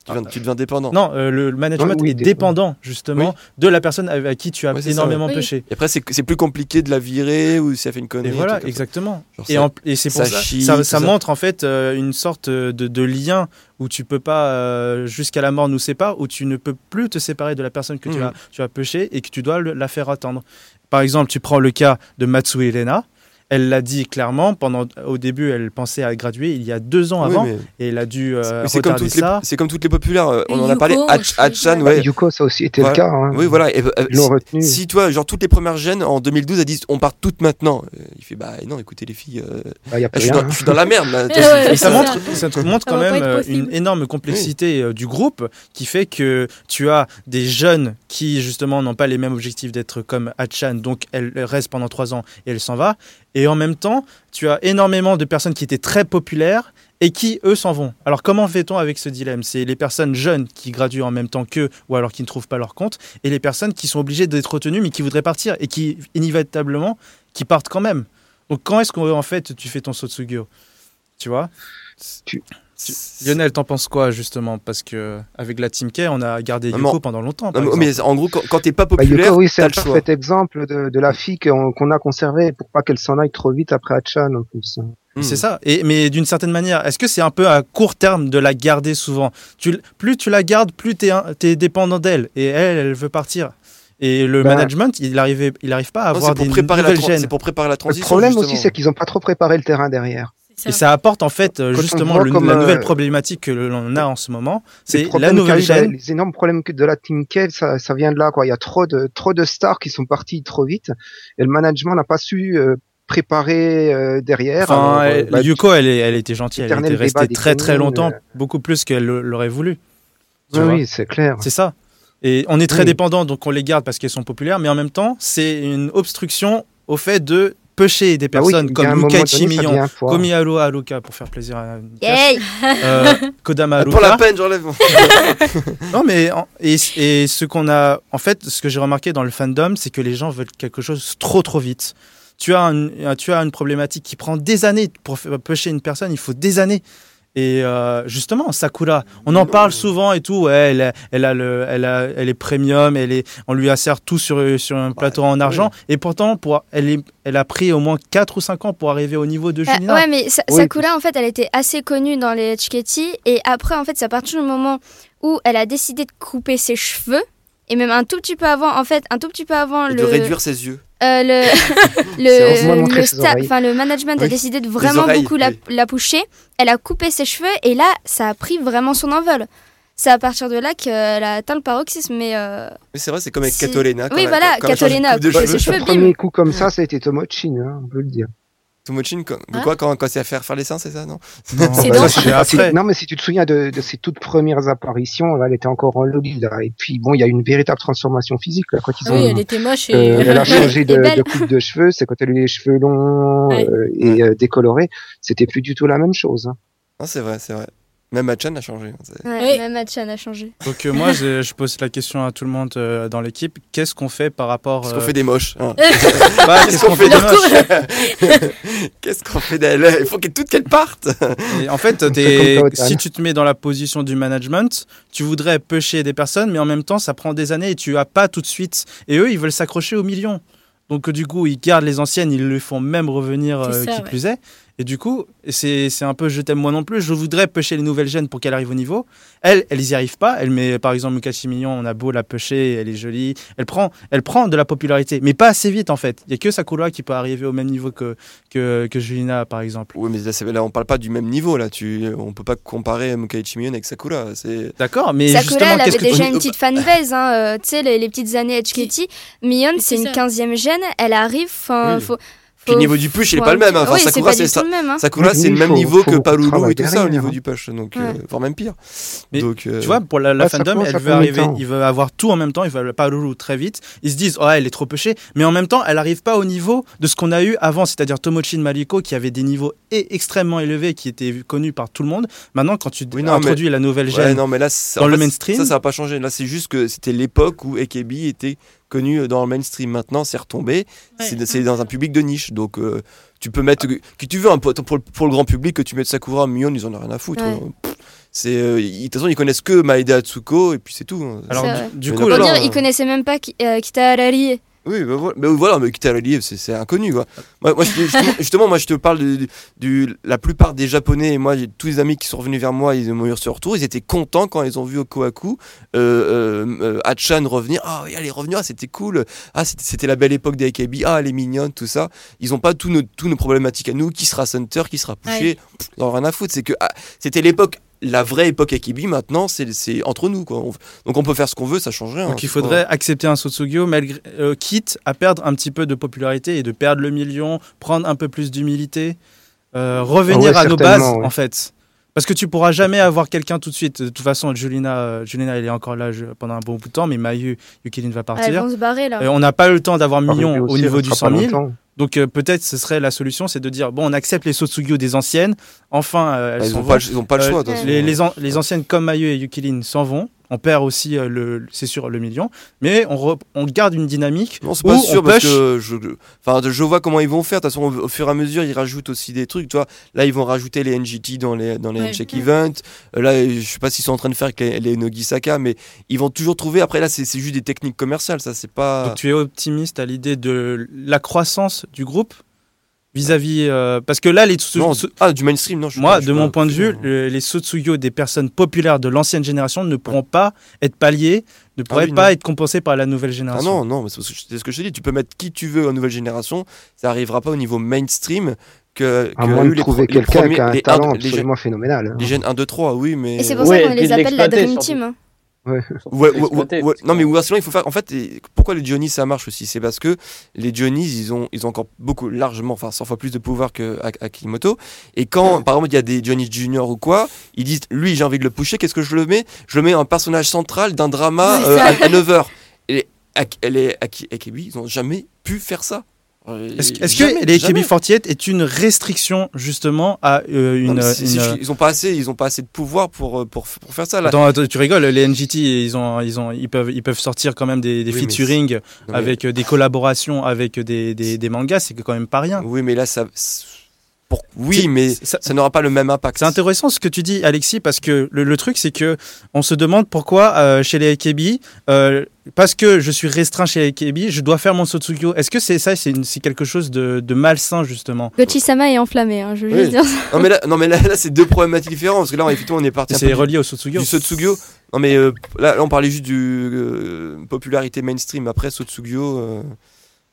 [SPEAKER 2] Tu, deviens, tu deviens dépendant.
[SPEAKER 5] Non, euh, le, le management
[SPEAKER 2] Ah
[SPEAKER 7] Ouais, oui,
[SPEAKER 5] est
[SPEAKER 7] des-
[SPEAKER 5] dépendant justement de la personne à, à qui tu as
[SPEAKER 2] Ouais, c'est ça,
[SPEAKER 5] énormément
[SPEAKER 6] ouais.
[SPEAKER 5] pêché.
[SPEAKER 2] Et après, c'est c'est plus compliqué de la virer ou si elle fait une
[SPEAKER 5] Et
[SPEAKER 2] connerie. un
[SPEAKER 5] voilà,
[SPEAKER 2] truc comme ça.
[SPEAKER 5] exactement.
[SPEAKER 2] Genre,
[SPEAKER 5] Et,
[SPEAKER 2] ça-
[SPEAKER 5] en- et c'est pour
[SPEAKER 2] ça
[SPEAKER 5] ça,
[SPEAKER 2] chie,
[SPEAKER 5] ça,
[SPEAKER 2] tout
[SPEAKER 5] ça
[SPEAKER 2] ça.
[SPEAKER 5] montre en fait euh, une sorte de, de lien où tu peux pas, euh, jusqu'à la mort nous sépare, où tu ne peux plus te séparer de la personne que tu,
[SPEAKER 2] Mhm.
[SPEAKER 5] as, tu as pêché et que tu dois le- la faire attendre. Par exemple, tu prends le cas de Matsu Elena. Elle l'a dit clairement. Pendant, au début, elle pensait à graduer il y a deux ans
[SPEAKER 2] Oui,
[SPEAKER 5] avant
[SPEAKER 2] mais-
[SPEAKER 5] et elle a dû euh,
[SPEAKER 2] mais c'est comme
[SPEAKER 5] retarder
[SPEAKER 2] toutes les,
[SPEAKER 5] ça.
[SPEAKER 2] c'est comme toutes les populaires. euh, On en a
[SPEAKER 6] Yuko,
[SPEAKER 2] parlé.
[SPEAKER 6] je
[SPEAKER 2] Hatch-
[SPEAKER 6] crois.
[SPEAKER 2] Hatchan,
[SPEAKER 6] Ah,
[SPEAKER 7] Bah,
[SPEAKER 2] ouais.
[SPEAKER 7] Yuko, ça aussi était
[SPEAKER 2] Ouais.
[SPEAKER 7] le cas. hein.
[SPEAKER 2] Oui, voilà. et, euh,
[SPEAKER 7] Ils l'ont
[SPEAKER 2] si-
[SPEAKER 7] retenu.
[SPEAKER 2] Si toi, genre toutes les premières jeunes en 2012, elles disent on part toutes maintenant. Euh, Il fait bah non, écoutez les filles, euh,
[SPEAKER 7] Bah, y a
[SPEAKER 2] je,
[SPEAKER 7] plus
[SPEAKER 2] suis
[SPEAKER 7] rien.
[SPEAKER 2] dans, je suis dans la merde. là.
[SPEAKER 6] Eh ouais,
[SPEAKER 5] Et ça
[SPEAKER 6] c'est
[SPEAKER 5] montre,
[SPEAKER 6] ça.
[SPEAKER 5] ça te montre
[SPEAKER 6] Ça
[SPEAKER 5] quand
[SPEAKER 6] va pas
[SPEAKER 5] même
[SPEAKER 6] être
[SPEAKER 5] euh,
[SPEAKER 6] possible.
[SPEAKER 5] une énorme complexité euh, du groupe qui fait que tu as des jeunes qui justement n'ont pas les mêmes objectifs d'être comme Hachan, donc elle reste pendant trois ans et elle s'en va. Et en même temps, tu as énormément de personnes qui étaient très populaires et qui, eux, s'en vont. Alors comment fait-on avec ce dilemme C'est les personnes jeunes qui graduent en même temps qu'eux ou alors qui ne trouvent pas leur compte et les personnes qui sont obligées d'être retenues mais qui voudraient partir et qui, inévitablement, qui partent quand même. Donc quand est-ce qu'on en fait tu fais ton Sotsugyo Tu vois Lionel, t'en penses quoi justement Parce que avec la Team K, on a gardé
[SPEAKER 2] Non,
[SPEAKER 5] Yoko
[SPEAKER 2] mais-
[SPEAKER 5] pendant longtemps.
[SPEAKER 2] Non,
[SPEAKER 5] par
[SPEAKER 2] mais- oh,
[SPEAKER 5] exemple.
[SPEAKER 2] mais en gros, quand, quand t'es pas
[SPEAKER 7] Bah,
[SPEAKER 2] populaire,
[SPEAKER 7] Yuko, oui, c'est
[SPEAKER 2] t'as
[SPEAKER 7] un
[SPEAKER 2] le choix.
[SPEAKER 7] parfait exemple de, de la fille euh, qu'on qu'on a conservée pour pas qu'elle s'en aille trop vite après Hachan en plus.
[SPEAKER 2] Hmm.
[SPEAKER 5] C'est ça. Et, mais d'une certaine manière, est-ce que c'est un peu à court terme de la garder souvent tu, l- Plus tu la gardes, plus tu es, dépendant d'elle. Et elle, elle veut partir. Et le
[SPEAKER 7] Bah.
[SPEAKER 5] management, il n'arrive il arrive pas à
[SPEAKER 2] Non,
[SPEAKER 5] avoir
[SPEAKER 2] c'est pour
[SPEAKER 5] des
[SPEAKER 2] préparer la
[SPEAKER 5] nouvelles
[SPEAKER 2] tran-
[SPEAKER 5] gènes.
[SPEAKER 2] c'est pour préparer la
[SPEAKER 7] Le
[SPEAKER 2] transition.
[SPEAKER 7] problème aussi,
[SPEAKER 2] justement.
[SPEAKER 7] c'est qu'ils ont pas trop préparé le terrain derrière.
[SPEAKER 6] C'est
[SPEAKER 5] Et
[SPEAKER 6] ça.
[SPEAKER 5] ça apporte en fait euh,
[SPEAKER 7] Quand on
[SPEAKER 5] justement
[SPEAKER 7] voit
[SPEAKER 5] le-
[SPEAKER 7] comme,
[SPEAKER 5] la
[SPEAKER 7] euh,
[SPEAKER 5] nouvelle problématique que l'on a en ce moment.
[SPEAKER 7] Les
[SPEAKER 5] C'est la
[SPEAKER 7] problèmes
[SPEAKER 5] nouvelle
[SPEAKER 7] qu'a eu la-
[SPEAKER 5] gène.
[SPEAKER 7] les énormes problèmes que- de la Team Cave, ça, ça vient de là. Quoi. Il y a trop de, trop de stars qui sont partis trop vite et le management n'a pas su euh, préparer euh, derrière.
[SPEAKER 5] Enfin,
[SPEAKER 7] Alors, euh,
[SPEAKER 5] elle-
[SPEAKER 7] bah,
[SPEAKER 5] Yuko, elle, est- elle était gentille. Elle
[SPEAKER 7] éternel
[SPEAKER 5] était
[SPEAKER 7] débat
[SPEAKER 5] restée
[SPEAKER 7] des
[SPEAKER 5] très très
[SPEAKER 7] communes,
[SPEAKER 5] longtemps,
[SPEAKER 7] euh.
[SPEAKER 5] beaucoup plus qu'elle le- l'aurait voulu. tu
[SPEAKER 7] oui,
[SPEAKER 5] vois.
[SPEAKER 7] oui, c'est clair.
[SPEAKER 5] C'est ça. Et on est très
[SPEAKER 7] Oui.
[SPEAKER 5] dépendant, donc on les garde parce qu'elles sont populaires, mais en même temps, c'est une obstruction au fait de pêcher des
[SPEAKER 7] Bah oui,
[SPEAKER 5] personnes
[SPEAKER 7] il y a un
[SPEAKER 5] comme
[SPEAKER 7] moment
[SPEAKER 5] Lukai
[SPEAKER 7] donné, ça devient
[SPEAKER 5] Chimiyan,
[SPEAKER 7] un foire.
[SPEAKER 5] Komi Aloha Aluka pour faire plaisir à Nicolas,
[SPEAKER 3] Yay
[SPEAKER 5] euh, Kodama
[SPEAKER 2] Ah, Pour la
[SPEAKER 5] Aluka.
[SPEAKER 2] peine, j'enlève.
[SPEAKER 5] Non, mais en- et, et ce qu'on a, en fait, ce que j'ai remarqué dans le fandom, c'est que les gens veulent quelque chose trop trop vite. Tu as, un- un- tu as une problématique qui prend des années pour f- pêcher une personne, il faut des années. Et euh, justement, Sakura, on en parle souvent et tout. ouais, elle, a- elle a le, elle, a- elle est premium, elle est, on lui assère tout sur, sur un plateau en argent. Et pourtant, pour, elle, est, elle a pris au moins 4 ou 5 ans pour arriver au niveau de
[SPEAKER 3] Ah,
[SPEAKER 5] Julien.
[SPEAKER 3] ouais, mais Sa-
[SPEAKER 7] Oui.
[SPEAKER 3] Sakura, en fait, elle était assez connue dans les Hketi. Et après, en fait, c'est à partir du moment où elle a décidé de couper ses cheveux. Et même un tout petit peu avant, en fait, un tout petit peu avant
[SPEAKER 2] Et
[SPEAKER 3] le.
[SPEAKER 2] de réduire ses yeux.
[SPEAKER 3] euh, le,
[SPEAKER 7] C'est heureusement de
[SPEAKER 3] le,
[SPEAKER 7] montrer
[SPEAKER 3] le,
[SPEAKER 7] ses
[SPEAKER 3] sta-
[SPEAKER 7] oreilles.
[SPEAKER 3] enfin, le management
[SPEAKER 2] Oui.
[SPEAKER 3] a décidé de vraiment
[SPEAKER 2] oreilles,
[SPEAKER 3] beaucoup la,
[SPEAKER 2] oui.
[SPEAKER 3] la pousser. Elle a coupé ses cheveux et là, ça a pris vraiment son envol. C'est à partir de là qu'elle a atteint le paroxysme. Mais euh,
[SPEAKER 2] Mais c'est vrai, c'est comme avec
[SPEAKER 3] Si.
[SPEAKER 2] Catalina. quand
[SPEAKER 3] Oui,
[SPEAKER 2] elle-
[SPEAKER 3] voilà,
[SPEAKER 2] quand elle change de
[SPEAKER 3] Catalina,
[SPEAKER 2] coupe de
[SPEAKER 3] coupe de
[SPEAKER 2] cheveux.
[SPEAKER 3] cheveux.
[SPEAKER 7] Le
[SPEAKER 3] bim.
[SPEAKER 7] premier coup comme ça, ça a été Tomochin, hein, on peut le dire.
[SPEAKER 2] Tomochin, quand- de
[SPEAKER 6] Hein
[SPEAKER 2] quoi quand, quand c'est à faire faire les seins, c'est Ah ça, non
[SPEAKER 5] Non,
[SPEAKER 6] C'est
[SPEAKER 5] bah,
[SPEAKER 6] dans-
[SPEAKER 5] ça, c'est
[SPEAKER 7] Si-
[SPEAKER 5] après.
[SPEAKER 7] non, mais si tu te souviens de, de ses toutes premières apparitions, là, elle était encore en loli, là. Et puis, bon, il y a eu une véritable transformation physique, là, quand ils
[SPEAKER 6] Ah
[SPEAKER 7] ont.
[SPEAKER 6] oui, elle était moche et.
[SPEAKER 7] Euh, elle a changé de,
[SPEAKER 3] Et belle.
[SPEAKER 7] de coupe de cheveux, c'est quand elle a eu les cheveux longs
[SPEAKER 6] Ouais.
[SPEAKER 7] euh, et euh, décolorés, c'était plus du tout la même chose. hein.
[SPEAKER 2] Non, c'est vrai, c'est vrai. Même Hachan a changé. hein, C'est-
[SPEAKER 3] ouais,
[SPEAKER 6] Oui.
[SPEAKER 3] même Hachan a changé.
[SPEAKER 5] Donc euh, moi, je, je pose la question à tout le monde euh, dans l'équipe. Qu'est-ce qu'on fait par rapport
[SPEAKER 2] Qu'est-ce
[SPEAKER 5] euh,
[SPEAKER 2] qu'on fait des moches hein
[SPEAKER 5] Bah, qu'est-ce qu'on fait de moche
[SPEAKER 2] Qu'est-ce qu'on fait d'elle Il faut qu'elle toute qu'elle parte
[SPEAKER 5] Et En fait,
[SPEAKER 7] fait comme
[SPEAKER 5] t'es-
[SPEAKER 7] toi, Otan.
[SPEAKER 5] si tu te mets dans la position du management, tu voudrais pêcher des personnes, mais en même temps, ça prend des années et tu as pas tout de suite. Et eux, ils veulent s'accrocher aux millions. Donc euh, du coup, ils gardent les anciennes, ils le font même revenir
[SPEAKER 6] C'est
[SPEAKER 5] euh,
[SPEAKER 6] ça,
[SPEAKER 5] qui
[SPEAKER 6] ouais.
[SPEAKER 5] plus est. Et du coup, c'est c'est un peu je t'aime moi non plus. Je voudrais pêcher les nouvelles jeunes pour qu'elles arrivent au niveau. Elle, elle y arrive pas. Elle met par exemple Mukashi Mignon, on a beau la pêcher, elle est jolie. Elle prend, elle prend de la popularité, mais pas assez vite en fait. Il y a que Sakura qui peut arriver au même niveau que que, que Julina par exemple.
[SPEAKER 2] Oui, mais là, c'est- là, on parle pas du même niveau, là. Tu... On peut pas comparer Mukai Chimion avec Sakura. C'est...
[SPEAKER 5] D'accord, mais
[SPEAKER 3] Sakura,
[SPEAKER 5] justement,
[SPEAKER 3] elle avait
[SPEAKER 5] qu'est-ce que
[SPEAKER 3] déjà
[SPEAKER 5] tu-
[SPEAKER 3] une petite fanbase, hein, euh, tu sais, les, les petites années Hketi. Mion,
[SPEAKER 6] Oui,
[SPEAKER 3] c'est
[SPEAKER 6] c'est
[SPEAKER 3] une
[SPEAKER 6] ça.
[SPEAKER 3] 15e gêne, elle arrive. enfin,
[SPEAKER 2] Oui.
[SPEAKER 3] faut,
[SPEAKER 2] Puis le
[SPEAKER 3] faut-
[SPEAKER 2] niveau du push, il est
[SPEAKER 3] faut
[SPEAKER 2] pas
[SPEAKER 3] un
[SPEAKER 2] le même. hein.
[SPEAKER 3] petit-
[SPEAKER 2] Enfin,
[SPEAKER 3] oui, c'est
[SPEAKER 2] Sakura,
[SPEAKER 3] pas du
[SPEAKER 2] c'est
[SPEAKER 3] tout
[SPEAKER 2] ça.
[SPEAKER 3] le même. hein.
[SPEAKER 2] Sakura,
[SPEAKER 7] Oui,
[SPEAKER 2] c'est le
[SPEAKER 7] il
[SPEAKER 2] même
[SPEAKER 7] faut-
[SPEAKER 2] niveau
[SPEAKER 7] faut
[SPEAKER 2] que
[SPEAKER 7] beaucoup de
[SPEAKER 2] Palulu et
[SPEAKER 7] travail
[SPEAKER 2] tout ça au
[SPEAKER 7] derrière,
[SPEAKER 2] niveau
[SPEAKER 7] hein.
[SPEAKER 2] du push. Donc,
[SPEAKER 3] Ouais.
[SPEAKER 2] euh, voire même pire.
[SPEAKER 5] Mais
[SPEAKER 2] Donc, euh,
[SPEAKER 5] Tu vois, pour la, la
[SPEAKER 7] Ouais, ça
[SPEAKER 5] fandom,
[SPEAKER 7] commence à
[SPEAKER 5] elle veut
[SPEAKER 7] prendre le
[SPEAKER 5] arriver,
[SPEAKER 7] temps.
[SPEAKER 5] ils veulent avoir tout en même temps, ils veulent pas loulou très vite. Ils se disent, oh, elle est trop pêchée, mais en même temps, elle arrive pas au niveau de ce qu'on a eu avant, c'est-à-dire Tomochin Maliko qui avait des niveaux é- extrêmement élevés, qui était connu par tout le monde. Maintenant, quand tu
[SPEAKER 2] Oui, non,
[SPEAKER 5] introduis la nouvelle
[SPEAKER 2] ouais,
[SPEAKER 5] gêne,
[SPEAKER 2] non, mais là, c'est-
[SPEAKER 5] dans
[SPEAKER 2] en
[SPEAKER 5] le
[SPEAKER 2] fait,
[SPEAKER 5] mainstream.
[SPEAKER 2] Ça, ça a pas changé. Là, c'est juste que c'était l'époque où Ekebi était connu euh, dans le mainstream. Maintenant, c'est retombé.
[SPEAKER 6] Ouais.
[SPEAKER 2] C'est, c'est dans un public de niche. Donc, euh, tu peux mettre
[SPEAKER 5] Ah.
[SPEAKER 2] qui tu veux hein, pour, pour, pour le grand public que tu mettes Sakura, Mion, ils en ont rien à foutre. hein.
[SPEAKER 3] Ouais.
[SPEAKER 2] Pff, C'est, euh, ils- de toute façon, ils connaissent que Maeda Atsuko et puis c'est tout. hein.
[SPEAKER 5] alors
[SPEAKER 3] C'est
[SPEAKER 5] du-
[SPEAKER 3] vrai.
[SPEAKER 5] du,
[SPEAKER 2] Mais
[SPEAKER 5] coup,
[SPEAKER 2] non,
[SPEAKER 3] Pour
[SPEAKER 2] alors,
[SPEAKER 3] dire,
[SPEAKER 2] euh,
[SPEAKER 3] ils connaissaient même pas Ki- euh, Kita Harari.
[SPEAKER 2] Oui, bah voilà, mais voilà, mais quitter le livre, c'est c'est inconnu. Quoi. Moi, moi, je- justement, justement, moi, je te parle de, du- la plupart des Japonais et moi, j'ai tous les amis qui sont revenus vers moi, ils m'ont eu ce retour. Ils étaient contents quand ils ont vu Okoaku, euh, euh, euh, Hachan revenir. Ah oui, elle est revenue, ah, c'était cool. Ah, c'était- c'était la belle époque des AKB. Ah, elle est mignonne, tout ça. Ils n'ont pas tous nos, tous nos problématiques à nous. Qui sera center, qui sera
[SPEAKER 6] Ouais.
[SPEAKER 2] poussé Ils n'en ont rien à foutre. C'est que ah, c'était l'époque. La vraie époque AKB, maintenant, c'est- c'est entre nous. Quoi. On- donc on peut faire ce qu'on veut, ça change
[SPEAKER 7] Ah,
[SPEAKER 2] rien. hein,
[SPEAKER 5] Donc il
[SPEAKER 2] C'est pas-
[SPEAKER 5] faudrait accepter un Sotsugyo, malgré, euh, quitte à perdre un petit peu de popularité et de perdre le million, prendre un peu plus d'humilité, euh, revenir
[SPEAKER 7] Ah ouais,
[SPEAKER 5] à nos bases
[SPEAKER 7] certainement, ouais.
[SPEAKER 5] en fait. Parce que tu pourras jamais avoir quelqu'un tout de suite. De toute façon, Julina, euh, Julina elle est encore là je- pendant un bon bout de temps, mais Mayu, Yukilin va
[SPEAKER 3] Ah, Elles
[SPEAKER 5] partir.
[SPEAKER 3] vont se barrer là.
[SPEAKER 5] Euh, on n'a pas eu le temps d'avoir
[SPEAKER 7] Par
[SPEAKER 5] million
[SPEAKER 7] Ruby
[SPEAKER 5] au
[SPEAKER 7] Ah aussi,
[SPEAKER 5] niveau
[SPEAKER 7] elle
[SPEAKER 5] du
[SPEAKER 7] sera
[SPEAKER 5] 100
[SPEAKER 7] pas
[SPEAKER 5] 000.
[SPEAKER 7] longtemps.
[SPEAKER 5] Donc euh, peut-être ce serait la solution, c'est de dire bon, on accepte les Sotsugyo des anciennes. Enfin, euh, elles
[SPEAKER 2] Bah, ils
[SPEAKER 5] s'en
[SPEAKER 2] n'ont
[SPEAKER 5] vont.
[SPEAKER 2] pas, le- ils ont pas le
[SPEAKER 5] Euh,
[SPEAKER 2] choix. de toute façon.
[SPEAKER 5] les, les an- les anciennes comme Mayu et Yukilin s'en vont. On perd aussi, euh, le, c'est sûr, le million. Mais on, re- on garde une dynamique.
[SPEAKER 2] Non, c'est
[SPEAKER 5] où
[SPEAKER 2] pas
[SPEAKER 5] on
[SPEAKER 2] sûr parce
[SPEAKER 5] push-
[SPEAKER 2] que je, je- enfin, de- je vois comment ils vont faire. De toute façon, au, au fur et à mesure, ils rajoutent aussi des trucs. Tu vois, là, ils vont rajouter les NGT dans les dans les
[SPEAKER 6] Ouais.
[SPEAKER 2] check events. Euh, Là, je sais pas s'ils sont en train de faire avec les, les Nogisaka, mais ils vont toujours trouver. Après, là, c'est c'est juste des techniques commerciales. Ça, c'est pas.
[SPEAKER 5] Donc tu es optimiste à l'idée de la croissance du groupe vis-à-vis. euh, parce que là, les Tsutsu-
[SPEAKER 2] Non,
[SPEAKER 5] Tsu-
[SPEAKER 2] ah, du mainstream, non. je suis pas-
[SPEAKER 5] moi,
[SPEAKER 2] je suis
[SPEAKER 5] de mon
[SPEAKER 2] pas-
[SPEAKER 5] point de vue, le- les Sotsuyo des personnes populaires de l'ancienne génération ne pourront pas être palliés, ne pourraient
[SPEAKER 2] Ah oui,
[SPEAKER 5] pas
[SPEAKER 2] non.
[SPEAKER 5] être compensés par la nouvelle
[SPEAKER 2] Ah
[SPEAKER 5] génération.
[SPEAKER 2] non, non, mais c'est parce que je- c'est ce que je te dis. Tu peux mettre qui tu veux en nouvelle génération, ça arrivera pas au niveau mainstream que.
[SPEAKER 7] À
[SPEAKER 2] que
[SPEAKER 7] moins
[SPEAKER 2] eu
[SPEAKER 7] de
[SPEAKER 2] les
[SPEAKER 7] trouver
[SPEAKER 2] pro- les
[SPEAKER 7] quelqu'un
[SPEAKER 2] premiers-
[SPEAKER 7] qui a un
[SPEAKER 2] les
[SPEAKER 7] talent
[SPEAKER 2] un- les jeunes-
[SPEAKER 7] absolument phénoménal. hein.
[SPEAKER 2] les jeunes 1, 2, 3, oui, mais.
[SPEAKER 3] Et c'est pour
[SPEAKER 4] Ouais,
[SPEAKER 3] ça qu'on
[SPEAKER 4] et puis
[SPEAKER 3] les
[SPEAKER 4] de
[SPEAKER 3] appelle la Dream
[SPEAKER 4] l'exploiter,
[SPEAKER 3] Team. hein.
[SPEAKER 2] Ouais, ouais, ouais, ouais. Non mais ou alors, sinon il faut faire. En fait, et pourquoi les Johnny ça marche aussi C'est parce que les Johnny ils ont ils ont encore beaucoup largement, enfin 100 fois plus de pouvoir que Ak- Akimoto. Et quand par exemple il y a des Johnny Junior ou quoi, ils disent lui j'ai envie de le pousser, qu'est-ce que je le mets Je le mets en personnage central d'un drama
[SPEAKER 6] C'est
[SPEAKER 2] euh,
[SPEAKER 6] ça.
[SPEAKER 2] à, 9h. Et Ak- les Aki- AKB ils ont jamais pu faire ça.
[SPEAKER 5] Est-ce
[SPEAKER 2] Euh,
[SPEAKER 5] est-ce
[SPEAKER 2] jamais,
[SPEAKER 5] que les
[SPEAKER 2] jamais.
[SPEAKER 5] KB48 est une restriction justement à euh,
[SPEAKER 2] Non,
[SPEAKER 5] une,
[SPEAKER 2] mais c'est-
[SPEAKER 5] une-
[SPEAKER 2] c'est juste qu'ils ont pas assez, ils ont pas assez de pouvoir pour euh, pour pour faire ça là.
[SPEAKER 5] Attends, attends, tu rigoles, les NGT, ils, ont, ils, ont, ils, peuvent, ils peuvent sortir quand même des, des
[SPEAKER 2] Oui, mais
[SPEAKER 5] featuring
[SPEAKER 2] Non, mais-
[SPEAKER 5] avec euh, des collaborations avec des, des, des mangas, c'est quand même pas rien.
[SPEAKER 2] Oui mais là ça. pour- Oui
[SPEAKER 5] C'est-
[SPEAKER 2] mais
[SPEAKER 5] ça-
[SPEAKER 2] ça n'aura pas le même impact.
[SPEAKER 5] C'est intéressant ce que tu dis, Alexis, parce que le, le truc, c'est que on se demande pourquoi euh, chez les AKB, euh, parce que je suis restreint chez les AKB, je dois faire mon Sotsugyo. Est-ce que c'est ça, c'est une- c'est quelque chose de, de malsain, justement
[SPEAKER 3] Gochi-sama est enflammé, hein, je veux juste
[SPEAKER 2] Oui.
[SPEAKER 3] dire ça.
[SPEAKER 2] Non mais là, non mais là, là, c'est deux problématiques différentes parce que là on- effectivement on est parti un peu
[SPEAKER 5] C'est
[SPEAKER 2] du,
[SPEAKER 5] relié au Sotsugyo
[SPEAKER 2] du Sotsugyo. Non mais euh, là, là, on parlait juste du euh, popularité mainstream après Sotsugyo. euh,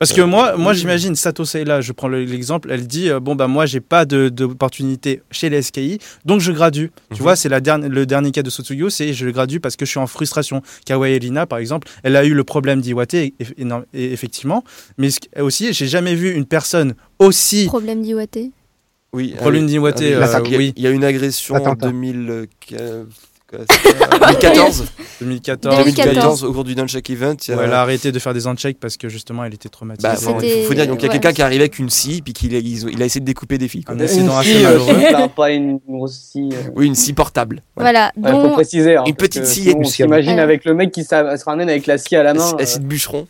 [SPEAKER 5] Parce que
[SPEAKER 2] Euh,
[SPEAKER 5] moi, moi
[SPEAKER 2] oui.
[SPEAKER 5] j'imagine Sato Seila, je prends le- l'exemple, elle dit euh, Bon, bah, moi, j'ai pas de- d'opportunité chez les SKI, donc je gradue. Tu
[SPEAKER 2] Mhm.
[SPEAKER 5] vois, c'est la dernière- le dernier cas de Sotsuyo, c'est je le gradue parce que je suis en frustration. Kawaii Elina, par exemple, elle a eu le problème d'Iwate, et- et- non, et- effectivement, mais ce- aussi, j'ai jamais vu une personne aussi.
[SPEAKER 3] Problème d'Iwate.
[SPEAKER 2] Ah Oui.
[SPEAKER 5] Pauline
[SPEAKER 2] avec-
[SPEAKER 5] Diwate,
[SPEAKER 2] avec-
[SPEAKER 5] euh,
[SPEAKER 2] l'attaque. il, y a,
[SPEAKER 5] oui.
[SPEAKER 2] il y a une agression
[SPEAKER 7] Attentat.
[SPEAKER 2] en euh, 2014,
[SPEAKER 3] 2014.
[SPEAKER 5] 2014,
[SPEAKER 2] 2014 au cours du Nunchuck Event. il y a-
[SPEAKER 5] où elle a arrêté de faire des unchecks parce que justement, elle était traumatisée.
[SPEAKER 2] Bah,
[SPEAKER 3] C'était-
[SPEAKER 2] bon, il faut, faut dire donc il y a
[SPEAKER 3] ouais.
[SPEAKER 2] quelqu'un qui est arrivé avec une scie puis qu'il a, ils ont- il a essayé de découper des filles. quoi.
[SPEAKER 5] Un accident assez malheureux.
[SPEAKER 4] malheureux. euh, Pas une grosse scie. euh.
[SPEAKER 2] Oui une scie portable. Voilà.
[SPEAKER 3] Voilà,
[SPEAKER 4] Ouais, faut
[SPEAKER 3] dont
[SPEAKER 4] préciser. hein,
[SPEAKER 2] Une
[SPEAKER 4] parce
[SPEAKER 2] petite
[SPEAKER 4] que
[SPEAKER 2] scie
[SPEAKER 4] sinon, On
[SPEAKER 7] émoussiable.
[SPEAKER 4] s'imagine
[SPEAKER 3] Ouais.
[SPEAKER 4] avec le mec qui s'a- se ramène avec la scie à la main. euh.
[SPEAKER 2] Acide- Acide bûcheron.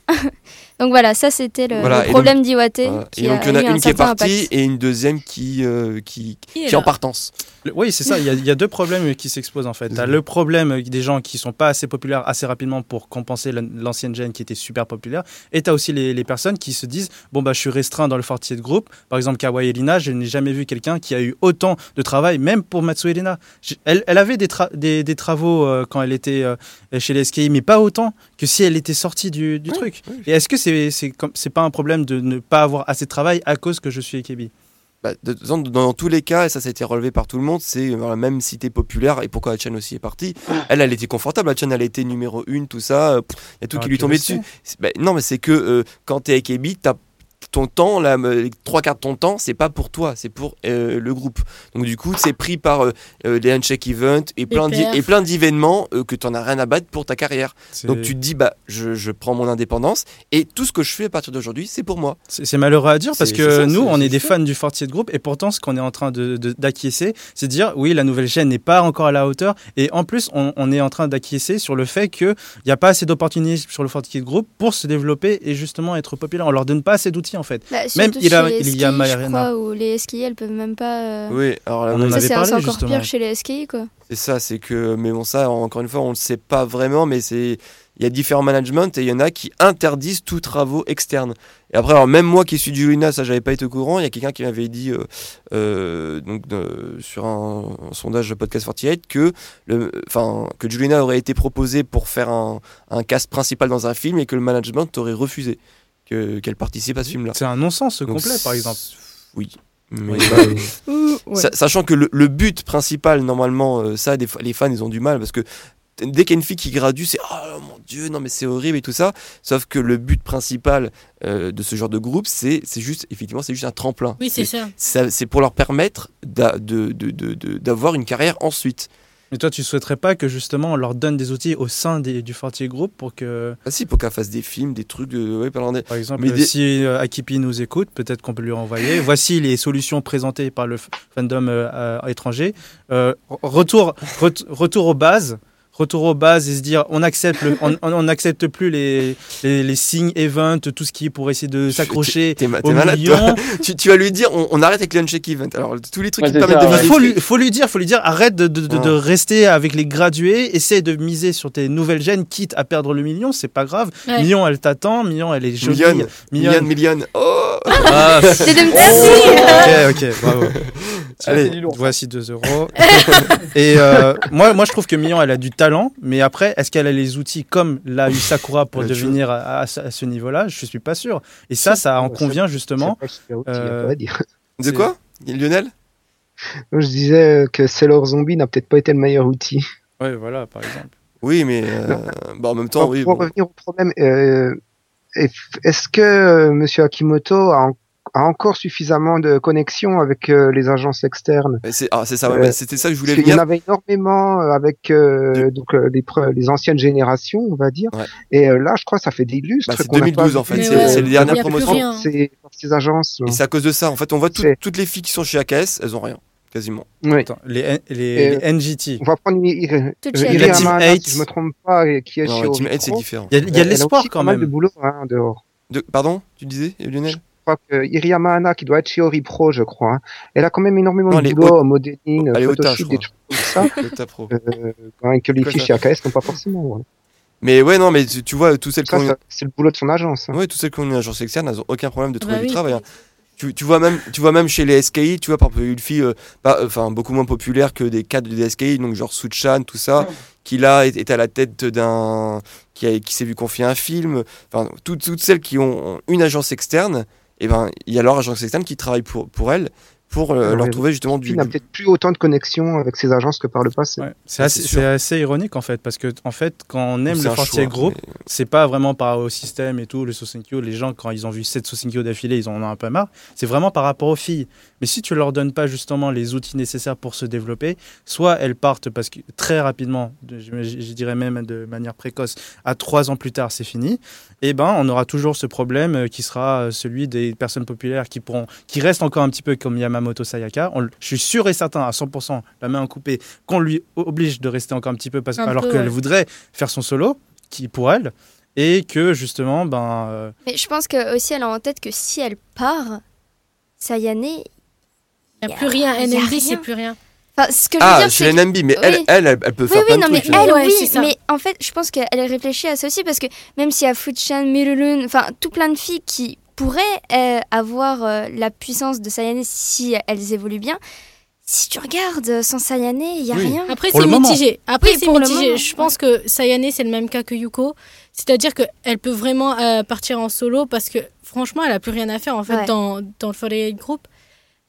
[SPEAKER 3] Donc voilà, ça c'était le,
[SPEAKER 2] Voilà,
[SPEAKER 3] le
[SPEAKER 2] et donc-
[SPEAKER 3] problème d'Iwate.
[SPEAKER 2] Voilà.
[SPEAKER 3] qui
[SPEAKER 2] Hein, Et donc
[SPEAKER 3] a
[SPEAKER 2] il y en a
[SPEAKER 3] eu un
[SPEAKER 2] une qui est
[SPEAKER 3] certain
[SPEAKER 2] partie
[SPEAKER 3] impact.
[SPEAKER 2] et une deuxième qui euh, qui
[SPEAKER 6] Qui est
[SPEAKER 2] qui est en
[SPEAKER 6] là
[SPEAKER 2] partance.
[SPEAKER 5] Le- Oui, c'est ça. Il y, a- il y a deux problèmes qui s'exposent en fait. T'as le problème des gens qui sont pas assez populaires assez rapidement pour compenser l'an- l'ancienne gêne qui était super populaire. Et t'as aussi les, les personnes qui se disent bon bah je suis restreint dans le fortier de groupe. Par exemple Kawaii Elina, je n'ai jamais vu quelqu'un qui a eu autant de travail, même pour Matsue Elina. J'ai- Elle, elle avait des, tra- des, des travaux euh, quand elle était euh, chez les SKI, mais pas autant que si elle était sortie du, du truc. Et est-ce que c'est c'est comme- c'est pas un problème de ne pas avoir assez de travail à cause que je suis Ekebi
[SPEAKER 2] Bah, de- dans, dans tous les cas, et ça, ça a été relevé par tout le monde, c'est euh, même si t'es populaire, et pourquoi Hachan aussi est partie, elle, elle était confortable, Hachan, elle était numéro une, tout ça, euh, il y a tout
[SPEAKER 5] Ah,
[SPEAKER 2] qui lui tombait
[SPEAKER 5] intéressant.
[SPEAKER 2] dessus. C'est- bah, non, mais c'est que euh, quand t'es avec Ebi, t'as ton temps, la, euh, les trois quarts de ton temps, c'est pas pour toi, c'est pour euh, le groupe. Donc du coup, c'est pris par euh, euh, les handshake events et plein d'i-
[SPEAKER 6] perfs.
[SPEAKER 2] et plein d'événements euh, que t'en as rien à battre pour ta carrière. Donc
[SPEAKER 5] C'est-
[SPEAKER 2] tu te dis, bah, je, je prends mon indépendance et tout ce que je fais à partir d'aujourd'hui, c'est pour moi.
[SPEAKER 5] C'est c'est malheureux à dire parce
[SPEAKER 2] C'est- c'est
[SPEAKER 5] que
[SPEAKER 2] ça,
[SPEAKER 5] nous,
[SPEAKER 2] c'est-
[SPEAKER 5] on
[SPEAKER 2] c'est
[SPEAKER 5] est des
[SPEAKER 2] chaud.
[SPEAKER 5] fans du Fortier de groupe et pourtant, ce qu'on est en train d'acquiescer, de, d'acquiescer, c'est de dire oui, la nouvelle chaîne n'est pas encore à la hauteur et en plus, on, on est en train d'acquiescer sur le fait qu'il n'y a pas assez d'opportunités sur le Fortier de groupe pour se développer et justement être populaire. On leur donne pas assez d'outils en fait.
[SPEAKER 3] Bah,
[SPEAKER 5] Même
[SPEAKER 3] surtout
[SPEAKER 5] il a-
[SPEAKER 3] chez les
[SPEAKER 5] il y a
[SPEAKER 3] skis, je
[SPEAKER 5] Mariana.
[SPEAKER 3] crois, où les skis, elles peuvent même pas. euh,
[SPEAKER 2] Oui, alors là,
[SPEAKER 5] On en
[SPEAKER 3] Ça,
[SPEAKER 5] avait
[SPEAKER 3] c'est
[SPEAKER 5] parlé,
[SPEAKER 3] c'est encore
[SPEAKER 5] justement.
[SPEAKER 3] pire chez les skis, quoi.
[SPEAKER 2] c'est ça, c'est que. Mais bon, ça, encore une fois, on le sait pas vraiment, mais c'est. Il y a différents managements et il y en a qui interdisent tous travaux externes. Et après, alors même moi qui suis du Luna, ça j'avais pas été au courant. Il y a quelqu'un qui m'avait dit euh, euh, donc euh, sur un, un sondage de podcast 48 que le, enfin que du Luna aurait été proposé pour faire un, un cast principal dans un film et que le management aurait refusé que- qu'elle participe à ce film-là.
[SPEAKER 5] C'est un non-sens
[SPEAKER 2] Donc,
[SPEAKER 5] complet, par exemple.
[SPEAKER 2] Oui. Mais- bah
[SPEAKER 5] Oui.
[SPEAKER 3] Ouais.
[SPEAKER 2] Sa- Sachant que le, le but principal, normalement, euh, ça, des fois, les fans, ils ont du mal parce que t- dès qu'il y a une fille qui gradue, c'est oh mon dieu, non mais c'est horrible et tout ça. Sauf que le but principal euh, de ce genre de groupe, c'est c'est juste, effectivement, c'est juste un tremplin.
[SPEAKER 6] Oui, c'est ça.
[SPEAKER 2] ça- c'est pour leur permettre d'a- de- de- de- de- d'avoir une carrière ensuite.
[SPEAKER 5] Mais toi, tu souhaiterais pas que justement on leur donne des outils au sein des- du Fortier Group pour que,
[SPEAKER 2] Ah si, pour qu'elle fasse des films, des trucs de. ouais, parlant des-
[SPEAKER 5] par exemple,
[SPEAKER 2] Mais
[SPEAKER 5] euh,
[SPEAKER 2] des-
[SPEAKER 5] si euh, Akipi nous écoute, peut-être qu'on peut lui renvoyer. Voici les solutions présentées par le f- fandom euh, euh, étranger. Euh, re- retour, ret- retour aux bases. Retour aux bases et se dire on accepte le- on- on on n'accepte plus les, les les signes event tout ce qui est pour essayer de s'accrocher
[SPEAKER 2] T'es ma-
[SPEAKER 5] au
[SPEAKER 2] t'es malade,
[SPEAKER 5] million
[SPEAKER 2] toi. Tu, tu vas lui dire, on, on arrête avec le handshake event. Alors, tous les trucs
[SPEAKER 4] Ouais,
[SPEAKER 2] qui te
[SPEAKER 4] c'est
[SPEAKER 2] permettent de
[SPEAKER 4] ça,
[SPEAKER 5] Il
[SPEAKER 4] ouais.
[SPEAKER 2] vivre
[SPEAKER 5] faut
[SPEAKER 2] des-
[SPEAKER 5] lui, faut lui dire, faut lui dire, arrête de, de- de- de
[SPEAKER 2] Ah.
[SPEAKER 5] rester avec les gradués, essaie de miser sur tes nouvelles gènes, quitte à perdre le million, c'est pas grave.
[SPEAKER 6] Ouais.
[SPEAKER 5] Million, elle t'attend, million, elle est jolie.
[SPEAKER 2] Millionne,
[SPEAKER 5] Million.
[SPEAKER 2] millionne, millionne. Oh
[SPEAKER 5] Ah,
[SPEAKER 6] C'est de me
[SPEAKER 5] ok, ok, bravo.
[SPEAKER 4] Allez.
[SPEAKER 5] Allez, voici 2 euros. Et euh, moi, moi, je trouve que Million, elle a du talent, mais après, est-ce qu'elle a les outils comme l'a eu Sakura pour
[SPEAKER 2] Autre chose.
[SPEAKER 5] devenir à, à ce à ce niveau-là Je suis pas sûr. Et ça, ça en
[SPEAKER 7] Ouais,
[SPEAKER 5] convient justement.
[SPEAKER 7] C'est pas qu'il y a outil,
[SPEAKER 5] Euh,
[SPEAKER 7] on va dire.
[SPEAKER 2] De
[SPEAKER 5] C'est-
[SPEAKER 2] quoi Lionel
[SPEAKER 7] Je disais que Sailor Zombie n'a peut-être pas été le meilleur outil.
[SPEAKER 5] Ouais, voilà, par exemple.
[SPEAKER 2] Oui, mais euh, bah, en même temps,
[SPEAKER 7] pour
[SPEAKER 2] oui.
[SPEAKER 7] pour
[SPEAKER 2] bon.
[SPEAKER 7] revenir au problème, euh, est-ce que euh, Monsieur Akimoto a, en- a encore suffisamment de connexions avec euh, les agences externes
[SPEAKER 2] Mais c'est- ah, c'est ça, ouais,
[SPEAKER 7] Euh,
[SPEAKER 2] mais c'était ça que je voulais
[SPEAKER 7] Parce qu'il y en
[SPEAKER 2] venir.
[SPEAKER 7] avait énormément euh, avec euh, donc euh, les, pre- les anciennes générations, on va dire.
[SPEAKER 2] Ouais.
[SPEAKER 7] Et euh, là, je crois, que ça fait des lustres.
[SPEAKER 2] Bah, c'est
[SPEAKER 7] qu'on n'a pas
[SPEAKER 2] 2012 en
[SPEAKER 7] vu, euh,
[SPEAKER 2] fait,
[SPEAKER 6] Mais
[SPEAKER 2] c'est
[SPEAKER 6] ouais,
[SPEAKER 2] c'est les dernières
[SPEAKER 6] y a plus
[SPEAKER 2] promotions.
[SPEAKER 6] rien.
[SPEAKER 7] Ces, ces agences.
[SPEAKER 2] Et c'est à cause de ça. En fait, on voit tout-
[SPEAKER 7] C'est-
[SPEAKER 2] toutes les filles qui sont chez AKS, elles ont rien, quasiment.
[SPEAKER 7] Oui.
[SPEAKER 5] Attends, les, N- les- les NGT.
[SPEAKER 7] On va prendre une
[SPEAKER 3] Toute
[SPEAKER 5] Il y a
[SPEAKER 3] chez
[SPEAKER 5] la
[SPEAKER 3] elle.
[SPEAKER 5] Team
[SPEAKER 7] Yamana,
[SPEAKER 5] Eight.
[SPEAKER 7] si je me trompe pas, et qui est
[SPEAKER 2] Non,
[SPEAKER 7] chez
[SPEAKER 2] la Team
[SPEAKER 7] Oricro.
[SPEAKER 2] 8, c'est différent.
[SPEAKER 5] Il y a, il y a de
[SPEAKER 7] Elle
[SPEAKER 5] l'espoir
[SPEAKER 7] aussi
[SPEAKER 5] quand
[SPEAKER 7] pas mal
[SPEAKER 5] même.
[SPEAKER 7] de boulot hein, dehors.
[SPEAKER 2] De- Pardon Tu disais, Lionel
[SPEAKER 7] Je crois que Iriyama Anna, qui doit être chez Ori Pro, je crois, hein, elle a quand même énormément
[SPEAKER 2] Non, elle
[SPEAKER 7] de
[SPEAKER 2] est
[SPEAKER 7] boulot en modeling,
[SPEAKER 2] elle est
[SPEAKER 7] euh,
[SPEAKER 2] otage,
[SPEAKER 7] photoshoot,
[SPEAKER 2] je
[SPEAKER 7] des
[SPEAKER 2] crois.
[SPEAKER 7] trucs comme ça,
[SPEAKER 2] Le Tapro.
[SPEAKER 7] euh, quand même que les
[SPEAKER 2] Quoi,
[SPEAKER 7] filles
[SPEAKER 2] ça
[SPEAKER 7] chez AKS n'ont pas forcément. voilà.
[SPEAKER 2] Mais ouais, non, mais tu, tu vois, toutes celles qui
[SPEAKER 7] Ça,
[SPEAKER 2] ont une-
[SPEAKER 7] ça, c'est le boulot de son agence. hein.
[SPEAKER 2] ouais, toutes celles qui ont une agence externe, elles ont aucun problème de trouver
[SPEAKER 6] Bah
[SPEAKER 2] du
[SPEAKER 6] oui.
[SPEAKER 2] travail. hein. Tu, tu vois même, tu vois même chez les SKI, tu vois par exemple une fille, euh, pas- enfin beaucoup moins populaire que des cadres des SKI, donc genre Suchan, tout ça, qui là est, est à la tête d'un, qui, a- qui s'est vu confier un film. Enfin toutes, toutes celles qui ont ont une agence externe, et ben il y a leur agence externe qui travaille pour pour elles, pour euh,
[SPEAKER 7] Ouais,
[SPEAKER 2] leur
[SPEAKER 7] ouais.
[SPEAKER 2] trouver justement du.
[SPEAKER 7] Il n'a
[SPEAKER 2] du-
[SPEAKER 7] peut-être plus autant de connexions avec ses agences que par le passé.
[SPEAKER 5] Ouais, c'est
[SPEAKER 2] Ça,
[SPEAKER 5] assez,
[SPEAKER 2] c'est sûr.
[SPEAKER 5] c'est assez ironique en fait, parce que en fait, quand on aime
[SPEAKER 2] c'est
[SPEAKER 5] le
[SPEAKER 2] un
[SPEAKER 5] Fortier
[SPEAKER 2] choix,
[SPEAKER 5] Group,
[SPEAKER 2] mais-
[SPEAKER 5] c'est pas vraiment par au système et tout, le Sosenkyo, les gens quand ils ont vu 7 Sosenkyo d'affilée, ils en ont un peu marre. C'est vraiment par rapport aux filles. Mais si tu leur donnes pas justement les outils nécessaires pour se développer, soit elles partent parce que très rapidement, de- je, je dirais même de manière précoce, à 3 ans plus tard, c'est fini. Et ben, on aura toujours ce problème euh, qui sera euh, celui des personnes populaires qui pourront, qui restent encore un petit peu comme Yamamoto Sayaka. On le- je suis sûr et certain à 100%, la main coupée, qu'on lui oblige de rester encore un petit peu parce,
[SPEAKER 6] Un
[SPEAKER 5] alors
[SPEAKER 6] peu,
[SPEAKER 5] qu'elle
[SPEAKER 6] ouais.
[SPEAKER 5] voudrait faire son solo qui pour elle et que justement ben euh,
[SPEAKER 3] Mais je pense que aussi elle a en tête que si elle part, Sayane.
[SPEAKER 6] Il n'y a plus rien.
[SPEAKER 3] Y a
[SPEAKER 6] NMD,
[SPEAKER 3] rien.
[SPEAKER 6] c'est plus rien.
[SPEAKER 3] Enfin, ce que je veux
[SPEAKER 2] Ah,
[SPEAKER 3] dire,
[SPEAKER 2] chez
[SPEAKER 3] c'est.
[SPEAKER 2] les NMB, mais elle,
[SPEAKER 3] Oui.
[SPEAKER 2] elle, elle, elle peut
[SPEAKER 3] Oui,
[SPEAKER 2] faire
[SPEAKER 3] oui,
[SPEAKER 2] plein
[SPEAKER 3] non,
[SPEAKER 2] de
[SPEAKER 3] mais
[SPEAKER 2] trucs.
[SPEAKER 3] elle,
[SPEAKER 6] Ouais, c'est
[SPEAKER 3] oui,
[SPEAKER 6] ça.
[SPEAKER 3] mais en fait, je pense qu'elle réfléchit à ça aussi parce que même s'il y a Fuchan, Mirulun, enfin, tout plein de filles qui pourraient euh, avoir euh, la puissance de Sayane si elles évoluent bien, si tu regardes euh, sans Sayane, il n'y a
[SPEAKER 2] Oui. Ah,
[SPEAKER 3] rien.
[SPEAKER 6] Après,
[SPEAKER 5] Pour
[SPEAKER 6] c'est
[SPEAKER 5] le moment.
[SPEAKER 6] mitigé. Après,
[SPEAKER 3] Oui,
[SPEAKER 6] c'est
[SPEAKER 3] pour le
[SPEAKER 6] mitigé.
[SPEAKER 3] moment,
[SPEAKER 6] Je pense que Sayane, c'est le même cas que Yuko. C'est-à-dire qu'elle peut vraiment euh, partir en solo parce que, franchement, elle a plus rien à faire, en fait,
[SPEAKER 3] Ouais.
[SPEAKER 6] dans, dans le Foreign Group.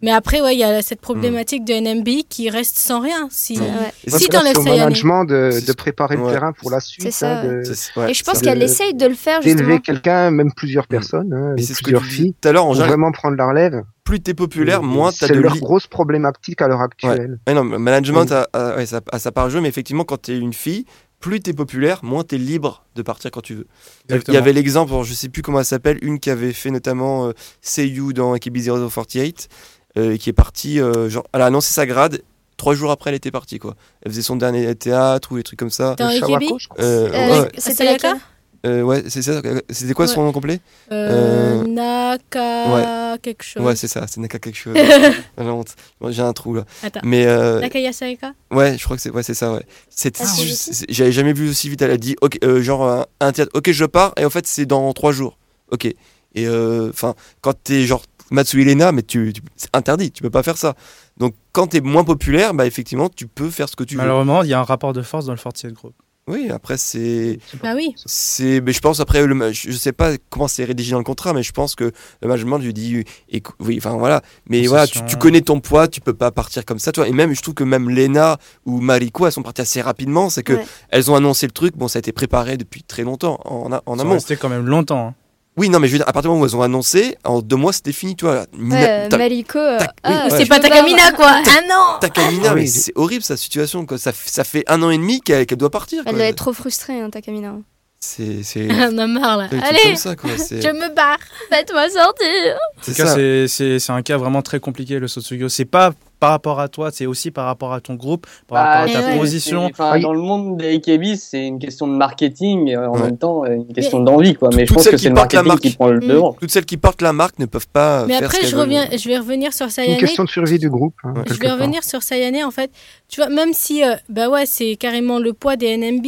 [SPEAKER 6] Mais après, ouais, il y a cette problématique de NMB qui reste sans rien. Si... euh,
[SPEAKER 2] Ouais.
[SPEAKER 3] Ouais.
[SPEAKER 2] Et
[SPEAKER 7] Parce
[SPEAKER 6] Si
[SPEAKER 7] que là,
[SPEAKER 6] t'enlèves
[SPEAKER 7] c'est au
[SPEAKER 6] Sayane.
[SPEAKER 7] management de,
[SPEAKER 2] C'est-
[SPEAKER 7] de préparer
[SPEAKER 2] ouais.
[SPEAKER 7] le terrain pour la suite,
[SPEAKER 3] C'est ça,
[SPEAKER 7] hein, de-
[SPEAKER 2] C'est- ouais,
[SPEAKER 3] Et je pense
[SPEAKER 2] ça-
[SPEAKER 7] que-
[SPEAKER 3] qu'elle essaye de le
[SPEAKER 6] Ah,
[SPEAKER 3] faire justement.
[SPEAKER 7] d'élever quelqu'un, même plusieurs personnes, hein,
[SPEAKER 2] Mm. Mais c'est ce que
[SPEAKER 7] plusieurs
[SPEAKER 2] tu disais
[SPEAKER 7] filles,
[SPEAKER 2] tout à l'heure. En
[SPEAKER 7] pour
[SPEAKER 2] général,
[SPEAKER 7] vraiment prendre la relève.
[SPEAKER 2] plus t'es populaire,
[SPEAKER 7] Et
[SPEAKER 2] moins t'as
[SPEAKER 7] C'est
[SPEAKER 2] de
[SPEAKER 7] leur
[SPEAKER 2] li-
[SPEAKER 7] grosse problématique à l'heure actuelle.
[SPEAKER 2] Ouais, non, mais management
[SPEAKER 7] Oui.
[SPEAKER 2] a, a- ouais, ça- a sa part de jeu, mais effectivement, quand t'es une fille, plus t'es populaire, moins t'es libre de partir quand tu veux. Il y avait l'exemple, alors, je sais plus comment elle s'appelle, une qui avait fait notamment euh, Seiyu dans Akibi 048, euh, qui est partie, euh, genre, elle a annoncé sa grade, trois jours après elle était partie, quoi. Elle faisait son dernier théâtre ou des trucs comme ça.
[SPEAKER 6] Dans
[SPEAKER 7] Le
[SPEAKER 6] Ikebi
[SPEAKER 7] Shawako, je crois.
[SPEAKER 2] Euh,
[SPEAKER 3] Euh,
[SPEAKER 2] ouais.
[SPEAKER 3] C'était
[SPEAKER 6] Sayaka
[SPEAKER 3] laquelle
[SPEAKER 2] Euh, ouais, c'est ça. C'était quoi son nom complet
[SPEAKER 6] Euh,
[SPEAKER 2] Euh,
[SPEAKER 6] Naka quelque chose.
[SPEAKER 2] Ouais, c'est ça. C'est Naka quelque chose. Ah, la honte. Moi, J'ai un trou là.
[SPEAKER 6] Attends.
[SPEAKER 2] Mais euh,
[SPEAKER 6] Naka Yasaika
[SPEAKER 2] ouais, je crois que c'est ouais, c'est ça. Ouais. C'était.
[SPEAKER 3] Ah,
[SPEAKER 2] c'est
[SPEAKER 3] ouais.
[SPEAKER 2] juste- c'est- J'avais jamais vu aussi vite. Elle a dit, ok, euh, genre un, un théâtre. Ok, je pars. Et en fait, c'est dans trois jours. Ok. Et euh, enfin, quand t'es genre Matsu Elena, mais tu, tu- c'est interdit. Tu peux pas faire ça. Donc, quand t'es moins populaire, bah effectivement, tu peux faire ce que tu veux.
[SPEAKER 5] Malheureusement, il y a un rapport de force dans le Fortier Group.
[SPEAKER 2] Oui. Après, c'est
[SPEAKER 6] Bah oui.
[SPEAKER 2] C'est, mais je pense après le, ma- je je sais pas comment c'est rédigé dans le contrat, mais je pense que le management lui dit, écou- oui, enfin voilà, mais voilà, tu,
[SPEAKER 5] Concession.
[SPEAKER 2] tu connais ton poids, tu peux pas partir comme ça, toi. Et même, je trouve que même Lena ou Mariko, elles sont parties assez rapidement, c'est que
[SPEAKER 3] Ouais.
[SPEAKER 2] elles ont annoncé le truc, bon, ça a été préparé depuis très longtemps en, a- en
[SPEAKER 5] Ça
[SPEAKER 2] amont.
[SPEAKER 5] restait quand même longtemps. hein.
[SPEAKER 2] Oui, non, mais je veux dire, à partir du moment où elles ont annoncé, en deux mois, c'était fini, toi. Nina-
[SPEAKER 3] Ouais,
[SPEAKER 2] Ta-
[SPEAKER 3] Maliko. euh,
[SPEAKER 2] tac, oui,
[SPEAKER 3] ah,
[SPEAKER 2] ouais.
[SPEAKER 3] je
[SPEAKER 6] C'est pas
[SPEAKER 3] peux
[SPEAKER 6] Takamina quoi. Ah non.
[SPEAKER 2] Takamina,
[SPEAKER 7] Ah oui,
[SPEAKER 2] mais
[SPEAKER 7] je-
[SPEAKER 2] c'est horrible sa situation, quoi. Ça, f- ça fait un an et demi qu'elle, qu'elle doit partir.
[SPEAKER 3] Elle
[SPEAKER 2] quoi.
[SPEAKER 3] doit être trop frustrée, hein, Takamina.
[SPEAKER 2] C'est, c'est,
[SPEAKER 6] On a marre là.
[SPEAKER 2] c'est des trucs
[SPEAKER 6] Allez,
[SPEAKER 2] comme ça, quoi. C'est,
[SPEAKER 6] je me barre.
[SPEAKER 3] Faites-moi sortir
[SPEAKER 5] En
[SPEAKER 2] c'est
[SPEAKER 5] tout cas,
[SPEAKER 2] ça.
[SPEAKER 5] c'est- c'est c'est un cas vraiment très compliqué, le Sotsugyo. C'est pas par rapport à toi, c'est aussi par rapport à ton groupe, par
[SPEAKER 4] Bah,
[SPEAKER 5] rapport à
[SPEAKER 6] mais
[SPEAKER 5] ta
[SPEAKER 6] ouais.
[SPEAKER 5] position.
[SPEAKER 4] c'est- enfin,
[SPEAKER 7] Oui.
[SPEAKER 4] dans le monde des AKB, c'est une question de marketing et en
[SPEAKER 2] Ouais.
[SPEAKER 4] même temps euh, une question d'envie. quoi. Mais je
[SPEAKER 2] toutes
[SPEAKER 4] pense
[SPEAKER 2] celles
[SPEAKER 4] que
[SPEAKER 2] qui
[SPEAKER 4] c'est le
[SPEAKER 2] portent la
[SPEAKER 4] marketing qui
[SPEAKER 2] marque.
[SPEAKER 4] prend le
[SPEAKER 6] Mm.
[SPEAKER 4] devant.
[SPEAKER 2] Toutes celles qui portent la marque ne peuvent pas faire
[SPEAKER 6] Mais
[SPEAKER 2] ce
[SPEAKER 6] après,
[SPEAKER 2] qu'elles
[SPEAKER 6] je
[SPEAKER 2] veulent.
[SPEAKER 6] reviens, je vais revenir sur
[SPEAKER 7] Une
[SPEAKER 6] Sayane.
[SPEAKER 7] question de survie du groupe. hein,
[SPEAKER 2] Ouais.
[SPEAKER 6] Je
[SPEAKER 7] quelque
[SPEAKER 6] vais
[SPEAKER 7] part.
[SPEAKER 6] revenir sur Sayane en fait. Tu vois, même si, euh, bah ouais, c'est carrément le poids des NMB,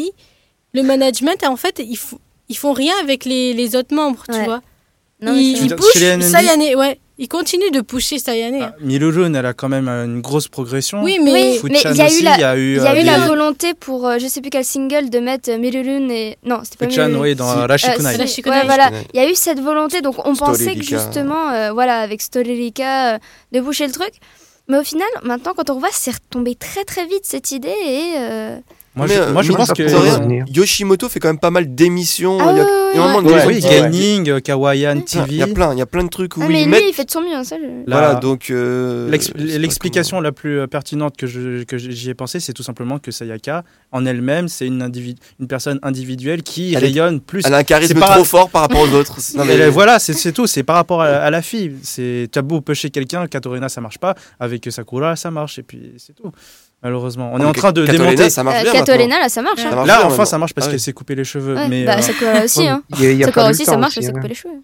[SPEAKER 6] le management, en fait, ils, fou- ils font rien avec les, les autres membres, tu
[SPEAKER 3] Ouais.
[SPEAKER 6] vois.
[SPEAKER 3] Non, mais
[SPEAKER 6] ils,
[SPEAKER 3] c'est
[SPEAKER 5] Tu
[SPEAKER 6] ils
[SPEAKER 5] veux dire,
[SPEAKER 6] pushent
[SPEAKER 5] chez les NMB?
[SPEAKER 6] Sayane, ouais. Ils continuent de pusher Sayane. hein.
[SPEAKER 5] Ah, Milojun, elle a quand même euh, une grosse progression.
[SPEAKER 6] Oui, mais.
[SPEAKER 3] Oui. Mais
[SPEAKER 5] Fuchan
[SPEAKER 3] il y a eu
[SPEAKER 5] aussi,
[SPEAKER 3] la-
[SPEAKER 5] il y a
[SPEAKER 3] Il
[SPEAKER 5] eu,
[SPEAKER 3] y a
[SPEAKER 5] euh,
[SPEAKER 3] eu la
[SPEAKER 5] des-
[SPEAKER 3] volonté pour euh, je sais plus quel single de mettre euh, Mirurun et non c'était pas
[SPEAKER 5] Fuchan,
[SPEAKER 3] Mirurun.
[SPEAKER 5] oui, dans
[SPEAKER 2] Si.
[SPEAKER 5] euh,
[SPEAKER 3] Euh,
[SPEAKER 5] Rashikunai.
[SPEAKER 3] si,
[SPEAKER 6] Rashikunai.
[SPEAKER 3] ouais, voilà.
[SPEAKER 2] Rashikunai.
[SPEAKER 3] Il y a eu cette volonté, donc on pensait que
[SPEAKER 2] Storylika.
[SPEAKER 3] justement, euh, voilà, avec Storylika, euh, de boucher le truc. Mais au final, maintenant, quand on revoit, c'est retombé très très vite cette idée et. euh,
[SPEAKER 5] Moi,
[SPEAKER 2] Mais,
[SPEAKER 5] je,
[SPEAKER 2] euh,
[SPEAKER 5] moi, je
[SPEAKER 2] mine
[SPEAKER 5] pense
[SPEAKER 2] de
[SPEAKER 5] que.
[SPEAKER 2] rien,
[SPEAKER 5] Oui,
[SPEAKER 7] revenir.
[SPEAKER 2] Yoshimoto fait quand même pas mal d'émissions.
[SPEAKER 3] Ah
[SPEAKER 2] Oh, il y a,
[SPEAKER 3] ouais,
[SPEAKER 2] il y a
[SPEAKER 3] ouais,
[SPEAKER 2] un moment
[SPEAKER 4] ouais.
[SPEAKER 2] de gens
[SPEAKER 4] Oui,
[SPEAKER 2] qui-
[SPEAKER 4] ouais.
[SPEAKER 5] Gaining, euh, Kawaiian
[SPEAKER 2] Tiens, Il
[SPEAKER 5] TV.
[SPEAKER 2] y a plein, il y a plein de trucs où
[SPEAKER 3] ah, mais
[SPEAKER 2] ils
[SPEAKER 3] lui,
[SPEAKER 2] mettent.
[SPEAKER 3] il fait de son mieux, hein, ça. je-
[SPEAKER 5] La-
[SPEAKER 2] Voilà, donc. euh,
[SPEAKER 5] l'ex-
[SPEAKER 2] je sais pas
[SPEAKER 5] L'explication la plus euh, pertinente que je- que j'y ai pensé, c'est tout simplement que Sayaka, en elle-même, c'est une, individu- une personne individuelle qui
[SPEAKER 2] Elle est-
[SPEAKER 5] rayonne plus.
[SPEAKER 2] comment- Elle a un charisme
[SPEAKER 5] C'est pas-
[SPEAKER 2] trop fort par rapport aux autres. Non, mais-
[SPEAKER 5] Elle est- voilà, c'est c'est tout, c'est par rapport à, à la fille. C'est t'as beau pêcher quelqu'un, Katorina ça marche pas, avec Sakura ça marche et puis c'est tout. Malheureusement, on est
[SPEAKER 2] Non,
[SPEAKER 5] en
[SPEAKER 2] mais
[SPEAKER 5] train de
[SPEAKER 2] Catalina,
[SPEAKER 5] démonter.
[SPEAKER 2] Ça marche
[SPEAKER 3] Euh,
[SPEAKER 2] bien. maintenant.
[SPEAKER 3] Catalina, là, ça marche.
[SPEAKER 6] Ça
[SPEAKER 2] Ça
[SPEAKER 3] Hein.
[SPEAKER 2] marche bien,
[SPEAKER 5] Là enfin
[SPEAKER 2] maintenant.
[SPEAKER 5] ça marche parce
[SPEAKER 2] Ah oui.
[SPEAKER 5] qu'elle s'est coupé les cheveux,
[SPEAKER 3] Ouais,
[SPEAKER 5] mais
[SPEAKER 3] bah,
[SPEAKER 5] euh,
[SPEAKER 3] Sakura aussi, hein.
[SPEAKER 7] Il y a- il y a
[SPEAKER 3] Sakura
[SPEAKER 7] pas
[SPEAKER 3] aussi,
[SPEAKER 7] longtemps
[SPEAKER 3] ça marche, elle
[SPEAKER 7] aussi,
[SPEAKER 3] s'est
[SPEAKER 7] hein.
[SPEAKER 3] coupé les cheveux.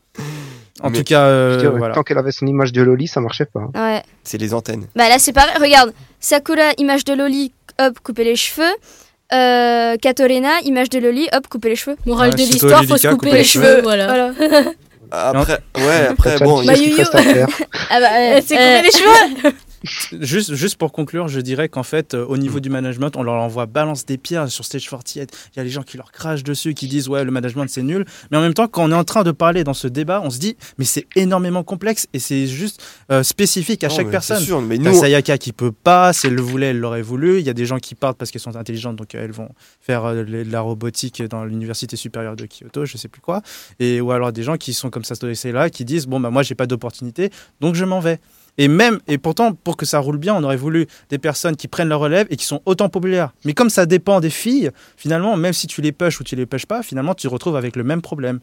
[SPEAKER 5] en
[SPEAKER 2] mais-
[SPEAKER 5] tout cas euh,
[SPEAKER 7] Je veux dire,
[SPEAKER 5] voilà.
[SPEAKER 7] Tant qu'elle avait son image de Loli, ça marchait
[SPEAKER 2] Eh,
[SPEAKER 7] pas.
[SPEAKER 3] Ouais.
[SPEAKER 2] C'est les antennes.
[SPEAKER 3] Bah là, c'est pareil, regarde. Sakura, image de Loli, hop, couper les cheveux. Euh, Katorina, image de Loli, hop, couper les cheveux.
[SPEAKER 6] Morale
[SPEAKER 5] Ouais,
[SPEAKER 6] de
[SPEAKER 5] Ah, c'est
[SPEAKER 6] l'histoire, faut
[SPEAKER 5] Lolita,
[SPEAKER 6] se couper
[SPEAKER 5] couper
[SPEAKER 6] les
[SPEAKER 5] les
[SPEAKER 6] cheveux,
[SPEAKER 3] cheveux,
[SPEAKER 6] Euh, voilà.
[SPEAKER 3] Voilà.
[SPEAKER 2] Après, ouais, après,
[SPEAKER 7] T'as
[SPEAKER 2] bon.
[SPEAKER 7] dit,
[SPEAKER 2] il y
[SPEAKER 6] Bah,
[SPEAKER 2] a-
[SPEAKER 7] qu'est-ce
[SPEAKER 6] Mayu-Yu.
[SPEAKER 7] qu'il reste à faire
[SPEAKER 3] Ah bah, euh,
[SPEAKER 6] Elle s'est coupé
[SPEAKER 3] euh,
[SPEAKER 6] les cheveux
[SPEAKER 5] Juste, juste pour conclure, je dirais qu'en fait, euh, au
[SPEAKER 2] Mm.
[SPEAKER 5] niveau du management, on leur envoie balance des pierres sur Stage 48. Il y a les gens qui leur crachent dessus, qui disent ouais, le management c'est nul. Mais en même temps, quand on est en train de parler dans ce débat, on se dit mais c'est énormément complexe et c'est juste euh, spécifique à
[SPEAKER 2] Non,
[SPEAKER 5] chaque
[SPEAKER 2] mais
[SPEAKER 5] personne.
[SPEAKER 2] C'est sûr, mais
[SPEAKER 5] T'as
[SPEAKER 2] nous.
[SPEAKER 5] Sayaka qui peut pas, si elle le voulait, elle l'aurait voulu. Il y a des gens qui partent parce qu'elles sont intelligentes, donc euh, elles vont faire euh, les- de la robotique dans l'université supérieure de Kyoto, je sais plus quoi. Et ou alors des gens qui sont comme ça, là, qui disent bon bah moi j'ai pas d'opportunité, donc je m'en vais. Et même et pourtant pour que ça roule bien, on aurait voulu des personnes qui prennent leur relève et qui sont autant populaires. Mais comme ça dépend des filles, finalement même si tu les pushes ou tu les pushes pas, finalement tu te retrouves avec le même problème.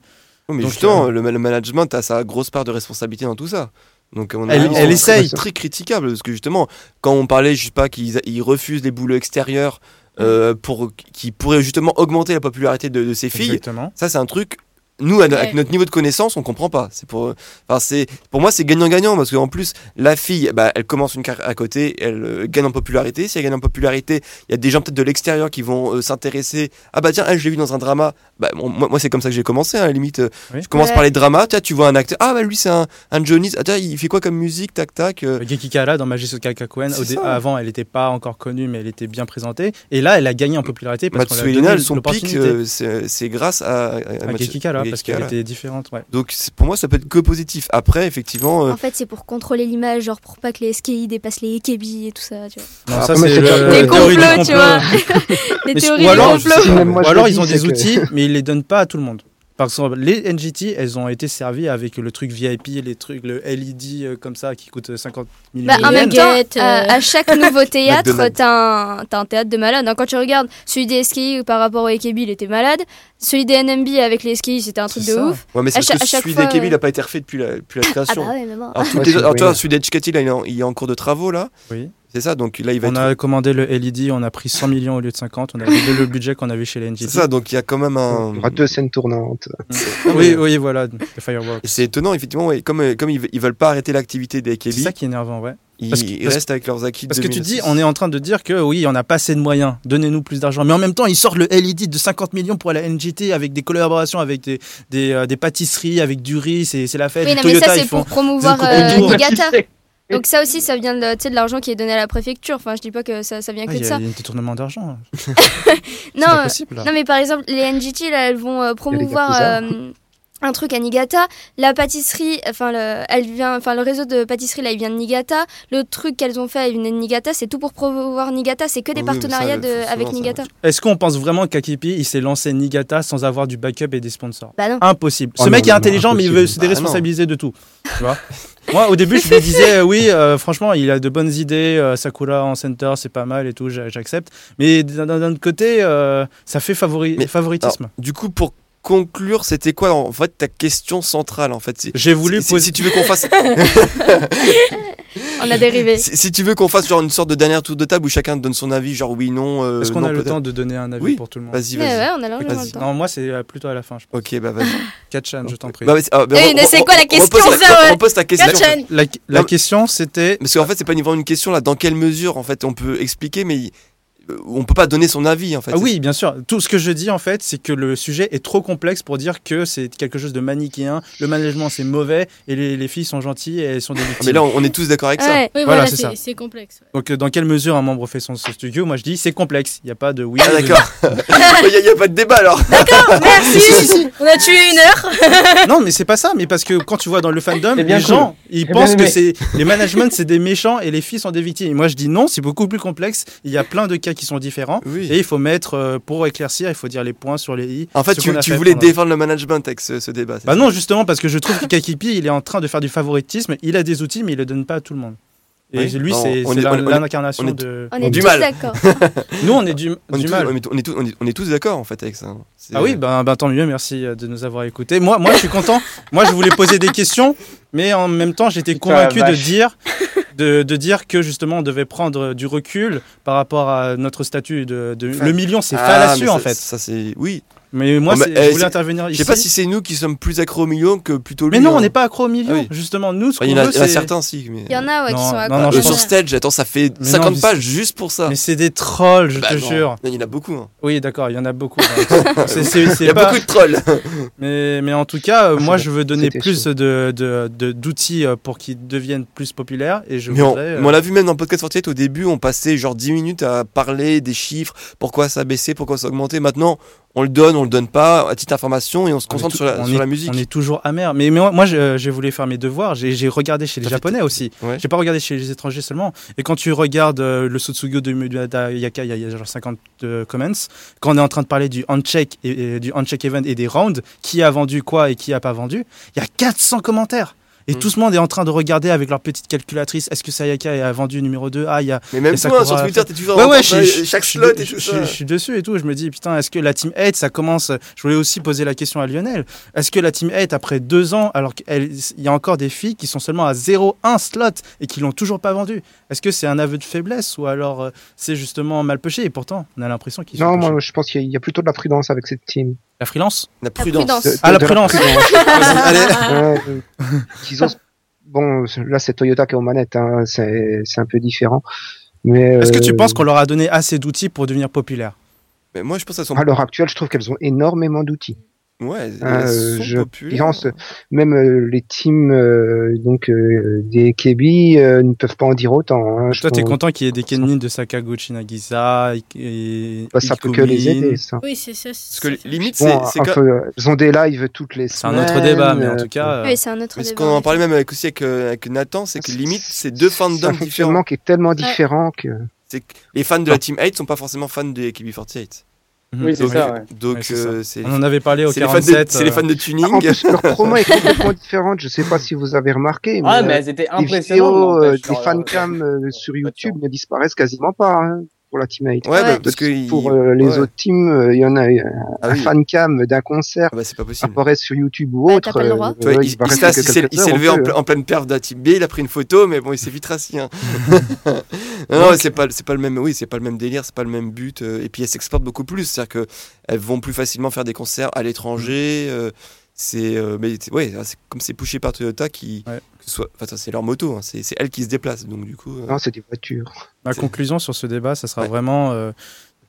[SPEAKER 2] Mais
[SPEAKER 5] Donc, euh,
[SPEAKER 2] justement, le le management a sa grosse part de responsabilité dans tout ça. Donc, on a
[SPEAKER 5] Elle-
[SPEAKER 2] ils
[SPEAKER 5] elle
[SPEAKER 2] sont
[SPEAKER 5] essaye.
[SPEAKER 2] Très critiquable, parce que justement, quand on parlait, je sais pas, qu'ils ils refusent les boulots extérieurs euh, pour qui pourraient justement augmenter la popularité de, de ces filles.
[SPEAKER 5] Exactement.
[SPEAKER 2] Ça, c'est un truc. Nous, à no- avec
[SPEAKER 6] Ouais.
[SPEAKER 2] notre niveau de connaissance, on comprend pas. C'est pour, enfin, c'est pour moi, c'est gagnant-gagnant parce qu'en plus, la fille, bah, elle commence une carrière à côté, elle euh, gagne en popularité. Si elle gagne en popularité, il y a des gens peut-être de l'extérieur qui vont euh, s'intéresser. Ah bah tiens, elle, je l'ai vu dans un drama. Bah, bon, moi, moi, c'est comme ça que j'ai commencé. hein, à la limite, euh,
[SPEAKER 5] Oui.
[SPEAKER 2] je commence
[SPEAKER 3] Ouais.
[SPEAKER 2] par les dramas. Tiens, tu vois un acteur. Ah bah lui, c'est un, un Johnny. Ah tiens, il fait quoi comme musique, tac tac. euh,
[SPEAKER 5] Gekikara dans Magisoka Kakuen,
[SPEAKER 2] C'est
[SPEAKER 5] au dé-
[SPEAKER 2] ça.
[SPEAKER 5] avant elle n'était pas encore connue mais elle était bien présentée et là elle a gagné en popularité parce qu'on
[SPEAKER 2] Matsu
[SPEAKER 5] lui a
[SPEAKER 2] Elena,
[SPEAKER 5] donné
[SPEAKER 2] son pic,
[SPEAKER 5] l'opportunité
[SPEAKER 2] euh, c'est c'est grâce à, à,
[SPEAKER 5] à
[SPEAKER 2] Matsu-
[SPEAKER 5] Gekikara parce qu'elle
[SPEAKER 2] Gekikara.
[SPEAKER 5] était différente. Ouais.
[SPEAKER 2] Donc c'est- pour moi, ça peut être que positif. Après, effectivement, euh,
[SPEAKER 3] En fait, c'est pour contrôler l'image, genre pour pas que les SKI dépassent les EKB et tout ça, tu vois.
[SPEAKER 5] Non,
[SPEAKER 7] Ah,
[SPEAKER 5] ça
[SPEAKER 7] mais
[SPEAKER 5] c'est
[SPEAKER 7] c'est
[SPEAKER 5] le-
[SPEAKER 7] pas-
[SPEAKER 5] la
[SPEAKER 7] Des
[SPEAKER 5] théorie du
[SPEAKER 3] complots, tu
[SPEAKER 5] complot.
[SPEAKER 3] vois.
[SPEAKER 5] Mais
[SPEAKER 3] Les
[SPEAKER 5] c'est-
[SPEAKER 3] théories
[SPEAKER 5] ou
[SPEAKER 3] du
[SPEAKER 5] alors,
[SPEAKER 3] complot.
[SPEAKER 5] je sais pas,
[SPEAKER 7] Même moi,
[SPEAKER 5] ou
[SPEAKER 7] je
[SPEAKER 5] alors
[SPEAKER 7] le
[SPEAKER 5] ils
[SPEAKER 7] dis,
[SPEAKER 5] ont des
[SPEAKER 7] c'est que-
[SPEAKER 5] outils mais ils les donnent pas à tout le monde. Par exemple, les NGT, elles ont été servies avec le truc VIP, les trucs, le LED euh, comme ça qui coûte 50 millions
[SPEAKER 3] Bah,
[SPEAKER 5] de
[SPEAKER 3] en même
[SPEAKER 5] yens.
[SPEAKER 3] temps,
[SPEAKER 6] Nuggets,
[SPEAKER 3] euh,
[SPEAKER 6] euh.
[SPEAKER 3] à chaque nouveau théâtre,
[SPEAKER 2] McDonald's.
[SPEAKER 3] t'as un, t'as un théâtre de malade. hein. Quand tu regardes celui des SKI par rapport au EKB, il était malade. Celui des NMB avec les SKI, c'était un truc
[SPEAKER 5] C'est
[SPEAKER 3] de
[SPEAKER 5] ça.
[SPEAKER 3] ouf.
[SPEAKER 2] ouais, mais c'est
[SPEAKER 3] à
[SPEAKER 2] parce
[SPEAKER 3] cha-
[SPEAKER 2] que
[SPEAKER 3] à chaque
[SPEAKER 2] celui
[SPEAKER 3] fois,
[SPEAKER 2] d'Akebi,
[SPEAKER 3] ouais.
[SPEAKER 2] il n'a pas été refait depuis la, depuis la
[SPEAKER 3] Ah
[SPEAKER 2] création.
[SPEAKER 3] bah ouais, mais bon.
[SPEAKER 2] Alors, tout
[SPEAKER 7] Ouais,
[SPEAKER 2] est-
[SPEAKER 7] c'est
[SPEAKER 2] alors, toi,
[SPEAKER 7] moyen.
[SPEAKER 2] celui d'Edge Cathy, là, il est en- il est en cours de travaux, là.
[SPEAKER 5] Oui.
[SPEAKER 2] C'est- C'est ça, donc là il va
[SPEAKER 5] On
[SPEAKER 2] être-
[SPEAKER 5] a commandé le LED, on a pris 100 millions au lieu de 50, on a doublé le budget qu'on avait chez les
[SPEAKER 2] C'est
[SPEAKER 5] NGT.
[SPEAKER 2] ça, donc il y a quand même un.
[SPEAKER 7] Il y aura deux scènes tournantes.
[SPEAKER 5] Oui, oui, voilà, le firework.
[SPEAKER 2] Et C'est étonnant, effectivement, ouais, comme, euh, comme ils, ils veulent pas arrêter l'activité des
[SPEAKER 5] C'est
[SPEAKER 2] AKB,
[SPEAKER 5] ça qui est énervant, ouais.
[SPEAKER 2] ils,
[SPEAKER 5] parce que-
[SPEAKER 2] ils
[SPEAKER 5] parce-
[SPEAKER 2] restent avec leurs acquis de
[SPEAKER 5] Parce que tu
[SPEAKER 2] 2006.
[SPEAKER 5] dis, on est en train de dire que oui, on n'a pas assez de moyens, donnez-nous plus d'argent. Mais en même temps, ils sortent le LED de 50 millions pour la NGT avec des collaborations, avec des, des, euh, des pâtisseries, avec du riz, c'est c'est la fête.
[SPEAKER 3] Oui, non, mais
[SPEAKER 5] Toyota,
[SPEAKER 3] ça,
[SPEAKER 5] ils
[SPEAKER 3] c'est
[SPEAKER 5] font-
[SPEAKER 3] pour promouvoir
[SPEAKER 5] ils font
[SPEAKER 3] euh,
[SPEAKER 5] autour.
[SPEAKER 3] Niigata. Donc, ça aussi, ça vient de, tu sais, de l'argent qui est donné à la préfecture. Enfin, je dis pas que ça, ça vient
[SPEAKER 5] Ah,
[SPEAKER 3] que
[SPEAKER 5] Il
[SPEAKER 3] de
[SPEAKER 5] y a
[SPEAKER 3] ça.
[SPEAKER 5] il y a un détournement d'argent. C'est
[SPEAKER 3] Non,
[SPEAKER 5] pas
[SPEAKER 3] euh,
[SPEAKER 5] possible. là.
[SPEAKER 3] Non, mais par exemple, les NGT, là, elles vont euh, promouvoir
[SPEAKER 7] Yakuza.
[SPEAKER 3] euh, un truc à Niigata. La pâtisserie, enfin, le, elle vient, enfin, le réseau de pâtisserie, là, il vient de Niigata. Le truc qu'elles ont fait, il vient de Niigata. C'est tout pour promouvoir Niigata. C'est que des
[SPEAKER 2] Oui, mais ça,
[SPEAKER 3] partenariats de-
[SPEAKER 2] faut souvent,
[SPEAKER 3] avec
[SPEAKER 2] ça.
[SPEAKER 3] Niigata.
[SPEAKER 5] Est-ce qu'on pense vraiment qu'Akipi, il s'est lancé Niigata sans avoir du backup et des sponsors
[SPEAKER 3] Bah non.
[SPEAKER 5] Impossible. Ce
[SPEAKER 4] Oh
[SPEAKER 5] mec
[SPEAKER 4] non,
[SPEAKER 5] est
[SPEAKER 4] non,
[SPEAKER 5] intelligent, mais il veut se
[SPEAKER 2] Bah non.
[SPEAKER 5] déresponsabiliser de tout. Tu vois Moi, au début, je me disais, euh, oui, euh, franchement, il a de bonnes idées. euh, Sakura en center, c'est pas mal et tout, j'a- j'accepte. Mais d'un d'un autre côté, euh, ça fait favori
[SPEAKER 2] Mais-
[SPEAKER 5] favoritisme.
[SPEAKER 2] Du coup, pour conclure, c'était quoi en fait ta question centrale en fait si,
[SPEAKER 5] J'ai voulu
[SPEAKER 2] si-
[SPEAKER 5] poser.
[SPEAKER 2] si tu veux qu'on fasse,
[SPEAKER 5] Ah,
[SPEAKER 3] On a dérivé.
[SPEAKER 2] si, si tu veux qu'on fasse genre une sorte de dernière tour de table où chacun donne son avis, genre oui, non. euh,
[SPEAKER 5] Est-ce qu'on
[SPEAKER 2] non,
[SPEAKER 5] a le
[SPEAKER 2] peut-être.
[SPEAKER 5] temps de donner un avis
[SPEAKER 2] Oui.
[SPEAKER 5] pour tout le monde
[SPEAKER 2] Vas-y,
[SPEAKER 3] Eh Ouais,
[SPEAKER 2] vas-y.
[SPEAKER 3] ouais, on a largement
[SPEAKER 2] Vas-y.
[SPEAKER 3] le temps.
[SPEAKER 5] Non, moi, c'est euh, plutôt à la fin. je
[SPEAKER 2] Ok, bah vas-y.
[SPEAKER 5] pense. Katchan, je t'en prie.
[SPEAKER 2] Bah, vas-y, ah, bah,
[SPEAKER 6] Eh, mais
[SPEAKER 2] on-
[SPEAKER 6] c'est
[SPEAKER 2] on-
[SPEAKER 6] quoi la
[SPEAKER 2] on
[SPEAKER 6] question,
[SPEAKER 2] repose
[SPEAKER 6] ça, ouais
[SPEAKER 2] on repose ta question.
[SPEAKER 6] Gachan
[SPEAKER 5] la la
[SPEAKER 2] Non, mais-
[SPEAKER 5] question, c'était.
[SPEAKER 2] Parce qu'en fait, c'est pas vraiment une question là. Dans quelle mesure en fait on peut expliquer, mais euh, on peut pas donner son avis en fait.
[SPEAKER 5] Ah oui, bien sûr. Tout ce que je dis, en fait, c'est que le sujet est trop complexe pour dire que c'est quelque chose de manichéen. Le management, c'est mauvais et les, les filles sont gentilles et elles sont des
[SPEAKER 2] Ah,
[SPEAKER 5] victimes.
[SPEAKER 2] mais là, on on est tous d'accord avec ça.
[SPEAKER 3] Ouais.
[SPEAKER 6] Oui,
[SPEAKER 5] Voilà,
[SPEAKER 6] voilà,
[SPEAKER 5] c'est ça.
[SPEAKER 6] c'est- c'est complexe. ouais.
[SPEAKER 5] Donc, euh, dans quelle mesure un membre fait son son studio Moi, je dis, c'est complexe. Il n'y a pas de oui.
[SPEAKER 2] Ah
[SPEAKER 5] ou de
[SPEAKER 2] d'accord. Il n'y a, pas de débat alors.
[SPEAKER 6] Merci On a tué une heure
[SPEAKER 5] non. Non, mais c'est pas ça. Mais parce que quand tu vois dans le fandom,
[SPEAKER 4] Eh bien,
[SPEAKER 5] les
[SPEAKER 4] cool.
[SPEAKER 5] gens, ils
[SPEAKER 4] bien
[SPEAKER 5] pensent que
[SPEAKER 4] aimé.
[SPEAKER 5] c'est les managements, c'est des méchants et les filles sont des victimes. Et moi, je dis non, c'est beaucoup plus complexe. Il y a plein de cas qui sont différents.
[SPEAKER 2] Oui.
[SPEAKER 5] Et il faut mettre, euh, pour éclaircir, il faut dire les points sur les i.
[SPEAKER 2] En fait,
[SPEAKER 5] ce
[SPEAKER 2] tu,
[SPEAKER 5] qu'on a
[SPEAKER 2] tu voulais
[SPEAKER 5] pendant-
[SPEAKER 2] défendre le management avec ce, ce débat. c'est
[SPEAKER 5] Bah
[SPEAKER 2] ça
[SPEAKER 5] non, justement, parce que je trouve que Kakipi, il est en train de faire du favoritisme. Il a des outils, mais il ne les donne pas à tout le monde. Et
[SPEAKER 2] Oui.
[SPEAKER 5] lui,
[SPEAKER 2] Non,
[SPEAKER 5] c'est
[SPEAKER 2] on
[SPEAKER 5] c'est
[SPEAKER 2] est-
[SPEAKER 5] la-
[SPEAKER 2] on est- on est-
[SPEAKER 5] l'incarnation
[SPEAKER 2] on est-
[SPEAKER 5] de.
[SPEAKER 3] On est
[SPEAKER 2] Du
[SPEAKER 3] tous
[SPEAKER 2] mal.
[SPEAKER 3] d'accord.
[SPEAKER 5] Nous, on est du,
[SPEAKER 2] on, est
[SPEAKER 5] du
[SPEAKER 2] tous,
[SPEAKER 5] mal.
[SPEAKER 2] on est- on est tous- on est- on est tous d'accord en fait avec ça. hein. C'est-
[SPEAKER 5] Ah oui, ben, ben, tant mieux, merci euh, de nous avoir écoutés. Moi, moi, je suis content. moi, je voulais poser des questions, mais en même temps, j'étais
[SPEAKER 4] Putain, la
[SPEAKER 5] convaincu de
[SPEAKER 4] vache.
[SPEAKER 5] dire, de, de dire que justement, on devait prendre euh, du recul par rapport à notre statut de. de-
[SPEAKER 2] Enfin,
[SPEAKER 5] le million, c'est
[SPEAKER 2] Ah, mais
[SPEAKER 5] fallacieux
[SPEAKER 2] ça-
[SPEAKER 5] en fait.
[SPEAKER 2] Ça c'est oui.
[SPEAKER 5] Mais moi,
[SPEAKER 2] Oh, mais,
[SPEAKER 5] c'est-
[SPEAKER 2] eh,
[SPEAKER 5] je voulais
[SPEAKER 2] c'est-
[SPEAKER 5] intervenir
[SPEAKER 2] Je
[SPEAKER 5] ici.
[SPEAKER 2] sais pas si c'est nous qui sommes plus accro au million que plutôt lui.
[SPEAKER 5] Mais non,
[SPEAKER 2] hein.
[SPEAKER 5] on n'est pas accro au million.
[SPEAKER 2] Ah oui.
[SPEAKER 5] Justement, nous, ce
[SPEAKER 2] Enfin, il
[SPEAKER 5] qu'on
[SPEAKER 2] y en a,
[SPEAKER 5] veut,
[SPEAKER 2] il y en a
[SPEAKER 5] c'est-
[SPEAKER 2] certains si. Mais...
[SPEAKER 3] Il y en a ouais, qui
[SPEAKER 5] Non,
[SPEAKER 3] sont
[SPEAKER 5] non,
[SPEAKER 3] à
[SPEAKER 5] non,
[SPEAKER 2] Euh,
[SPEAKER 5] je
[SPEAKER 3] côté.
[SPEAKER 2] sur
[SPEAKER 5] pense-
[SPEAKER 2] stage, attends, ça fait
[SPEAKER 5] Mais non,
[SPEAKER 2] 50
[SPEAKER 5] mais
[SPEAKER 2] pages juste pour ça.
[SPEAKER 5] Mais c'est des trolls, je
[SPEAKER 2] Bah
[SPEAKER 5] te
[SPEAKER 2] non.
[SPEAKER 5] jure.
[SPEAKER 2] Il y en a beaucoup. hein.
[SPEAKER 5] Oui, d'accord, il y en a beaucoup. C'est- c'est-
[SPEAKER 2] Il
[SPEAKER 5] c'est
[SPEAKER 2] y a
[SPEAKER 5] pas-
[SPEAKER 2] beaucoup de trolls.
[SPEAKER 5] mais, mais en tout cas, euh,
[SPEAKER 7] Ah,
[SPEAKER 5] moi,
[SPEAKER 7] c'est
[SPEAKER 5] je veux donner
[SPEAKER 7] C'était
[SPEAKER 5] plus de- de- de- d'outils euh, pour qu'ils deviennent plus populaires. Et je
[SPEAKER 2] Mais on,
[SPEAKER 5] voudrais, euh,
[SPEAKER 2] mais on l'a vu même dans le podcast 48, au début, on passait genre 10 minutes à parler des chiffres, pourquoi ça baissait, pourquoi ça augmentait. Maintenant, on le donne, on le donne pas, à titre d'information, et on se
[SPEAKER 5] on est
[SPEAKER 2] concentre
[SPEAKER 5] tout-
[SPEAKER 2] sur, la,
[SPEAKER 5] on
[SPEAKER 2] sur
[SPEAKER 5] est-
[SPEAKER 2] la musique.
[SPEAKER 5] On est toujours amer. Mais, mais moi, moi, je- j'ai voulu faire mes devoirs. J'ai j'ai regardé chez les
[SPEAKER 2] T'as fait-
[SPEAKER 5] Japonais aussi.
[SPEAKER 2] Ouais.
[SPEAKER 5] J'ai pas regardé chez les étrangers seulement. Et quand tu regardes euh, le Sotsugo de Murata Yaka, il y a- il y a genre 50 euh, comments. Quand on est en train de parler du uncheck et, et du uncheck event et des rounds, qui a vendu quoi et qui a pas vendu, il y a 400 commentaires. Et
[SPEAKER 2] Mm.
[SPEAKER 5] tout ce monde est en train de regarder avec leur petite calculatrice. Est-ce que Sayaka a vendu numéro 2 Ah, il y a
[SPEAKER 2] Mais même
[SPEAKER 5] Et ça
[SPEAKER 2] toi,
[SPEAKER 5] court
[SPEAKER 2] sur
[SPEAKER 5] à la
[SPEAKER 2] Twitter, t'es toujours
[SPEAKER 5] Ouais,
[SPEAKER 2] en
[SPEAKER 5] Bah ouais,
[SPEAKER 2] train de-
[SPEAKER 5] je- je-
[SPEAKER 2] chaque
[SPEAKER 5] je suis
[SPEAKER 2] slot
[SPEAKER 5] de-
[SPEAKER 2] et tout
[SPEAKER 5] je-
[SPEAKER 2] ça.
[SPEAKER 5] je- je suis dessus et tout. Je me dis, putain, est-ce que la team 8, ça commence. Je voulais aussi poser la question à Lionel. Est-ce que la team 8, après deux ans, alors qu'il y a encore des filles qui sont seulement à 0,1 slot et qui l'ont toujours pas vendu, est-ce que c'est un aveu de faiblesse ou alors euh, c'est justement mal pêché Et pourtant, on a l'impression qu'ils sont.
[SPEAKER 7] Non,
[SPEAKER 5] pêchés.
[SPEAKER 7] moi, je pense qu'il y a- il y a plutôt de la prudence avec cette team.
[SPEAKER 5] La freelance
[SPEAKER 2] La
[SPEAKER 3] La
[SPEAKER 2] prudence.
[SPEAKER 3] prudence.
[SPEAKER 7] De- de-
[SPEAKER 5] Ah, la
[SPEAKER 7] de
[SPEAKER 5] prudence
[SPEAKER 7] Ouais, euh, qu'ils osent- Bon, là, c'est Toyota qui est aux manettes, hein, c'est c'est un peu différent. Mais
[SPEAKER 5] Est-ce que tu
[SPEAKER 7] euh,
[SPEAKER 5] penses qu'on leur a donné assez d'outils pour devenir populaire
[SPEAKER 2] Mais moi, je pense qu'elles sont,
[SPEAKER 7] à l'heure actuelle, je trouve qu'elles ont énormément d'outils.
[SPEAKER 2] ouais, elles
[SPEAKER 7] Ah,
[SPEAKER 2] sont
[SPEAKER 7] euh, je
[SPEAKER 2] populaires.
[SPEAKER 7] pense- Même euh, les teams euh, donc euh, des Kebi euh, ne peuvent pas en dire autant. hein, je
[SPEAKER 5] Toi, t'es
[SPEAKER 7] pense.
[SPEAKER 5] content qu'il y ait des Kenin de Sakaguchi Nagisa et.
[SPEAKER 7] Bah, ça peut que les
[SPEAKER 5] Ikumin.
[SPEAKER 7] aider. Ça.
[SPEAKER 6] Oui, c'est ça. c'est
[SPEAKER 2] Parce que
[SPEAKER 6] ça.
[SPEAKER 2] limite, c'est
[SPEAKER 7] Bon,
[SPEAKER 2] c'est
[SPEAKER 7] un
[SPEAKER 2] quand-
[SPEAKER 7] peu, euh, ils ont des lives toutes les
[SPEAKER 5] C'est un
[SPEAKER 7] semaines.
[SPEAKER 5] autre débat, mais en
[SPEAKER 7] euh,
[SPEAKER 5] tout cas. euh,
[SPEAKER 3] Oui, c'est un autre
[SPEAKER 2] mais ce
[SPEAKER 3] débat.
[SPEAKER 2] qu'on en parlait même avec, aussi avec, euh, avec Nathan, c'est que limite, c'est deux
[SPEAKER 7] Ah, C'est un
[SPEAKER 2] fandoms différents.
[SPEAKER 7] fonctionnement qui est tellement différent que.
[SPEAKER 2] C'est que les fans de la Team 8 sont pas forcément fans de AKB 48.
[SPEAKER 5] mhm.
[SPEAKER 4] Oui, c'est
[SPEAKER 2] Donc,
[SPEAKER 4] ça, ouais.
[SPEAKER 5] Ouais,
[SPEAKER 2] donc
[SPEAKER 5] c'est ça.
[SPEAKER 2] euh, c'est
[SPEAKER 5] On en avait parlé au euh,
[SPEAKER 2] c'est les, fans de-
[SPEAKER 5] 47.
[SPEAKER 2] c'est les fans de
[SPEAKER 7] Ah, en
[SPEAKER 2] tuning.
[SPEAKER 7] plus, leur promo est complètement différente. Je sais pas si vous avez remarqué, mais,
[SPEAKER 4] Ah,
[SPEAKER 7] euh,
[SPEAKER 4] mais elles étaient
[SPEAKER 7] les
[SPEAKER 4] impressionnantes.
[SPEAKER 7] vidéos, euh,
[SPEAKER 4] n'empêche,
[SPEAKER 7] des
[SPEAKER 4] genre,
[SPEAKER 7] fancams euh,
[SPEAKER 4] euh,
[SPEAKER 7] sur YouTube ne disparaissent quasiment pas. hein. pour la team Haïti.
[SPEAKER 2] Ouais, bah,
[SPEAKER 3] Ouais.
[SPEAKER 2] parce que
[SPEAKER 7] pour
[SPEAKER 2] il-
[SPEAKER 7] euh, les
[SPEAKER 2] ouais.
[SPEAKER 7] autres teams, euh, il y en a euh,
[SPEAKER 2] Ah
[SPEAKER 7] un
[SPEAKER 2] oui.
[SPEAKER 7] fan cam d'un concert
[SPEAKER 2] Ah bah, c'est pas possible.
[SPEAKER 7] apparaît sur YouTube ou
[SPEAKER 3] Bah, t'as
[SPEAKER 7] autre.
[SPEAKER 3] pas le
[SPEAKER 7] euh,
[SPEAKER 3] droit.
[SPEAKER 2] Tu vois,
[SPEAKER 7] ouais,
[SPEAKER 2] il,
[SPEAKER 7] va
[SPEAKER 2] il s'est-
[SPEAKER 7] rester
[SPEAKER 2] il
[SPEAKER 7] quelques euh.
[SPEAKER 2] s'est il s'est
[SPEAKER 7] heures,
[SPEAKER 2] levé en,
[SPEAKER 7] on peut,
[SPEAKER 2] ple- en pleine perf de la team B, il a pris une photo, mais bon, il s'est vite rassis. hein. non, non, c'est pas, c'est pas le même. Oui, c'est pas le même délire, c'est pas le même but. euh, et puis elles s'exportent beaucoup plus, c'est-à-dire que elles vont plus facilement faire des concerts à
[SPEAKER 5] Mm.
[SPEAKER 2] l'étranger. euh, c'est, euh, mais c'est- ouais, c'est comme c'est poussé par Toyota qui,
[SPEAKER 5] Ouais.
[SPEAKER 2] que ce soit, enfin, ça, c'est leur moto, hein, c'est, c'est elles qui se déplacent. Donc du coup, euh,
[SPEAKER 7] euh,
[SPEAKER 5] Ah.
[SPEAKER 7] Non, c'est des voitures.
[SPEAKER 5] Ma
[SPEAKER 2] C'est-
[SPEAKER 5] conclusion sur ce débat, ça sera
[SPEAKER 2] Ouais.
[SPEAKER 5] vraiment. euh,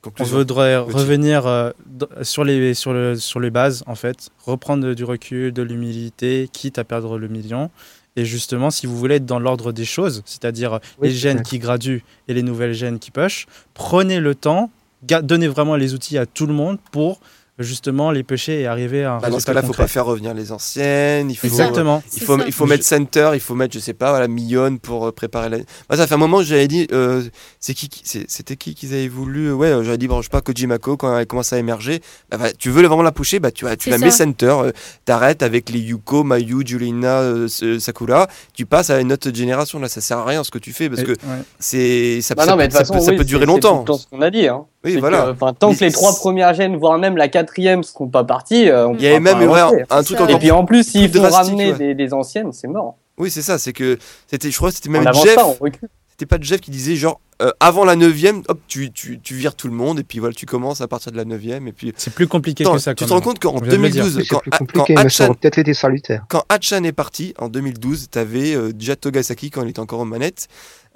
[SPEAKER 5] on
[SPEAKER 2] conclusion.
[SPEAKER 5] voudrait
[SPEAKER 2] Petit.
[SPEAKER 5] revenir euh, d- sur, les, sur, le, sur les bases, en fait. Reprendre du recul, de l'humilité, quitte à perdre le million. Et justement, si vous voulez être dans l'ordre des choses, c'est-à-dire euh,
[SPEAKER 7] Oui,
[SPEAKER 5] les gènes qui graduent et les nouvelles gènes qui push, prenez le temps, ga- donnez vraiment les outils à tout le monde pour euh, justement les pêcher et arriver à un
[SPEAKER 2] Bah, dans ce
[SPEAKER 5] résultat
[SPEAKER 2] cas-là, faut
[SPEAKER 5] concret.
[SPEAKER 2] pas faire euh, revenir les anciennes. Il faut,
[SPEAKER 5] Exactement.
[SPEAKER 2] Il
[SPEAKER 6] C'est
[SPEAKER 2] faut,
[SPEAKER 6] ça.
[SPEAKER 2] il faut mettre center, il faut mettre, je sais pas, voilà, Millionne pour euh, préparer la. Moi, ça fait un moment que j'avais dit, euh, c'est qui, qui- c'est- c'était qui qu'ils avaient voulu, euh, ouais, euh, j'avais dit, bon, je sais pas, Kojimako, quand elle commence à émerger, bah, bah, tu veux vraiment la pousser, bah, tu, vas- tu
[SPEAKER 6] C'est
[SPEAKER 2] la
[SPEAKER 6] ça.
[SPEAKER 2] mets center, euh, t'arrêtes avec les Yuko, Mayu, Julina, euh, S- Sakura, tu passes à une autre génération, là, ça sert à rien ce que tu fais, parce
[SPEAKER 5] Et-
[SPEAKER 2] que
[SPEAKER 5] ouais.
[SPEAKER 2] c'est, ça,
[SPEAKER 4] Bah
[SPEAKER 2] ça
[SPEAKER 4] non, mais
[SPEAKER 2] peut-
[SPEAKER 4] de toute
[SPEAKER 2] ça peut,
[SPEAKER 4] façon,
[SPEAKER 2] ça
[SPEAKER 4] oui,
[SPEAKER 2] peut durer
[SPEAKER 4] c'est- c'est
[SPEAKER 2] longtemps.
[SPEAKER 4] tout le temps ce qu'on a dit. Hein.
[SPEAKER 2] Oui,
[SPEAKER 4] C'est que,
[SPEAKER 2] voilà.
[SPEAKER 4] enfin, tant que
[SPEAKER 2] Mais
[SPEAKER 4] les trois
[SPEAKER 2] c'est-
[SPEAKER 4] premières gènes, voire même la quatrième, seront pas parties, euh, on
[SPEAKER 2] Il y avait
[SPEAKER 4] pourra
[SPEAKER 2] même,
[SPEAKER 4] pas
[SPEAKER 2] ouais,
[SPEAKER 4] avancer.
[SPEAKER 2] un truc
[SPEAKER 6] ça.
[SPEAKER 2] encore
[SPEAKER 4] Et puis en plus, s'il
[SPEAKER 2] Plus
[SPEAKER 4] faut
[SPEAKER 2] drastique,
[SPEAKER 4] ramener
[SPEAKER 2] ouais.
[SPEAKER 4] des, des anciennes, c'est mort.
[SPEAKER 2] Oui, c'est ça, c'est que, c'était, je crois, que c'était même
[SPEAKER 4] on avance
[SPEAKER 2] Jeff.
[SPEAKER 4] pas, on recule.
[SPEAKER 2] C'était pas Jeff qui disait genre euh, avant la 9 hop, tu, tu, tu vires tout le monde et puis voilà, tu commences à partir de la 9 et puis.
[SPEAKER 5] C'est plus compliqué
[SPEAKER 2] Attends,
[SPEAKER 5] que ça.
[SPEAKER 2] tu
[SPEAKER 5] quand
[SPEAKER 2] te rends
[SPEAKER 5] même.
[SPEAKER 2] compte qu'en
[SPEAKER 5] On vient de le dire.
[SPEAKER 7] Mais
[SPEAKER 2] 2012,
[SPEAKER 7] C'est
[SPEAKER 2] quand,
[SPEAKER 7] plus
[SPEAKER 2] A- quand
[SPEAKER 7] compliqué, mais ça
[SPEAKER 2] Hachan-
[SPEAKER 7] aurait peut-être été salutaire.
[SPEAKER 2] quand Hachan est parti en 2012, t'avais euh, déjà Togasaki quand il était encore aux manettes,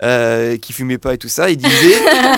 [SPEAKER 2] euh, qui fumait pas et tout ça. Il disait,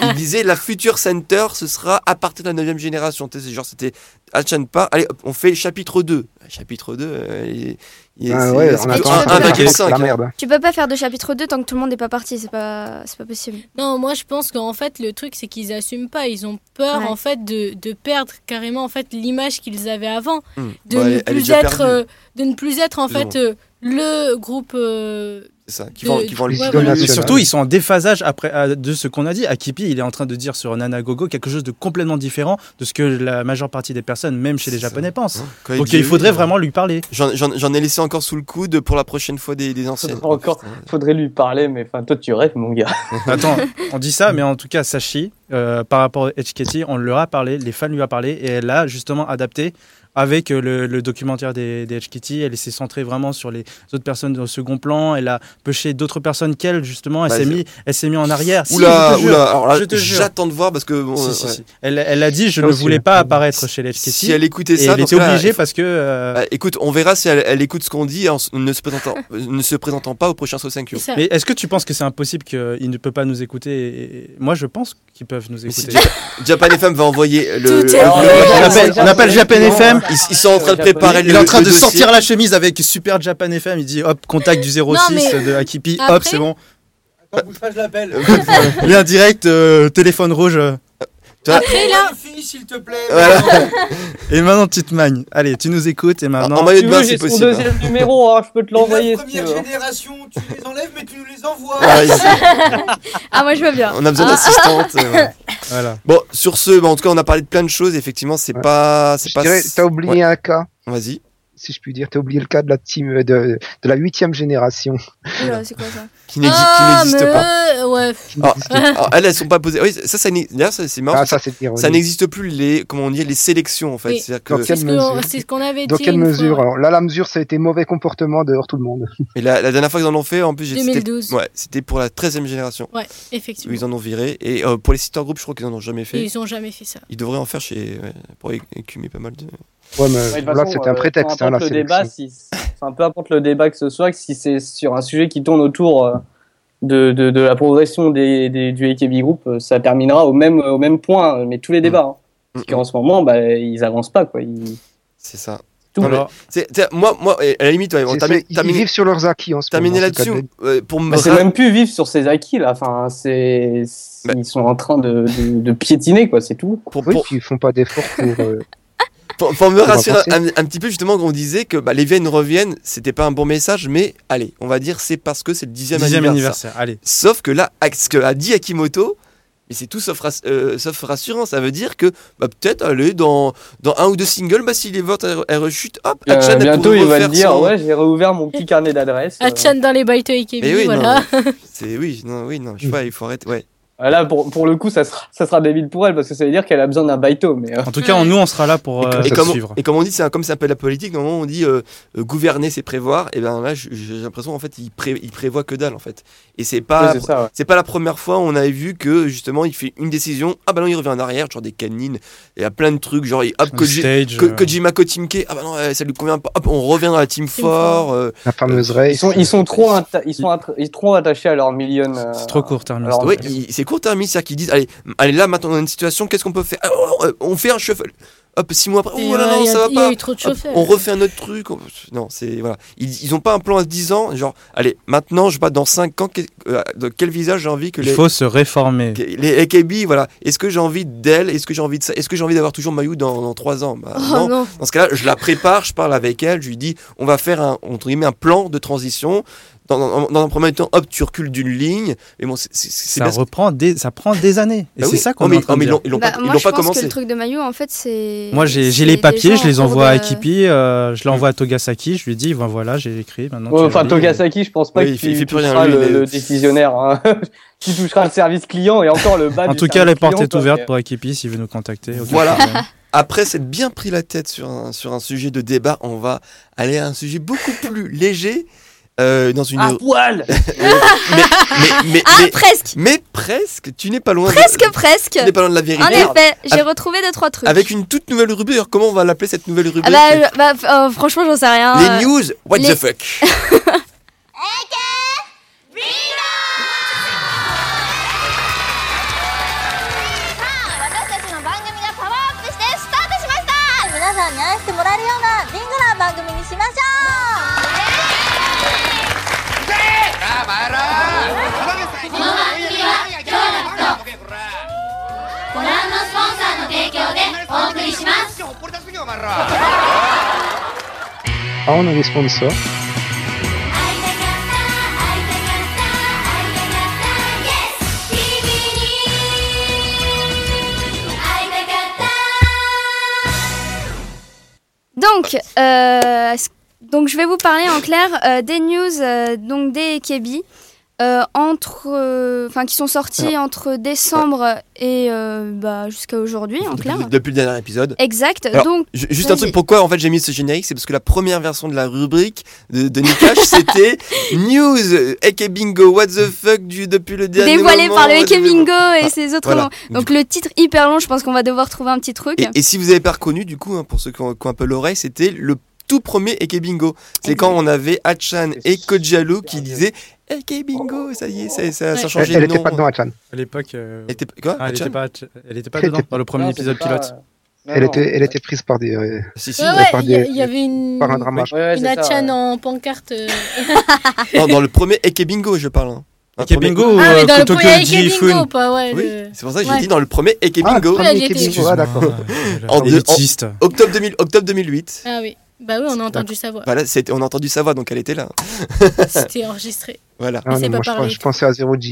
[SPEAKER 2] il disait la future center, ce sera à partir de la 9 génération. Tu sais, c'est genre, c'était Hachan part, allez, hop, on fait chapitre 2. Chapitre 2, euh, il- il-
[SPEAKER 7] Ah
[SPEAKER 2] c'est-
[SPEAKER 7] ouais,
[SPEAKER 2] c'est
[SPEAKER 7] on
[SPEAKER 2] pas
[SPEAKER 7] attend
[SPEAKER 2] un-
[SPEAKER 7] un
[SPEAKER 3] peu
[SPEAKER 7] peu
[SPEAKER 3] la-
[SPEAKER 7] la-
[SPEAKER 2] 1,5,
[SPEAKER 7] la
[SPEAKER 2] hein.
[SPEAKER 7] merde.
[SPEAKER 3] Tu peux pas faire de chapitre 2 tant que tout le monde n'est pas parti, c'est pas, c'est pas possible.
[SPEAKER 6] Non, moi je pense qu'en fait le truc c'est qu'ils assument pas, ils ont peur
[SPEAKER 3] Ouais.
[SPEAKER 6] en fait de, de perdre carrément en fait l'image qu'ils avaient avant,
[SPEAKER 2] Hmm.
[SPEAKER 6] de
[SPEAKER 2] Bon, elle-
[SPEAKER 6] ne
[SPEAKER 2] elle est
[SPEAKER 6] plus
[SPEAKER 2] déjà
[SPEAKER 6] être
[SPEAKER 2] perdue,
[SPEAKER 6] euh, de ne plus être en
[SPEAKER 2] Plus ou
[SPEAKER 6] fait euh, le groupe euh,
[SPEAKER 2] c'est ça, qui vend,
[SPEAKER 6] de-
[SPEAKER 2] qui vend le
[SPEAKER 6] ouais,
[SPEAKER 2] plus.
[SPEAKER 6] voilà.
[SPEAKER 5] Mais
[SPEAKER 7] National.
[SPEAKER 5] surtout, ils sont en déphasage après, à- de ce qu'on a dit. Akipi, il est en train de dire sur Nanagogo quelque chose de complètement différent de ce que la majeure partie des personnes, même chez les
[SPEAKER 2] C'est ça.
[SPEAKER 5] Japonais, pensent.
[SPEAKER 2] Quand
[SPEAKER 5] Donc
[SPEAKER 2] dit
[SPEAKER 5] il
[SPEAKER 2] oui,
[SPEAKER 5] faudrait
[SPEAKER 2] euh,
[SPEAKER 5] vraiment lui parler.
[SPEAKER 2] J'en- J'en j'en ai laissé encore sous le coude pour la prochaine fois des, des anciennes. Oh,
[SPEAKER 4] Faudrait encore-
[SPEAKER 2] Putain.
[SPEAKER 4] Faudrait lui parler, mais enfin, toi, tu rêves, mon gars.
[SPEAKER 5] Attends, on dit ça, mais en tout cas, Sachi, euh, par rapport à Etchiketi, on leur a parlé, les fans lui ont parlé, et elle l'a justement adapté avec euh, le, le documentaire des, des Etchiketi. Elle s'est centrée vraiment sur les autres personnes au second plan. Elle a pêché d'autres personnes qu'elle, justement. Elle
[SPEAKER 2] Bah,
[SPEAKER 5] s'est
[SPEAKER 2] c'est-
[SPEAKER 5] mis, elle s'est mis en arrière. Si,
[SPEAKER 2] Oula,
[SPEAKER 5] je te jure.
[SPEAKER 2] oula, alors là,
[SPEAKER 5] je te jure.
[SPEAKER 2] j'attends de voir parce que bon, euh,
[SPEAKER 5] Si, si,
[SPEAKER 2] ouais. Ah
[SPEAKER 5] si. Elle, elle a dit, je
[SPEAKER 7] Ça
[SPEAKER 5] ne
[SPEAKER 7] aussi,
[SPEAKER 5] voulais
[SPEAKER 7] ouais.
[SPEAKER 5] pas apparaître chez les
[SPEAKER 2] si,
[SPEAKER 5] Etchiketi.
[SPEAKER 2] elle écoutait
[SPEAKER 5] Et
[SPEAKER 2] ça,
[SPEAKER 5] elle
[SPEAKER 2] dans ce
[SPEAKER 5] était
[SPEAKER 2] cas-là,
[SPEAKER 5] obligée
[SPEAKER 2] il faut-
[SPEAKER 5] parce que. euh,
[SPEAKER 2] Bah, écoute, on verra si elle, elle écoute ce qu'on dit en s- ne se présentant, euh, ne se présentant pas au prochain Sosenkyo.
[SPEAKER 6] ça.
[SPEAKER 5] Mais est-ce que tu penses que c'est impossible qu'il ne peut pas nous écouter Et- et- Moi, je pense qu'ils peuvent nous
[SPEAKER 2] Mais si
[SPEAKER 5] écouter.
[SPEAKER 2] Ja- Japan FM va envoyer le.
[SPEAKER 6] Tout
[SPEAKER 2] le-
[SPEAKER 6] est
[SPEAKER 2] le-
[SPEAKER 6] Alors,
[SPEAKER 5] on appelle- on appelle Japan FM.
[SPEAKER 2] ils, ils sont en train de
[SPEAKER 4] Japonais.
[SPEAKER 2] préparer
[SPEAKER 5] Il
[SPEAKER 2] le.
[SPEAKER 5] est en train
[SPEAKER 2] le
[SPEAKER 5] de
[SPEAKER 2] dossier.
[SPEAKER 5] sortir la chemise avec Super Japan FM. Il dit hop, contact du 06
[SPEAKER 6] mais
[SPEAKER 5] de Akipi. Hop,
[SPEAKER 6] après-
[SPEAKER 5] c'est bon.
[SPEAKER 8] Attends, bouge pas, je l'appelle.
[SPEAKER 5] Lien direct, euh, téléphone rouge. euh.
[SPEAKER 6] Après là,
[SPEAKER 8] Finis, s'il te plaît.
[SPEAKER 2] Voilà.
[SPEAKER 5] Et maintenant, tu te magnes. Allez, tu nous écoutes et
[SPEAKER 2] En-
[SPEAKER 5] maintenant.
[SPEAKER 2] En maillot
[SPEAKER 4] Tu
[SPEAKER 2] de
[SPEAKER 4] veux,
[SPEAKER 2] bain, c'est
[SPEAKER 4] j'ai son
[SPEAKER 2] possible. hein.
[SPEAKER 4] deuxième numéro, hein, je peux te l'envoyer si
[SPEAKER 8] La
[SPEAKER 4] tu
[SPEAKER 8] première
[SPEAKER 4] veux.
[SPEAKER 8] génération, tu les enlèves, mais tu nous les envoies.
[SPEAKER 2] Ah, ici,
[SPEAKER 3] Ah, moi je veux bien.
[SPEAKER 2] on a besoin d'assistantes. euh, voilà.
[SPEAKER 5] Voilà.
[SPEAKER 2] Bon, sur ce, bah, en tout cas, on a parlé de plein de choses. Effectivement, c'est
[SPEAKER 7] Ouais.
[SPEAKER 2] pas, c'est
[SPEAKER 7] Je
[SPEAKER 2] pas.
[SPEAKER 7] dirais, t'as oublié
[SPEAKER 2] Ouais,
[SPEAKER 7] un cas,
[SPEAKER 2] Vas-y.
[SPEAKER 7] si je puis dire, t'as oublié le cas de la team euh, de, de la huitième génération.
[SPEAKER 3] Oula, c'est quoi ça
[SPEAKER 2] Qui n'exi-
[SPEAKER 6] ah,
[SPEAKER 2] qui n'existe
[SPEAKER 6] mais
[SPEAKER 2] pas.
[SPEAKER 6] eux, ouais,
[SPEAKER 7] qui
[SPEAKER 2] Ah.
[SPEAKER 7] n'existait pas.
[SPEAKER 2] Alors, elles, elles sont pas posées. Oui, ça, ça n'ex- d'ailleurs, ça, c'est marrant.
[SPEAKER 7] Ah, ça, c'est dire.
[SPEAKER 2] ça n'existe plus les comment on dit les sélections en fait
[SPEAKER 6] Oui.
[SPEAKER 2] c'est-à-dire
[SPEAKER 7] Dans
[SPEAKER 2] que
[SPEAKER 6] c'est
[SPEAKER 7] Quelle
[SPEAKER 6] ce que-
[SPEAKER 7] mesure
[SPEAKER 6] c'est ce qu'on avait
[SPEAKER 7] Dans
[SPEAKER 6] dit
[SPEAKER 7] quelle
[SPEAKER 6] une fois,
[SPEAKER 7] mesure Alors là, la mesure, ça a été mauvais comportement dehors tout le monde.
[SPEAKER 2] et la, la dernière fois qu'ils en ont fait en plus j'ai- c'était-
[SPEAKER 6] 2012.
[SPEAKER 2] ouais c'était pour la 13e génération
[SPEAKER 6] ouais,
[SPEAKER 2] où
[SPEAKER 6] effectivement.
[SPEAKER 2] ils en ont viré et euh, pour les sister groupes je crois qu'ils en ont jamais fait
[SPEAKER 6] Ils ont jamais fait ça.
[SPEAKER 2] ils devraient en faire chez ouais, pour é- écumer pas mal de
[SPEAKER 7] Ouais, mais
[SPEAKER 4] Ouais, de toute
[SPEAKER 7] là,
[SPEAKER 4] façon,
[SPEAKER 7] c'était
[SPEAKER 4] euh,
[SPEAKER 7] un prétexte.
[SPEAKER 4] peu
[SPEAKER 7] Hein,
[SPEAKER 4] importe
[SPEAKER 7] la
[SPEAKER 4] le
[SPEAKER 7] sélection.
[SPEAKER 4] débat, si, enfin, peu importe le débat que ce soit, que si c'est sur un sujet qui tourne autour euh, de, de, de la progression des, des- du AKB Group, euh, ça terminera au même, au même point, euh, mais tous les débats. hein.
[SPEAKER 2] Mm.
[SPEAKER 4] Parce qu'en ce moment, bah, ils avancent pas. Quoi. Ils...
[SPEAKER 2] c'est ça
[SPEAKER 4] Tout,
[SPEAKER 2] Non, mais-
[SPEAKER 5] Alors,
[SPEAKER 2] c'est c'est- moi moi et à la limite ouais, on
[SPEAKER 7] C'est-
[SPEAKER 2] termine-
[SPEAKER 7] c'est- Ils
[SPEAKER 2] termine-
[SPEAKER 7] vivent sur leurs acquis en ce moment.
[SPEAKER 2] terminer
[SPEAKER 7] c'est le cas de
[SPEAKER 2] là-dessus euh, pour me
[SPEAKER 4] Bah, c'est
[SPEAKER 2] ra-
[SPEAKER 4] même plus vivre sur ces acquis là. Enfin, c'est
[SPEAKER 2] Bah.
[SPEAKER 4] ils sont en train de, de, de piétiner quoi, c'est tout.
[SPEAKER 2] pour,
[SPEAKER 7] Oui,
[SPEAKER 2] pour-
[SPEAKER 7] puis ils font pas d'efforts pour. euh,
[SPEAKER 2] pour- pour me
[SPEAKER 7] va
[SPEAKER 2] rassurer
[SPEAKER 7] penser.
[SPEAKER 2] un, un petit peu justement qu'on disait que bah, les viennes reviennent c'était pas un bon message mais allez on va dire c'est parce que c'est le 10e,
[SPEAKER 5] dixième
[SPEAKER 2] anniversaire
[SPEAKER 5] anniversaire. Allez.
[SPEAKER 2] Sauf que là, à- ce que a dit Akimoto, mais c'est tout sauf, rass- euh, sauf rassurant. Ça veut dire que bah, peut-être aller dans, dans un ou deux singles, bah, si les votes elles, elles rechutent, hop,
[SPEAKER 4] Euh,
[SPEAKER 2] Hachan, elle
[SPEAKER 4] bientôt
[SPEAKER 2] pourrait
[SPEAKER 4] ils vont
[SPEAKER 2] refaire
[SPEAKER 4] dire
[SPEAKER 2] son-
[SPEAKER 4] ouais, j'ai réouvert mon petit
[SPEAKER 3] Ah,
[SPEAKER 4] carnet d'adresses. euh,
[SPEAKER 6] Hachan dans les bails de
[SPEAKER 2] Mais oui,
[SPEAKER 6] voilà.
[SPEAKER 2] non, mais c'est oui, non, oui, non, je sais pas, il faut arrêter. Ouais.
[SPEAKER 4] Ah, Là, pour, pour le coup, ça sera, ça sera débile pour elle parce que ça veut dire qu'elle a besoin d'un baito. Mais euh,
[SPEAKER 5] En tout cas, on- nous, on sera là pour euh,
[SPEAKER 2] et,
[SPEAKER 5] te
[SPEAKER 2] comme,
[SPEAKER 5] suivre.
[SPEAKER 2] et comme on dit, c'est un- comme c'est un peu de la politique, normalement on dit euh, euh, gouverner c'est prévoir, et bien là j- j'ai l'impression en fait il, pré- il prévoit que dalle en fait. Et c'est
[SPEAKER 4] ouais,
[SPEAKER 7] Ah,
[SPEAKER 2] pas,
[SPEAKER 4] c'est ça. ouais.
[SPEAKER 2] c'est pas la première fois où on avait vu que justement il fait une décision, ah bah non il revient en arrière, genre des canines, il y a plein de trucs, genre il- hop
[SPEAKER 5] On
[SPEAKER 2] Koji,
[SPEAKER 5] stage,
[SPEAKER 2] Ko-
[SPEAKER 5] euh,
[SPEAKER 2] Kojima Kotimke, ah bah non euh, ça lui convient pas, hop on revient dans la team
[SPEAKER 6] Team
[SPEAKER 2] fort, euh,
[SPEAKER 7] La fameuse race.
[SPEAKER 4] Ils sont, ils sont trop, atta- ils sont attra- ils sont trop attachés à leur million. euh,
[SPEAKER 5] c'est trop court terme.
[SPEAKER 4] alors,
[SPEAKER 2] Ouais, il- c'est court-termiste, c'est-à-dire qu'ils disent allez, allez, là maintenant on a une situation, qu'est-ce qu'on peut faire Ah, on, on fait un shuffle. Hop, six mois après,
[SPEAKER 6] Et,
[SPEAKER 2] oh là
[SPEAKER 6] euh,
[SPEAKER 2] là,
[SPEAKER 6] il y a-
[SPEAKER 2] ça va
[SPEAKER 6] Il y
[SPEAKER 2] pas.
[SPEAKER 6] a eu trop de
[SPEAKER 2] Hop,
[SPEAKER 6] chauffeurs.
[SPEAKER 2] on refait un autre truc. on- Non, c'est voilà. Ils, ils ont pas un plan à 10 ans, genre allez, maintenant je bats dans 5 ans que- euh, de quel visage j'ai envie que
[SPEAKER 5] Il
[SPEAKER 2] les
[SPEAKER 5] faut se réformer.
[SPEAKER 2] que- les AKB voilà. Est-ce que j'ai envie d'elle Est-ce que j'ai envie de ça Est-ce que j'ai envie d'avoir toujours Mayu dans, dans 3 ans Bah,
[SPEAKER 3] Oh non.
[SPEAKER 2] dans ce cas-là, je la prépare, je parle avec elle, je lui dis, on va faire un, entre guillemets, un plan de transition. Dans, dans- dans un premier temps, hop, tu recules d'une ligne. Mais bon, c'est- c'est c'est
[SPEAKER 5] Ça,
[SPEAKER 2] bien ce-
[SPEAKER 5] reprend des, ça prend des années. Et
[SPEAKER 2] Bah
[SPEAKER 5] c'est
[SPEAKER 2] oui.
[SPEAKER 5] ça qu'on
[SPEAKER 2] Oh,
[SPEAKER 5] est
[SPEAKER 2] mais-
[SPEAKER 5] en train
[SPEAKER 2] oh, mais
[SPEAKER 5] de
[SPEAKER 2] ils
[SPEAKER 5] dire.
[SPEAKER 2] l'ont- ils l'ont
[SPEAKER 3] Bah,
[SPEAKER 2] pas, ils
[SPEAKER 3] moi,
[SPEAKER 2] l'ont
[SPEAKER 3] je
[SPEAKER 2] pas
[SPEAKER 3] pense
[SPEAKER 2] commencé.
[SPEAKER 3] que le truc de Mayu, en fait, c'est.
[SPEAKER 5] Moi, j'ai j'ai
[SPEAKER 3] c'est
[SPEAKER 5] les
[SPEAKER 3] des
[SPEAKER 5] papiers,
[SPEAKER 3] gens
[SPEAKER 5] je les
[SPEAKER 3] en cours
[SPEAKER 5] envoie à
[SPEAKER 3] de-
[SPEAKER 5] Ekipi, euh, je l'envoie à Togasaki, je lui dis, ben voilà, j'ai écrit, maintenant
[SPEAKER 4] Ouais,
[SPEAKER 5] tu
[SPEAKER 4] enfin,
[SPEAKER 5] relis.
[SPEAKER 4] Togasaki, je pense pas
[SPEAKER 2] Oui,
[SPEAKER 4] qu'il
[SPEAKER 2] il fait- il fait plus rien,
[SPEAKER 4] touchera
[SPEAKER 2] lui,
[SPEAKER 4] le,
[SPEAKER 2] il est-
[SPEAKER 4] le décisionnaire, hein, qui touchera le service client et encore le bas.
[SPEAKER 5] En
[SPEAKER 4] du
[SPEAKER 5] tout cas,
[SPEAKER 4] service
[SPEAKER 5] la porte
[SPEAKER 4] client,
[SPEAKER 5] est
[SPEAKER 4] quoi,
[SPEAKER 5] ouverte
[SPEAKER 4] mais-
[SPEAKER 5] pour Ekipi s'il veut nous contacter. aucun
[SPEAKER 2] Voilà.
[SPEAKER 5] problème.
[SPEAKER 2] Après s'être bien pris la tête sur un, sur un sujet de débat, on va aller à un sujet beaucoup plus léger. euh, dans une.
[SPEAKER 4] À poil
[SPEAKER 2] mais, mais, mais,
[SPEAKER 3] Ah,
[SPEAKER 2] mais-
[SPEAKER 3] presque
[SPEAKER 2] mais presque, tu n'es pas loin. de-
[SPEAKER 3] Presque, Ah, presque
[SPEAKER 2] Tu n'es pas loin de la vérité.
[SPEAKER 3] En effet, j'ai
[SPEAKER 2] Avec-
[SPEAKER 3] retrouvé deux, trois trucs.
[SPEAKER 2] Avec une toute nouvelle rubrique. Alors, comment on va l'appeler cette nouvelle rubrique
[SPEAKER 3] Ah bah, je- bah, f- euh, franchement, j'en sais rien.
[SPEAKER 2] Les
[SPEAKER 3] euh.
[SPEAKER 2] news, what
[SPEAKER 3] les-
[SPEAKER 2] the fuck
[SPEAKER 7] Ah, on a des sponsors.
[SPEAKER 3] Donc, euh, ce- donc, je vais vous parler en clair euh, des news euh, donc des Kebi. euh, entre, euh, enfin, qui sont sortis entre décembre et euh, bah, jusqu'à aujourd'hui, en
[SPEAKER 2] depuis,
[SPEAKER 3] clair.
[SPEAKER 2] depuis le dernier épisode.
[SPEAKER 3] Exact.
[SPEAKER 2] Alors,
[SPEAKER 3] donc,
[SPEAKER 2] Ju- Juste un
[SPEAKER 3] Vas-y.
[SPEAKER 2] truc, pourquoi en fait j'ai mis ce générique C'est parce que la première version de la rubrique de, de Nikash c'était News, euh, AK Bingo, What the fuck du, depuis le dernier
[SPEAKER 3] dévoilé
[SPEAKER 2] moment,
[SPEAKER 3] par le
[SPEAKER 2] what the-
[SPEAKER 3] Eke Bingo et
[SPEAKER 2] Ah,
[SPEAKER 3] ses autres
[SPEAKER 2] voilà.
[SPEAKER 3] noms. Donc, le titre hyper long, je pense qu'on va devoir trouver un petit truc.
[SPEAKER 2] Et, et si vous n'avez pas reconnu, du coup, hein, pour ceux qui ont, qui ont un peu l'oreille, c'était le tout premier Eke Bingo. C'est quand on avait Hachan et Kojalu qui disaient Eke Bingo, ça y est, ça, ça, ça a
[SPEAKER 6] Ouais.
[SPEAKER 2] changé
[SPEAKER 7] Elle
[SPEAKER 2] de
[SPEAKER 7] n'était
[SPEAKER 2] nom.
[SPEAKER 7] pas dedans, Atlan.
[SPEAKER 5] À l'époque, euh,
[SPEAKER 2] Elle était pas- quoi
[SPEAKER 5] ah, elle
[SPEAKER 2] Hatchan
[SPEAKER 5] était pas, elle était pas
[SPEAKER 7] Elle
[SPEAKER 5] dedans
[SPEAKER 7] était-
[SPEAKER 5] dans le premier
[SPEAKER 4] Non,
[SPEAKER 5] épisode
[SPEAKER 4] c'était pas,
[SPEAKER 5] pilote.
[SPEAKER 4] euh,
[SPEAKER 7] Elle
[SPEAKER 4] non,
[SPEAKER 7] était,
[SPEAKER 4] non.
[SPEAKER 7] elle était prise par des, euh,
[SPEAKER 2] Si, si.
[SPEAKER 6] Ouais, ouais,
[SPEAKER 7] par
[SPEAKER 6] il y a-
[SPEAKER 7] des-
[SPEAKER 6] il y avait une.
[SPEAKER 7] par un drama.
[SPEAKER 4] Ouais, ouais,
[SPEAKER 6] Une
[SPEAKER 4] c'est ça,
[SPEAKER 6] Hatchan
[SPEAKER 4] ouais.
[SPEAKER 6] en pancarte. euh,
[SPEAKER 2] Non, dans le premier Eke Bingo, je parle. hein. Un
[SPEAKER 5] Eke
[SPEAKER 2] premier-
[SPEAKER 5] Bingo ou
[SPEAKER 6] Ah, mais
[SPEAKER 5] euh,
[SPEAKER 6] dans le
[SPEAKER 5] Kotoko
[SPEAKER 6] premier Ike Bingo,
[SPEAKER 5] Jifun
[SPEAKER 6] pas, ouais.
[SPEAKER 2] Oui,
[SPEAKER 3] euh,
[SPEAKER 6] le-
[SPEAKER 2] c'est pour ça que j'ai
[SPEAKER 6] Ouais.
[SPEAKER 2] dit dans le premier Eke
[SPEAKER 7] Ah,
[SPEAKER 2] Bingo.
[SPEAKER 7] premier
[SPEAKER 6] Ouais,
[SPEAKER 7] Kebingo,
[SPEAKER 5] Excuse-moi,
[SPEAKER 7] ah, d'accord.
[SPEAKER 5] euh,
[SPEAKER 2] En deux- en-
[SPEAKER 5] élitiste.
[SPEAKER 2] Octobre, 2000, octobre 2008.
[SPEAKER 6] Ah oui. Bah oui, on a entendu sa voix.
[SPEAKER 2] Voilà, c'était- on a entendu sa voix, donc elle était là.
[SPEAKER 6] C'était enregistré.
[SPEAKER 2] Voilà.
[SPEAKER 7] Ah,
[SPEAKER 6] Elle s'est
[SPEAKER 7] non,
[SPEAKER 6] pas
[SPEAKER 7] moi, je,
[SPEAKER 6] parlée.
[SPEAKER 7] je pensais à Zero G.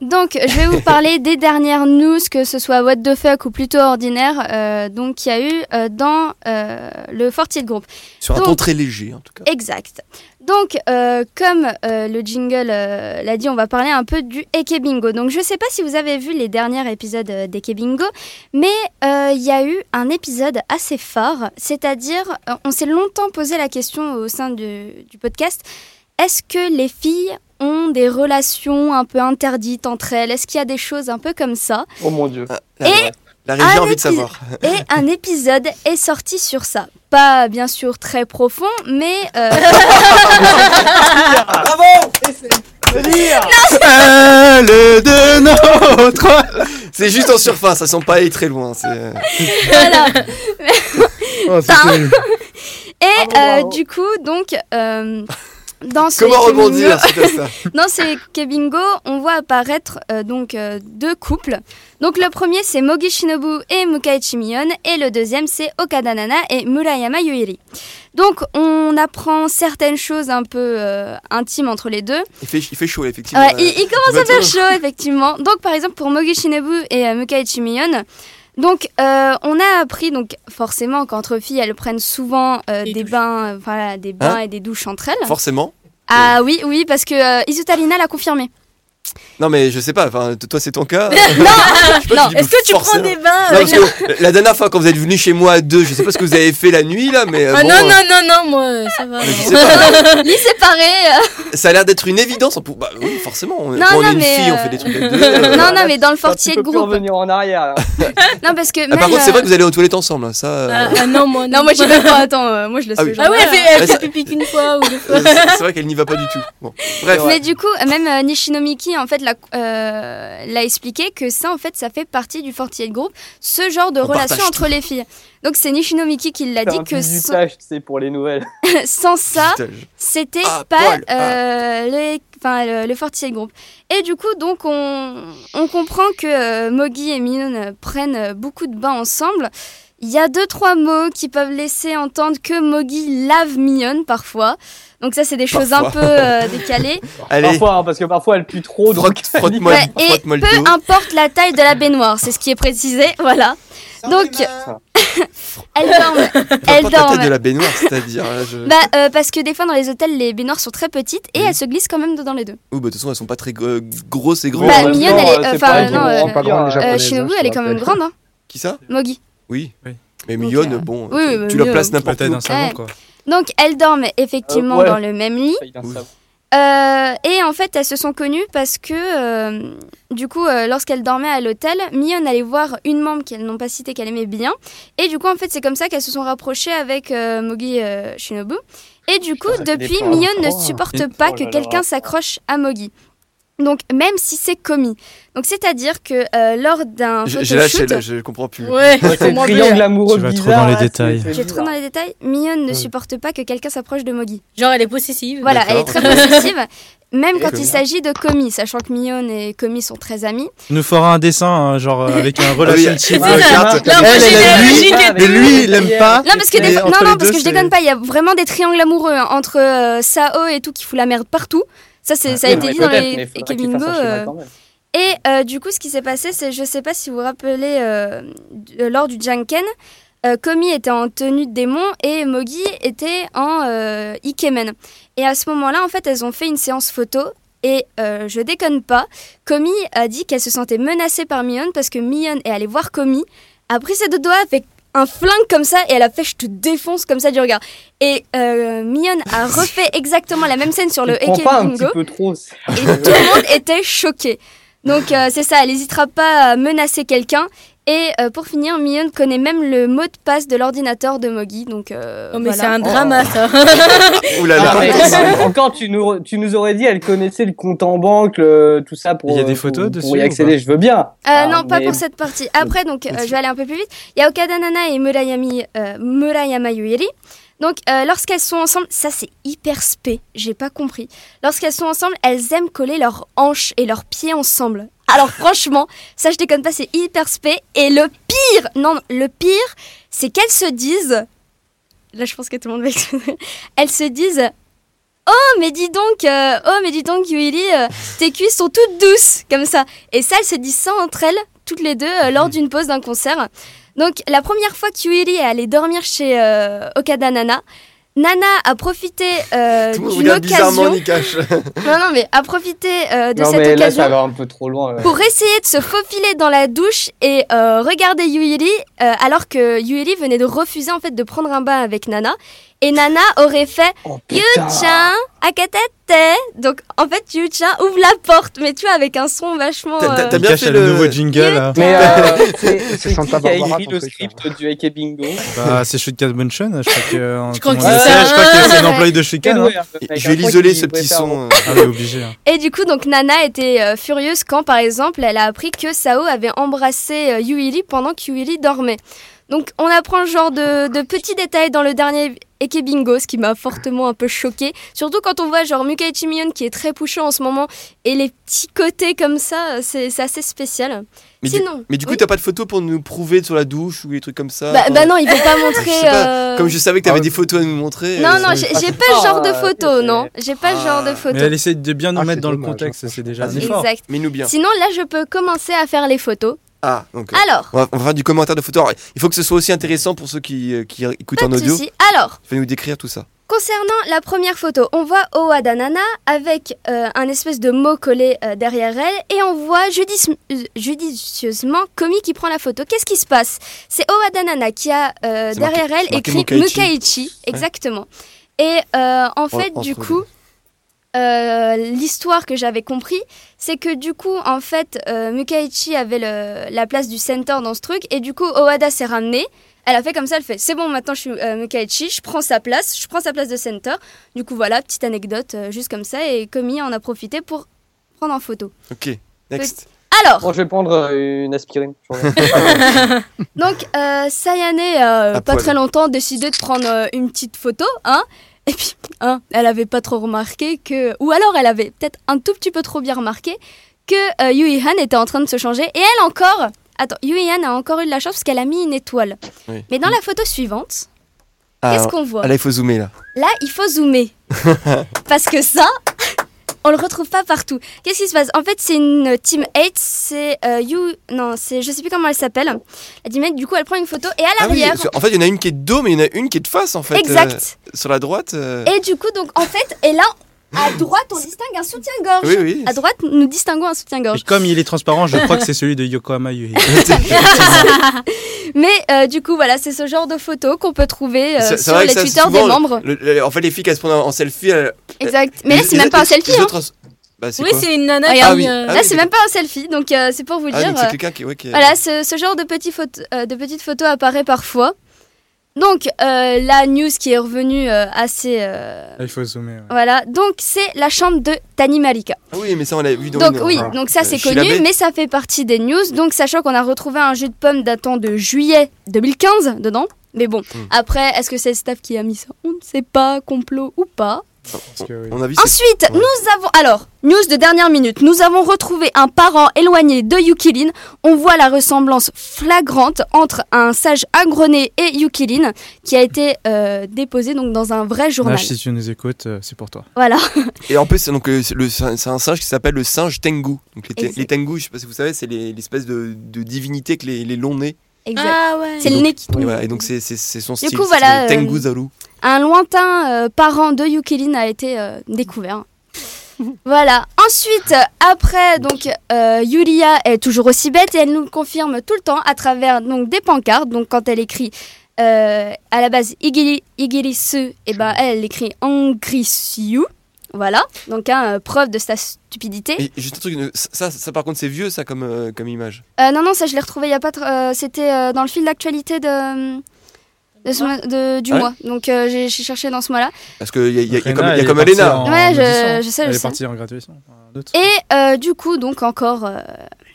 [SPEAKER 3] Donc, je vais vous parler des dernières news, que ce soit what the fuck ou plutôt ordinaire, euh, donc qu'il y a eu euh, dans euh, le Fortier Group.
[SPEAKER 2] Sur un
[SPEAKER 3] Donc-
[SPEAKER 2] ton très léger, en tout cas.
[SPEAKER 3] Exact. Donc, euh, comme euh, le jingle euh, l'a dit, on va parler un peu du Eke Bingo. Donc, je ne sais pas si vous avez vu les derniers épisodes euh, d'Eke Bingo, mais euh, il y a eu un épisode assez fort. C'est-à-dire, euh, on s'est longtemps posé la question au sein du, du podcast est-ce que les filles ont des relations un peu interdites entre elles Est-ce qu'il y a des choses un peu comme ça
[SPEAKER 4] Oh mon dieu.
[SPEAKER 2] La, la régie a envie de
[SPEAKER 3] Alexis-
[SPEAKER 2] savoir.
[SPEAKER 3] Et un épisode est sorti sur ça. Pas bien sûr très profond, mais euh,
[SPEAKER 8] Bravo
[SPEAKER 2] Elle est de notre C'est juste en surface, ça sent pas aller très loin. c'est, euh,
[SPEAKER 3] voilà. Putain.
[SPEAKER 7] terrible.
[SPEAKER 3] Et
[SPEAKER 2] Ah
[SPEAKER 4] Bravo,
[SPEAKER 3] euh,
[SPEAKER 4] bravo.
[SPEAKER 3] du coup, donc, euh, dans ce
[SPEAKER 2] Comment
[SPEAKER 3] Kebingo-
[SPEAKER 2] rebondir suite à ça
[SPEAKER 3] Dans ce Kebingo, on voit apparaître euh, donc euh, deux couples. Donc le premier, c'est Mogi Shinobu et Mukaichi Mion, et le deuxième, c'est Okada Nana et Murayama Yuiri. Donc on apprend certaines choses un peu euh, intimes entre les deux.
[SPEAKER 2] il fait, il fait chaud, effectivement.
[SPEAKER 3] Ouais,
[SPEAKER 2] là.
[SPEAKER 3] il, il commence à
[SPEAKER 2] Bah,
[SPEAKER 3] faire
[SPEAKER 2] tu
[SPEAKER 3] chaud, effectivement. Donc, par exemple, pour Mogi Shinobu et euh, Mukaichi Mion, donc, euh, on a appris, donc, forcément, qu'entre filles, elles prennent souvent euh,
[SPEAKER 6] Des
[SPEAKER 3] des
[SPEAKER 6] douches.
[SPEAKER 3] bains, euh, voilà, des bains
[SPEAKER 2] Hein
[SPEAKER 3] et des douches entre elles.
[SPEAKER 2] Forcément.
[SPEAKER 3] ah oui, oui, parce que euh, Izutarina l'a confirmé.
[SPEAKER 2] Non, mais je sais pas, enfin, t- toi, c'est ton cas.
[SPEAKER 6] non,
[SPEAKER 2] dis-
[SPEAKER 6] est-ce que tu prends
[SPEAKER 2] forcément.
[SPEAKER 6] des bains
[SPEAKER 2] hein. Non,
[SPEAKER 6] avec
[SPEAKER 2] parce que la dernière fois, quand vous êtes venu chez moi à deux, je sais pas ce que vous avez fait la nuit, là, mais. euh,
[SPEAKER 6] Ah
[SPEAKER 2] bon,
[SPEAKER 6] non,
[SPEAKER 2] euh,
[SPEAKER 6] non, non, non, moi, euh, ça va.
[SPEAKER 2] je sais pas,
[SPEAKER 3] Ni séparés. euh.
[SPEAKER 2] ça a l'air d'être une évidence. on peut- Bah, oui, forcément. On,
[SPEAKER 3] Non,
[SPEAKER 2] quand on
[SPEAKER 3] non,
[SPEAKER 2] est une
[SPEAKER 3] mais,
[SPEAKER 2] fille, on
[SPEAKER 3] euh,
[SPEAKER 2] fait des trucs à deux. euh,
[SPEAKER 3] Non, non, mais dans le
[SPEAKER 4] Enfin,
[SPEAKER 3] fortier
[SPEAKER 4] tu
[SPEAKER 3] de
[SPEAKER 4] peux plus
[SPEAKER 3] groupe.
[SPEAKER 4] revenir en arrière. là.
[SPEAKER 3] Non, parce que
[SPEAKER 2] Ah,
[SPEAKER 3] même.
[SPEAKER 2] par contre, c'est
[SPEAKER 3] euh,
[SPEAKER 2] vrai que vous allez aux toilettes ensemble, hein, ça. euh,
[SPEAKER 6] Ah, ah, non, moi,
[SPEAKER 3] Non, moi, j'y vais pas. Attends, euh, moi, je laisse
[SPEAKER 2] Ah
[SPEAKER 3] le
[SPEAKER 2] oui.
[SPEAKER 3] genre.
[SPEAKER 6] Ah ouais, elle fait, elle fait
[SPEAKER 2] Ouais, ça-
[SPEAKER 6] pipi qu'une fois ou deux fois.
[SPEAKER 2] euh, c'est c'est vrai qu'elle n'y va pas du tout. Bon, bref.
[SPEAKER 3] Mais du coup, même euh, Nishinomiki, en fait, l'a euh, l'a expliqué que ça, en fait, ça fait partie du fortier de groupe, ce genre de
[SPEAKER 2] On
[SPEAKER 3] relation
[SPEAKER 2] partage
[SPEAKER 3] entre les filles. Donc, c'est Nishinomiki qui l'a
[SPEAKER 4] Faire
[SPEAKER 3] dit
[SPEAKER 4] un
[SPEAKER 3] que
[SPEAKER 4] petit
[SPEAKER 3] sans-
[SPEAKER 4] zutage, tu sais, pour les nouvelles.
[SPEAKER 3] sans ça,
[SPEAKER 2] Putain, je-
[SPEAKER 3] c'était
[SPEAKER 2] Ah,
[SPEAKER 3] pas
[SPEAKER 2] Paul, Ah.
[SPEAKER 3] euh, les- enfin, le, le fortier de groupe. Et du coup, donc, on, on comprend que euh, Mogi et Minon euh, prennent euh, beaucoup de bains ensemble. Il y a deux, trois mots qui peuvent laisser entendre que Mogi lave Mion parfois. Donc ça, c'est des choses un peu
[SPEAKER 2] Parfois.
[SPEAKER 3] euh, décalées.
[SPEAKER 2] Allez,
[SPEAKER 4] Parfois, hein, parce que parfois elle pue trop. donc-
[SPEAKER 2] frotte- frotte-moi
[SPEAKER 3] Ouais,
[SPEAKER 2] le-
[SPEAKER 3] et
[SPEAKER 2] frotte-moi le
[SPEAKER 3] peu
[SPEAKER 2] dos.
[SPEAKER 3] importe la taille de la baignoire, c'est ce qui est précisé, voilà. Donc, Elle dorme,
[SPEAKER 2] Peu importe
[SPEAKER 3] elle
[SPEAKER 2] la taille
[SPEAKER 3] dorme.
[SPEAKER 2] de la baignoire, c'est-à-dire. là, je-
[SPEAKER 3] Bah, euh, parce que des fois dans les hôtels, les baignoires sont très petites et
[SPEAKER 2] Oui.
[SPEAKER 3] elles se glissent quand même dedans les deux.
[SPEAKER 2] Oui, bah, de toute façon, elles sont pas très euh, grosses et
[SPEAKER 4] Oui, en
[SPEAKER 2] grandes.
[SPEAKER 3] Bah,
[SPEAKER 4] même
[SPEAKER 3] Mion,
[SPEAKER 4] temps,
[SPEAKER 3] elle est-
[SPEAKER 4] euh, c'est
[SPEAKER 3] enfin,
[SPEAKER 4] pas une
[SPEAKER 3] non,
[SPEAKER 4] grande
[SPEAKER 3] euh,
[SPEAKER 7] pas grande, les
[SPEAKER 4] euh,
[SPEAKER 3] Euh,
[SPEAKER 7] Japonaises,
[SPEAKER 3] Shinobu,
[SPEAKER 7] hein,
[SPEAKER 3] elle est
[SPEAKER 7] je
[SPEAKER 3] quand même
[SPEAKER 7] rappelle.
[SPEAKER 3] grande, hein,
[SPEAKER 2] Qui ça
[SPEAKER 3] Mogi.
[SPEAKER 2] Oui.
[SPEAKER 5] Oui.
[SPEAKER 2] Mais
[SPEAKER 3] Donc,
[SPEAKER 2] Mion,
[SPEAKER 3] euh,
[SPEAKER 2] bon,
[SPEAKER 3] oui,
[SPEAKER 2] tu,
[SPEAKER 3] oui,
[SPEAKER 2] tu la
[SPEAKER 3] bah, Mion.
[SPEAKER 2] places
[SPEAKER 5] La
[SPEAKER 2] n'importe
[SPEAKER 5] taille
[SPEAKER 2] où.
[SPEAKER 5] d'un savon,
[SPEAKER 3] Ouais.
[SPEAKER 5] quoi.
[SPEAKER 3] Donc elles dorment effectivement
[SPEAKER 4] Euh, ouais.
[SPEAKER 3] dans le même lit.
[SPEAKER 4] Ça, il y a un
[SPEAKER 2] Oui.
[SPEAKER 4] savon.
[SPEAKER 3] Euh, et en fait, elles se sont connues parce que, euh, du coup, euh, lorsqu'elles dormaient à l'hôtel, Mion allait voir une membre qu'elles n'ont pas citée, qu'elle aimait bien. Et du coup, en fait, c'est comme ça qu'elles se sont rapprochées avec euh, Mogi euh, Shinobu. Et du coup,
[SPEAKER 4] ça fait des
[SPEAKER 3] depuis,
[SPEAKER 4] points,
[SPEAKER 3] Mion ne
[SPEAKER 4] trois.
[SPEAKER 3] supporte
[SPEAKER 5] Une-
[SPEAKER 3] pas
[SPEAKER 4] Oh
[SPEAKER 3] que
[SPEAKER 4] là là.
[SPEAKER 3] quelqu'un s'accroche à Mogi. Donc, même si c'est commis. Donc, c'est-à-dire que euh, lors d'un
[SPEAKER 2] J'ai j'ai lâché,
[SPEAKER 3] photoshoot...
[SPEAKER 2] là, je comprends plus.
[SPEAKER 6] Ouais,
[SPEAKER 4] Ouais, c'est
[SPEAKER 6] faut
[SPEAKER 4] le
[SPEAKER 6] moins
[SPEAKER 4] triangle
[SPEAKER 6] bien.
[SPEAKER 4] amoureux
[SPEAKER 5] Tu vas trop
[SPEAKER 4] bizarre,
[SPEAKER 5] dans les
[SPEAKER 4] là, c'est-
[SPEAKER 5] détails.
[SPEAKER 4] c'est
[SPEAKER 3] J'ai trop dans
[SPEAKER 4] bizarre.
[SPEAKER 3] les détails. Mion ne
[SPEAKER 5] Ouais.
[SPEAKER 3] supporte pas que quelqu'un s'approche de Mogi.
[SPEAKER 6] Genre, elle est possessive.
[SPEAKER 3] Voilà, elle est
[SPEAKER 2] D'accord.
[SPEAKER 3] très possessive, même quand
[SPEAKER 2] D'accord.
[SPEAKER 3] il s'agit de Komi, sachant que Mion et Komi sont très amis.
[SPEAKER 5] Il nous fera un dessin, hein, genre euh, avec un relationship.
[SPEAKER 6] Ah
[SPEAKER 5] euh,
[SPEAKER 6] oui,
[SPEAKER 5] carte.
[SPEAKER 6] Là, on
[SPEAKER 5] Elle,
[SPEAKER 6] peut
[SPEAKER 5] elle aime lui,
[SPEAKER 6] généalogique et
[SPEAKER 5] mais lui, il
[SPEAKER 4] tout.
[SPEAKER 5] aime pas.
[SPEAKER 3] Non, parce que,
[SPEAKER 5] Mais
[SPEAKER 3] des-
[SPEAKER 5] entre
[SPEAKER 3] non, non,
[SPEAKER 5] les
[SPEAKER 3] parce
[SPEAKER 5] deux,
[SPEAKER 3] que je
[SPEAKER 5] c'est-
[SPEAKER 3] déconne pas, il y a vraiment des triangles amoureux hein, entre euh, Sao et tout qui fout la merde partout. Ça, c'est, ça a
[SPEAKER 4] Ouais,
[SPEAKER 3] été
[SPEAKER 4] Ah, mais
[SPEAKER 3] dit dans
[SPEAKER 4] peut-être,
[SPEAKER 3] les
[SPEAKER 4] mais faudrait qu'il
[SPEAKER 3] Kevin
[SPEAKER 4] fasse un schéma quand même.
[SPEAKER 3] Et euh, du coup, ce qui s'est passé, c'est, je sais pas si vous vous rappelez, euh, d- euh, lors du Janken, euh, Komi était en tenue de démon et Mogi était en euh, Ikemen. Et à ce moment-là, en fait, elles ont fait une séance photo. Et euh, je déconne pas, Komi a dit qu'elle se sentait menacée par Mion parce que Mion est allée voir Komi, a pris ses deux doigts avec un flingue comme ça et elle a fait je te défonce comme ça du regard. Et euh, Mion a refait exactement la même scène sur le
[SPEAKER 4] Il prend
[SPEAKER 3] Eke
[SPEAKER 4] pas un
[SPEAKER 3] Bingo
[SPEAKER 4] petit peu trop. c'est-
[SPEAKER 3] et tout le monde était choqué. Donc euh, c'est ça, elle n'hésitera pas à menacer quelqu'un. Et euh, pour finir, Mion connaît même le mot de passe de l'ordinateur de Mogi. Donc euh,
[SPEAKER 6] Oh, mais
[SPEAKER 3] voilà.
[SPEAKER 6] c'est un drama, ça.
[SPEAKER 2] Ouh là
[SPEAKER 4] Ah,
[SPEAKER 2] là.
[SPEAKER 4] mais- mais Encore, tu nous, re- tu nous aurais dit, elle connaissait le compte en banque, le- tout ça pour.
[SPEAKER 5] Il y a des
[SPEAKER 4] euh,
[SPEAKER 5] photos
[SPEAKER 4] pour-
[SPEAKER 5] dessus
[SPEAKER 4] Pour y
[SPEAKER 5] ou
[SPEAKER 4] accéder,
[SPEAKER 5] pas
[SPEAKER 4] je veux bien.
[SPEAKER 3] Euh,
[SPEAKER 4] Ah,
[SPEAKER 3] non, pas
[SPEAKER 4] mais
[SPEAKER 3] pour cette partie. Après, donc, euh, je vais aller un peu plus vite. Il y a Okada Nana et Murayami, euh, Murayama Yuiri. Donc, euh, lorsqu'elles sont ensemble, ça c'est hyper spé, j'ai pas compris. Lorsqu'elles sont ensemble, elles aiment coller leurs hanches et leurs pieds ensemble. Alors, franchement, ça je déconne pas, c'est hyper spé. Et le pire, non, le pire, c'est qu'elles se disent. Là, je pense que tout le monde va exploser. Elles se disent Oh, mais dis donc, euh, oh, mais dis donc, Yuili, euh, tes cuisses sont toutes douces, comme ça. Et ça, elles se disent ça entre elles, toutes les deux, euh, lors d'une pause d'un concert. Donc, la première fois que Yuili est allée dormir chez euh, Okada Nana, Nana a profité euh,
[SPEAKER 2] Tout le monde
[SPEAKER 3] d'une
[SPEAKER 2] regarde bizarrement
[SPEAKER 3] occasion.
[SPEAKER 2] Nikash.
[SPEAKER 3] Non, non, mais a profité euh, de
[SPEAKER 4] Non,
[SPEAKER 3] cette
[SPEAKER 4] mais là,
[SPEAKER 3] occasion
[SPEAKER 4] ça va un peu trop loin. là.
[SPEAKER 3] pour essayer de se faufiler dans la douche et euh, regarder Yuili euh, alors que Yuili venait de refuser en fait de prendre un bain avec Nana et Nana aurait fait
[SPEAKER 4] Oh,
[SPEAKER 2] Ah.
[SPEAKER 4] putain.
[SPEAKER 3] Yucha Akatate donc en fait Yucha ouvre la porte mais tu vois avec un son vachement
[SPEAKER 2] T'as- t'as-
[SPEAKER 3] euh,
[SPEAKER 2] t'as
[SPEAKER 5] Il
[SPEAKER 2] bien
[SPEAKER 5] cache
[SPEAKER 2] fait
[SPEAKER 5] le
[SPEAKER 2] le-
[SPEAKER 5] nouveau jingle. là.
[SPEAKER 4] Mais euh, c'est
[SPEAKER 7] C'est
[SPEAKER 4] c'est qui
[SPEAKER 7] Santa
[SPEAKER 4] qui a
[SPEAKER 7] Barbara,
[SPEAKER 4] écrit
[SPEAKER 7] ton
[SPEAKER 4] le
[SPEAKER 7] truc,
[SPEAKER 4] script du Eke Bingo
[SPEAKER 5] Bah, c'est Shuka Bunchen, je crois que. euh,
[SPEAKER 6] Je
[SPEAKER 5] tout le
[SPEAKER 6] crois
[SPEAKER 5] monde
[SPEAKER 6] que
[SPEAKER 5] le
[SPEAKER 6] c'est
[SPEAKER 5] sait,
[SPEAKER 6] ça.
[SPEAKER 5] Je crois que c'est
[SPEAKER 3] Eh Ouais.
[SPEAKER 5] un employé de Shuka. hein.
[SPEAKER 2] Je vais l'isoler ce petit son. euh.
[SPEAKER 5] Ah, oui, obligé. hein.
[SPEAKER 3] et du coup donc Nana était euh, furieuse quand par exemple elle a appris que Sao avait embrassé euh, Yuili pendant que Yuili dormait donc on apprend ce genre de, de petits détails dans le dernier Eke Bingo, ce qui m'a fortement un peu choqué. Surtout quand on voit genre Mukaichi Mion qui est très pouchant en ce moment et les petits côtés comme ça, euh, c'est c'est assez spécial.
[SPEAKER 2] Mais du-
[SPEAKER 3] Sinon,
[SPEAKER 2] Mais du coup,
[SPEAKER 3] oui.
[SPEAKER 2] t'as pas de photos pour nous prouver sur la douche ou des trucs comme ça
[SPEAKER 3] bah,
[SPEAKER 2] enfin,
[SPEAKER 3] bah non, ils vont pas
[SPEAKER 2] Je
[SPEAKER 3] montrer.
[SPEAKER 2] sais pas,
[SPEAKER 3] euh,
[SPEAKER 2] Comme je savais que t'avais
[SPEAKER 5] Ah,
[SPEAKER 2] des photos à nous montrer.
[SPEAKER 3] Non,
[SPEAKER 2] euh,
[SPEAKER 3] non, j'ai j'ai pas
[SPEAKER 4] Ah,
[SPEAKER 3] ce genre de
[SPEAKER 4] c'est-
[SPEAKER 3] photo, non. J'ai pas ce genre de photo.
[SPEAKER 5] Ah, Mais elle essaie de bien nous
[SPEAKER 7] Ah,
[SPEAKER 5] mettre
[SPEAKER 7] c'est
[SPEAKER 5] dans le
[SPEAKER 7] dommage,
[SPEAKER 5] contexte,
[SPEAKER 7] hein,
[SPEAKER 5] c'est déjà un
[SPEAKER 2] franchement.
[SPEAKER 5] effort.
[SPEAKER 3] Exact.
[SPEAKER 2] Mais nous bien.
[SPEAKER 3] Sinon, là, je peux commencer à faire les photos.
[SPEAKER 2] Ah, donc. euh,
[SPEAKER 3] Alors,
[SPEAKER 2] On va, on va faire du commentaire de photos. Alors, il faut que ce soit aussi intéressant pour ceux qui, euh, qui écoutent
[SPEAKER 3] pas
[SPEAKER 2] en
[SPEAKER 3] de
[SPEAKER 2] audio.
[SPEAKER 3] soucis. Alors,
[SPEAKER 2] Fais nous décrire tout ça.
[SPEAKER 3] Concernant la première photo, on voit Oada Nana avec euh, un espèce de mot collé euh, derrière elle et on voit judici- euh, judicieusement Komi qui prend la photo. Qu'est-ce qui se passe C'est Oada Nana qui a euh,
[SPEAKER 2] C'est
[SPEAKER 3] derrière
[SPEAKER 2] marqué- c'est
[SPEAKER 3] elle
[SPEAKER 2] marqué
[SPEAKER 3] écrit
[SPEAKER 2] Mukaichi.
[SPEAKER 3] Mukaichi, exactement. Et euh, en fait,
[SPEAKER 2] entre
[SPEAKER 3] du
[SPEAKER 2] les
[SPEAKER 3] coup, euh, l'histoire que j'avais compris, c'est que du coup, en fait, euh, Mukaichi avait le- la place du center dans ce truc et du coup, Oada s'est ramenée. Elle a fait comme ça, elle fait c'est bon maintenant je suis euh, Mukaichi, je prends sa place, je prends sa place de center. Du coup voilà, petite anecdote euh, juste comme ça et Komi en a profité pour prendre en photo.
[SPEAKER 2] Ok, next.
[SPEAKER 3] Alors,
[SPEAKER 4] Moi, je vais prendre euh, une aspirine. Je reviens.
[SPEAKER 3] donc euh, Sayane, euh,
[SPEAKER 2] À
[SPEAKER 3] pas
[SPEAKER 2] poil.
[SPEAKER 3] très longtemps, décidé de prendre euh, une petite photo, hein. Et puis, hein, elle avait pas trop remarqué que, ou alors elle avait peut-être un tout petit peu trop bien remarqué que euh, Yui Han était en train de se changer. Et elle encore, attends, Yui Han a encore eu de la chance parce qu'elle a mis une étoile.
[SPEAKER 2] Oui.
[SPEAKER 3] Mais dans la photo suivante,
[SPEAKER 2] Ah,
[SPEAKER 3] qu'est-ce qu'on voit
[SPEAKER 2] ah, là, il faut zoomer là.
[SPEAKER 3] Là, il faut zoomer. Parce que ça, on le retrouve pas partout. Qu'est-ce qui se passe En fait, c'est une Team 8, c'est euh, You. Non, c'est je sais plus comment elle s'appelle. La Team 8, du coup, elle prend une photo et à
[SPEAKER 2] Ah oui,
[SPEAKER 3] l'arrière.
[SPEAKER 2] sur- en fait, il y en a une qui est de dos, mais il y en a une qui est de face en fait. euh,
[SPEAKER 3] exact.
[SPEAKER 2] sur la droite. euh,
[SPEAKER 3] Et du coup, donc, en fait, et là, à droite, on distingue un soutien-gorge.
[SPEAKER 2] Oui, oui.
[SPEAKER 3] À droite, nous distinguons un
[SPEAKER 5] Et
[SPEAKER 3] soutien-gorge.
[SPEAKER 5] comme il est transparent, je crois que c'est celui de Yokohama Yui.
[SPEAKER 3] Euh. Mais euh, du coup, voilà, c'est ce genre de photo qu'on peut trouver euh,
[SPEAKER 2] C'est- c'est
[SPEAKER 3] sur
[SPEAKER 2] vrai
[SPEAKER 3] les
[SPEAKER 2] que ça,
[SPEAKER 3] Twitter
[SPEAKER 2] souvent,
[SPEAKER 3] des membres.
[SPEAKER 2] le- le- en fait, les filles qui se prennent en en selfie. elles-
[SPEAKER 3] Exact. Mais là,
[SPEAKER 2] les-
[SPEAKER 3] c'est même
[SPEAKER 2] les-
[SPEAKER 3] pas un
[SPEAKER 2] les-
[SPEAKER 3] selfie.
[SPEAKER 2] les
[SPEAKER 3] hein.
[SPEAKER 2] autres- bah, c'est
[SPEAKER 6] Oui,
[SPEAKER 2] quoi
[SPEAKER 6] c'est une nana
[SPEAKER 3] Regarde.
[SPEAKER 2] Ah oui.
[SPEAKER 6] qui. euh,
[SPEAKER 2] Ah
[SPEAKER 3] Là, c'est
[SPEAKER 2] mais-
[SPEAKER 3] même pas un selfie. Donc, euh, c'est pour vous
[SPEAKER 2] Ah,
[SPEAKER 3] dire.
[SPEAKER 2] donc c'est
[SPEAKER 3] euh,
[SPEAKER 2] quelqu'un qui. ouais, qui-
[SPEAKER 3] Voilà, ce, ce genre de, petits photo- euh, de petites photos apparaît parfois. Donc, euh, la news qui est revenue euh, assez... euh,
[SPEAKER 5] Ah, il faut zoomer. ouais.
[SPEAKER 3] voilà, donc c'est la chambre de Tani Malika.
[SPEAKER 2] Ah oui, mais ça, on l'a vu dans
[SPEAKER 3] Donc
[SPEAKER 2] une-
[SPEAKER 3] oui,
[SPEAKER 2] enfin,
[SPEAKER 3] donc ça
[SPEAKER 2] euh,
[SPEAKER 3] c'est
[SPEAKER 2] Sheila
[SPEAKER 3] connu,
[SPEAKER 2] Bey.
[SPEAKER 3] mais ça fait partie des news. Donc sachant qu'on a retrouvé un jus de pomme datant de juillet 2015 dedans. Mais bon,
[SPEAKER 2] Hmm.
[SPEAKER 3] après, est-ce que c'est le staff qui a mis ça On ne sait pas, complot ou pas.
[SPEAKER 5] Parce que, oui.
[SPEAKER 2] On a vu. c'est-
[SPEAKER 3] Ensuite,
[SPEAKER 2] Ouais.
[SPEAKER 3] nous avons... Alors, news de dernière minute. Nous avons retrouvé un parent éloigné de Yukilin. On voit la ressemblance flagrante entre un sage agroné et Yukilin qui a été euh, déposé donc, dans un vrai journal.
[SPEAKER 5] Nash, si tu nous écoutes, euh, c'est pour toi.
[SPEAKER 3] Voilà.
[SPEAKER 2] Et en plus, c'est donc le- le- c'est un c'est un singe qui s'appelle le singe Tengu. Donc les, te-
[SPEAKER 3] Exact.
[SPEAKER 2] les Tengu, je sais pas si vous savez, c'est les- l'espèce de, de divinité avec les, les longs nez.
[SPEAKER 3] Exact.
[SPEAKER 6] Ah ouais.
[SPEAKER 3] C'est le nez qui tombe.
[SPEAKER 2] Et, voilà, et donc c'est c'est- c'est son style.
[SPEAKER 3] coup,
[SPEAKER 2] c'est
[SPEAKER 3] voilà,
[SPEAKER 2] le
[SPEAKER 3] euh,
[SPEAKER 2] Tengu Zaru.
[SPEAKER 3] Un lointain euh, parent de Yukilin a été euh, découvert. voilà. Ensuite, après, donc, euh, Yulia est toujours aussi bête et elle nous le confirme tout le temps à travers donc, des pancartes. Donc, quand elle écrit euh, à la base Igiri- Igirisu, et ben, elle, elle écrit Angrisiu. Voilà. Donc, hein, euh, preuve de sa stupidité.
[SPEAKER 2] Et juste un truc, euh, ça, ça, ça, par contre, c'est vieux ça comme, euh, comme image.
[SPEAKER 3] Euh, non, non, ça, je l'ai retrouvé il y a pas. tr- euh, C'était euh, dans le fil d'actualité de. de ce mois- de- du
[SPEAKER 2] Ah ouais
[SPEAKER 3] mois. Donc euh, j'ai j'ai cherché dans ce mois-là.
[SPEAKER 2] Parce qu'il y a, y a- y a
[SPEAKER 5] Rena,
[SPEAKER 2] comme, y a
[SPEAKER 5] elle est
[SPEAKER 2] comme
[SPEAKER 5] partie
[SPEAKER 2] Alena.
[SPEAKER 5] en
[SPEAKER 3] Ouais, je-
[SPEAKER 5] audition.
[SPEAKER 3] je sais, je
[SPEAKER 5] Elle est
[SPEAKER 3] sais.
[SPEAKER 5] partie en graduation. un autre.
[SPEAKER 3] Et euh, du coup, donc encore euh,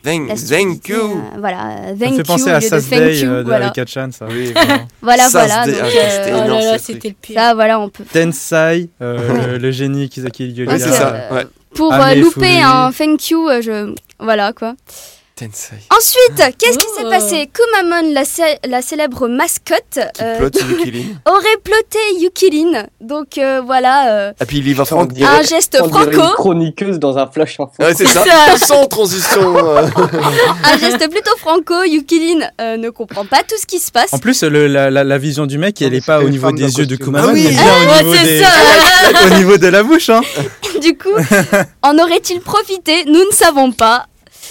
[SPEAKER 2] Thank,
[SPEAKER 3] la
[SPEAKER 2] Mmh, thank
[SPEAKER 3] stupidité,
[SPEAKER 2] you.
[SPEAKER 3] euh, voilà, euh,
[SPEAKER 5] Ça
[SPEAKER 3] thank
[SPEAKER 5] me
[SPEAKER 3] you
[SPEAKER 5] fait penser
[SPEAKER 3] au
[SPEAKER 5] à
[SPEAKER 3] lieu de
[SPEAKER 5] Sas
[SPEAKER 3] thank
[SPEAKER 5] Day
[SPEAKER 3] you,
[SPEAKER 5] euh, de
[SPEAKER 3] voilà.
[SPEAKER 5] Chan, ça.
[SPEAKER 2] Oui, vraiment.
[SPEAKER 3] Voilà,
[SPEAKER 2] Sas
[SPEAKER 3] voilà.
[SPEAKER 2] Day,
[SPEAKER 3] donc,
[SPEAKER 2] ah,
[SPEAKER 3] euh,
[SPEAKER 6] Oh
[SPEAKER 2] c'était
[SPEAKER 6] là
[SPEAKER 2] énorme,
[SPEAKER 6] là,
[SPEAKER 2] ce truc.
[SPEAKER 6] c'était le pire.
[SPEAKER 3] ça, voilà, on peut.
[SPEAKER 5] Tensai, euh, le, le génie Kizaki Yulia.
[SPEAKER 2] Ouais, c'est ça.
[SPEAKER 3] euh,
[SPEAKER 2] Ouais.
[SPEAKER 3] Pour
[SPEAKER 5] Ah,
[SPEAKER 3] euh,
[SPEAKER 5] mais faut
[SPEAKER 3] louper
[SPEAKER 5] lui-
[SPEAKER 3] un thank you, euh, je voilà quoi.
[SPEAKER 2] Tensei.
[SPEAKER 3] Ensuite, qu'est-ce qui
[SPEAKER 6] Oh.
[SPEAKER 3] s'est passé Kumamon, la, cé- la célèbre mascotte,
[SPEAKER 2] Qui
[SPEAKER 3] euh,
[SPEAKER 2] plotte sur Yukilin.
[SPEAKER 3] aurait ploté Yukilin. Donc euh, voilà, euh,
[SPEAKER 2] Et puis il y va
[SPEAKER 4] Attends,
[SPEAKER 2] Franck.
[SPEAKER 4] on
[SPEAKER 2] direct.
[SPEAKER 3] un geste
[SPEAKER 4] On dirait une
[SPEAKER 3] franco,
[SPEAKER 4] chroniqueuse dans un flash info.
[SPEAKER 2] Ouais, c'est ça.
[SPEAKER 3] Ah,
[SPEAKER 2] Sans transition. euh.
[SPEAKER 3] un geste plutôt franco. Yukilin euh, ne comprend pas tout ce qui se passe.
[SPEAKER 5] En plus, le- la, la- la vision du mec, elle
[SPEAKER 7] Non,
[SPEAKER 5] est
[SPEAKER 7] parce
[SPEAKER 5] pas
[SPEAKER 7] que
[SPEAKER 5] au
[SPEAKER 7] les
[SPEAKER 5] niveau
[SPEAKER 7] femmes dans
[SPEAKER 5] des yeux de
[SPEAKER 7] costume.
[SPEAKER 5] Kumamon,
[SPEAKER 2] Ah oui,
[SPEAKER 5] mais bien
[SPEAKER 6] Ouais,
[SPEAKER 5] au, niveau
[SPEAKER 6] c'est
[SPEAKER 5] des-
[SPEAKER 6] ça.
[SPEAKER 5] au niveau de la bouche. Hein.
[SPEAKER 3] Oh, Du coup, en aurait-il profité Nous ne savons pas.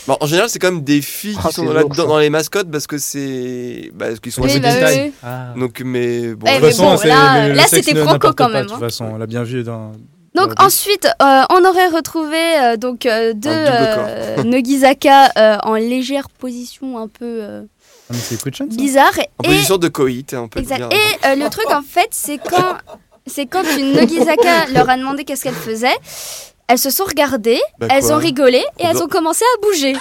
[SPEAKER 2] Bon, en général, c'est quand même des filles
[SPEAKER 7] Ah,
[SPEAKER 2] qui sont
[SPEAKER 7] c'est
[SPEAKER 2] là
[SPEAKER 7] lourd, ça.
[SPEAKER 2] dans les mascottes parce que c'est. Bah, parce qu'ils sont
[SPEAKER 3] Oui,
[SPEAKER 2] assez
[SPEAKER 3] bah
[SPEAKER 2] distincts.
[SPEAKER 3] oui, oui.
[SPEAKER 5] Ah.
[SPEAKER 2] Donc, mais bon.
[SPEAKER 3] Eh,
[SPEAKER 2] voilà.
[SPEAKER 3] mais
[SPEAKER 5] De toute façon,
[SPEAKER 3] bon,
[SPEAKER 5] c'est-
[SPEAKER 3] là,
[SPEAKER 5] le-
[SPEAKER 3] euh,
[SPEAKER 5] le
[SPEAKER 3] là,
[SPEAKER 5] sexe
[SPEAKER 3] c'était
[SPEAKER 5] ne-
[SPEAKER 3] franco
[SPEAKER 5] n'importe
[SPEAKER 3] quand
[SPEAKER 5] pas,
[SPEAKER 3] même,
[SPEAKER 5] De toute
[SPEAKER 3] hein.
[SPEAKER 5] façon, on l'a bien vu dans.
[SPEAKER 3] Donc
[SPEAKER 5] Ah oui.
[SPEAKER 3] ensuite, euh, on aurait retrouvé euh, donc euh, deux
[SPEAKER 2] Un double corps.
[SPEAKER 3] euh, Nogizaka euh, en légère position un peu euh,
[SPEAKER 5] Ah, mais c'est Kuchan, ça
[SPEAKER 3] bizarre.
[SPEAKER 2] En
[SPEAKER 3] Et,
[SPEAKER 2] position de coït, hein, on peut
[SPEAKER 3] exact.
[SPEAKER 2] dire.
[SPEAKER 3] Et, euh, le truc en fait, c'est quand c'est quand une Nogizaka leur a demandé qu'est-ce qu'elle faisait. Elles se sont regardées,
[SPEAKER 2] Bah,
[SPEAKER 3] elles
[SPEAKER 2] quoi.
[SPEAKER 3] ont rigolé et
[SPEAKER 2] On
[SPEAKER 3] elles
[SPEAKER 2] doit- Ah.
[SPEAKER 3] ont commencé à bouger.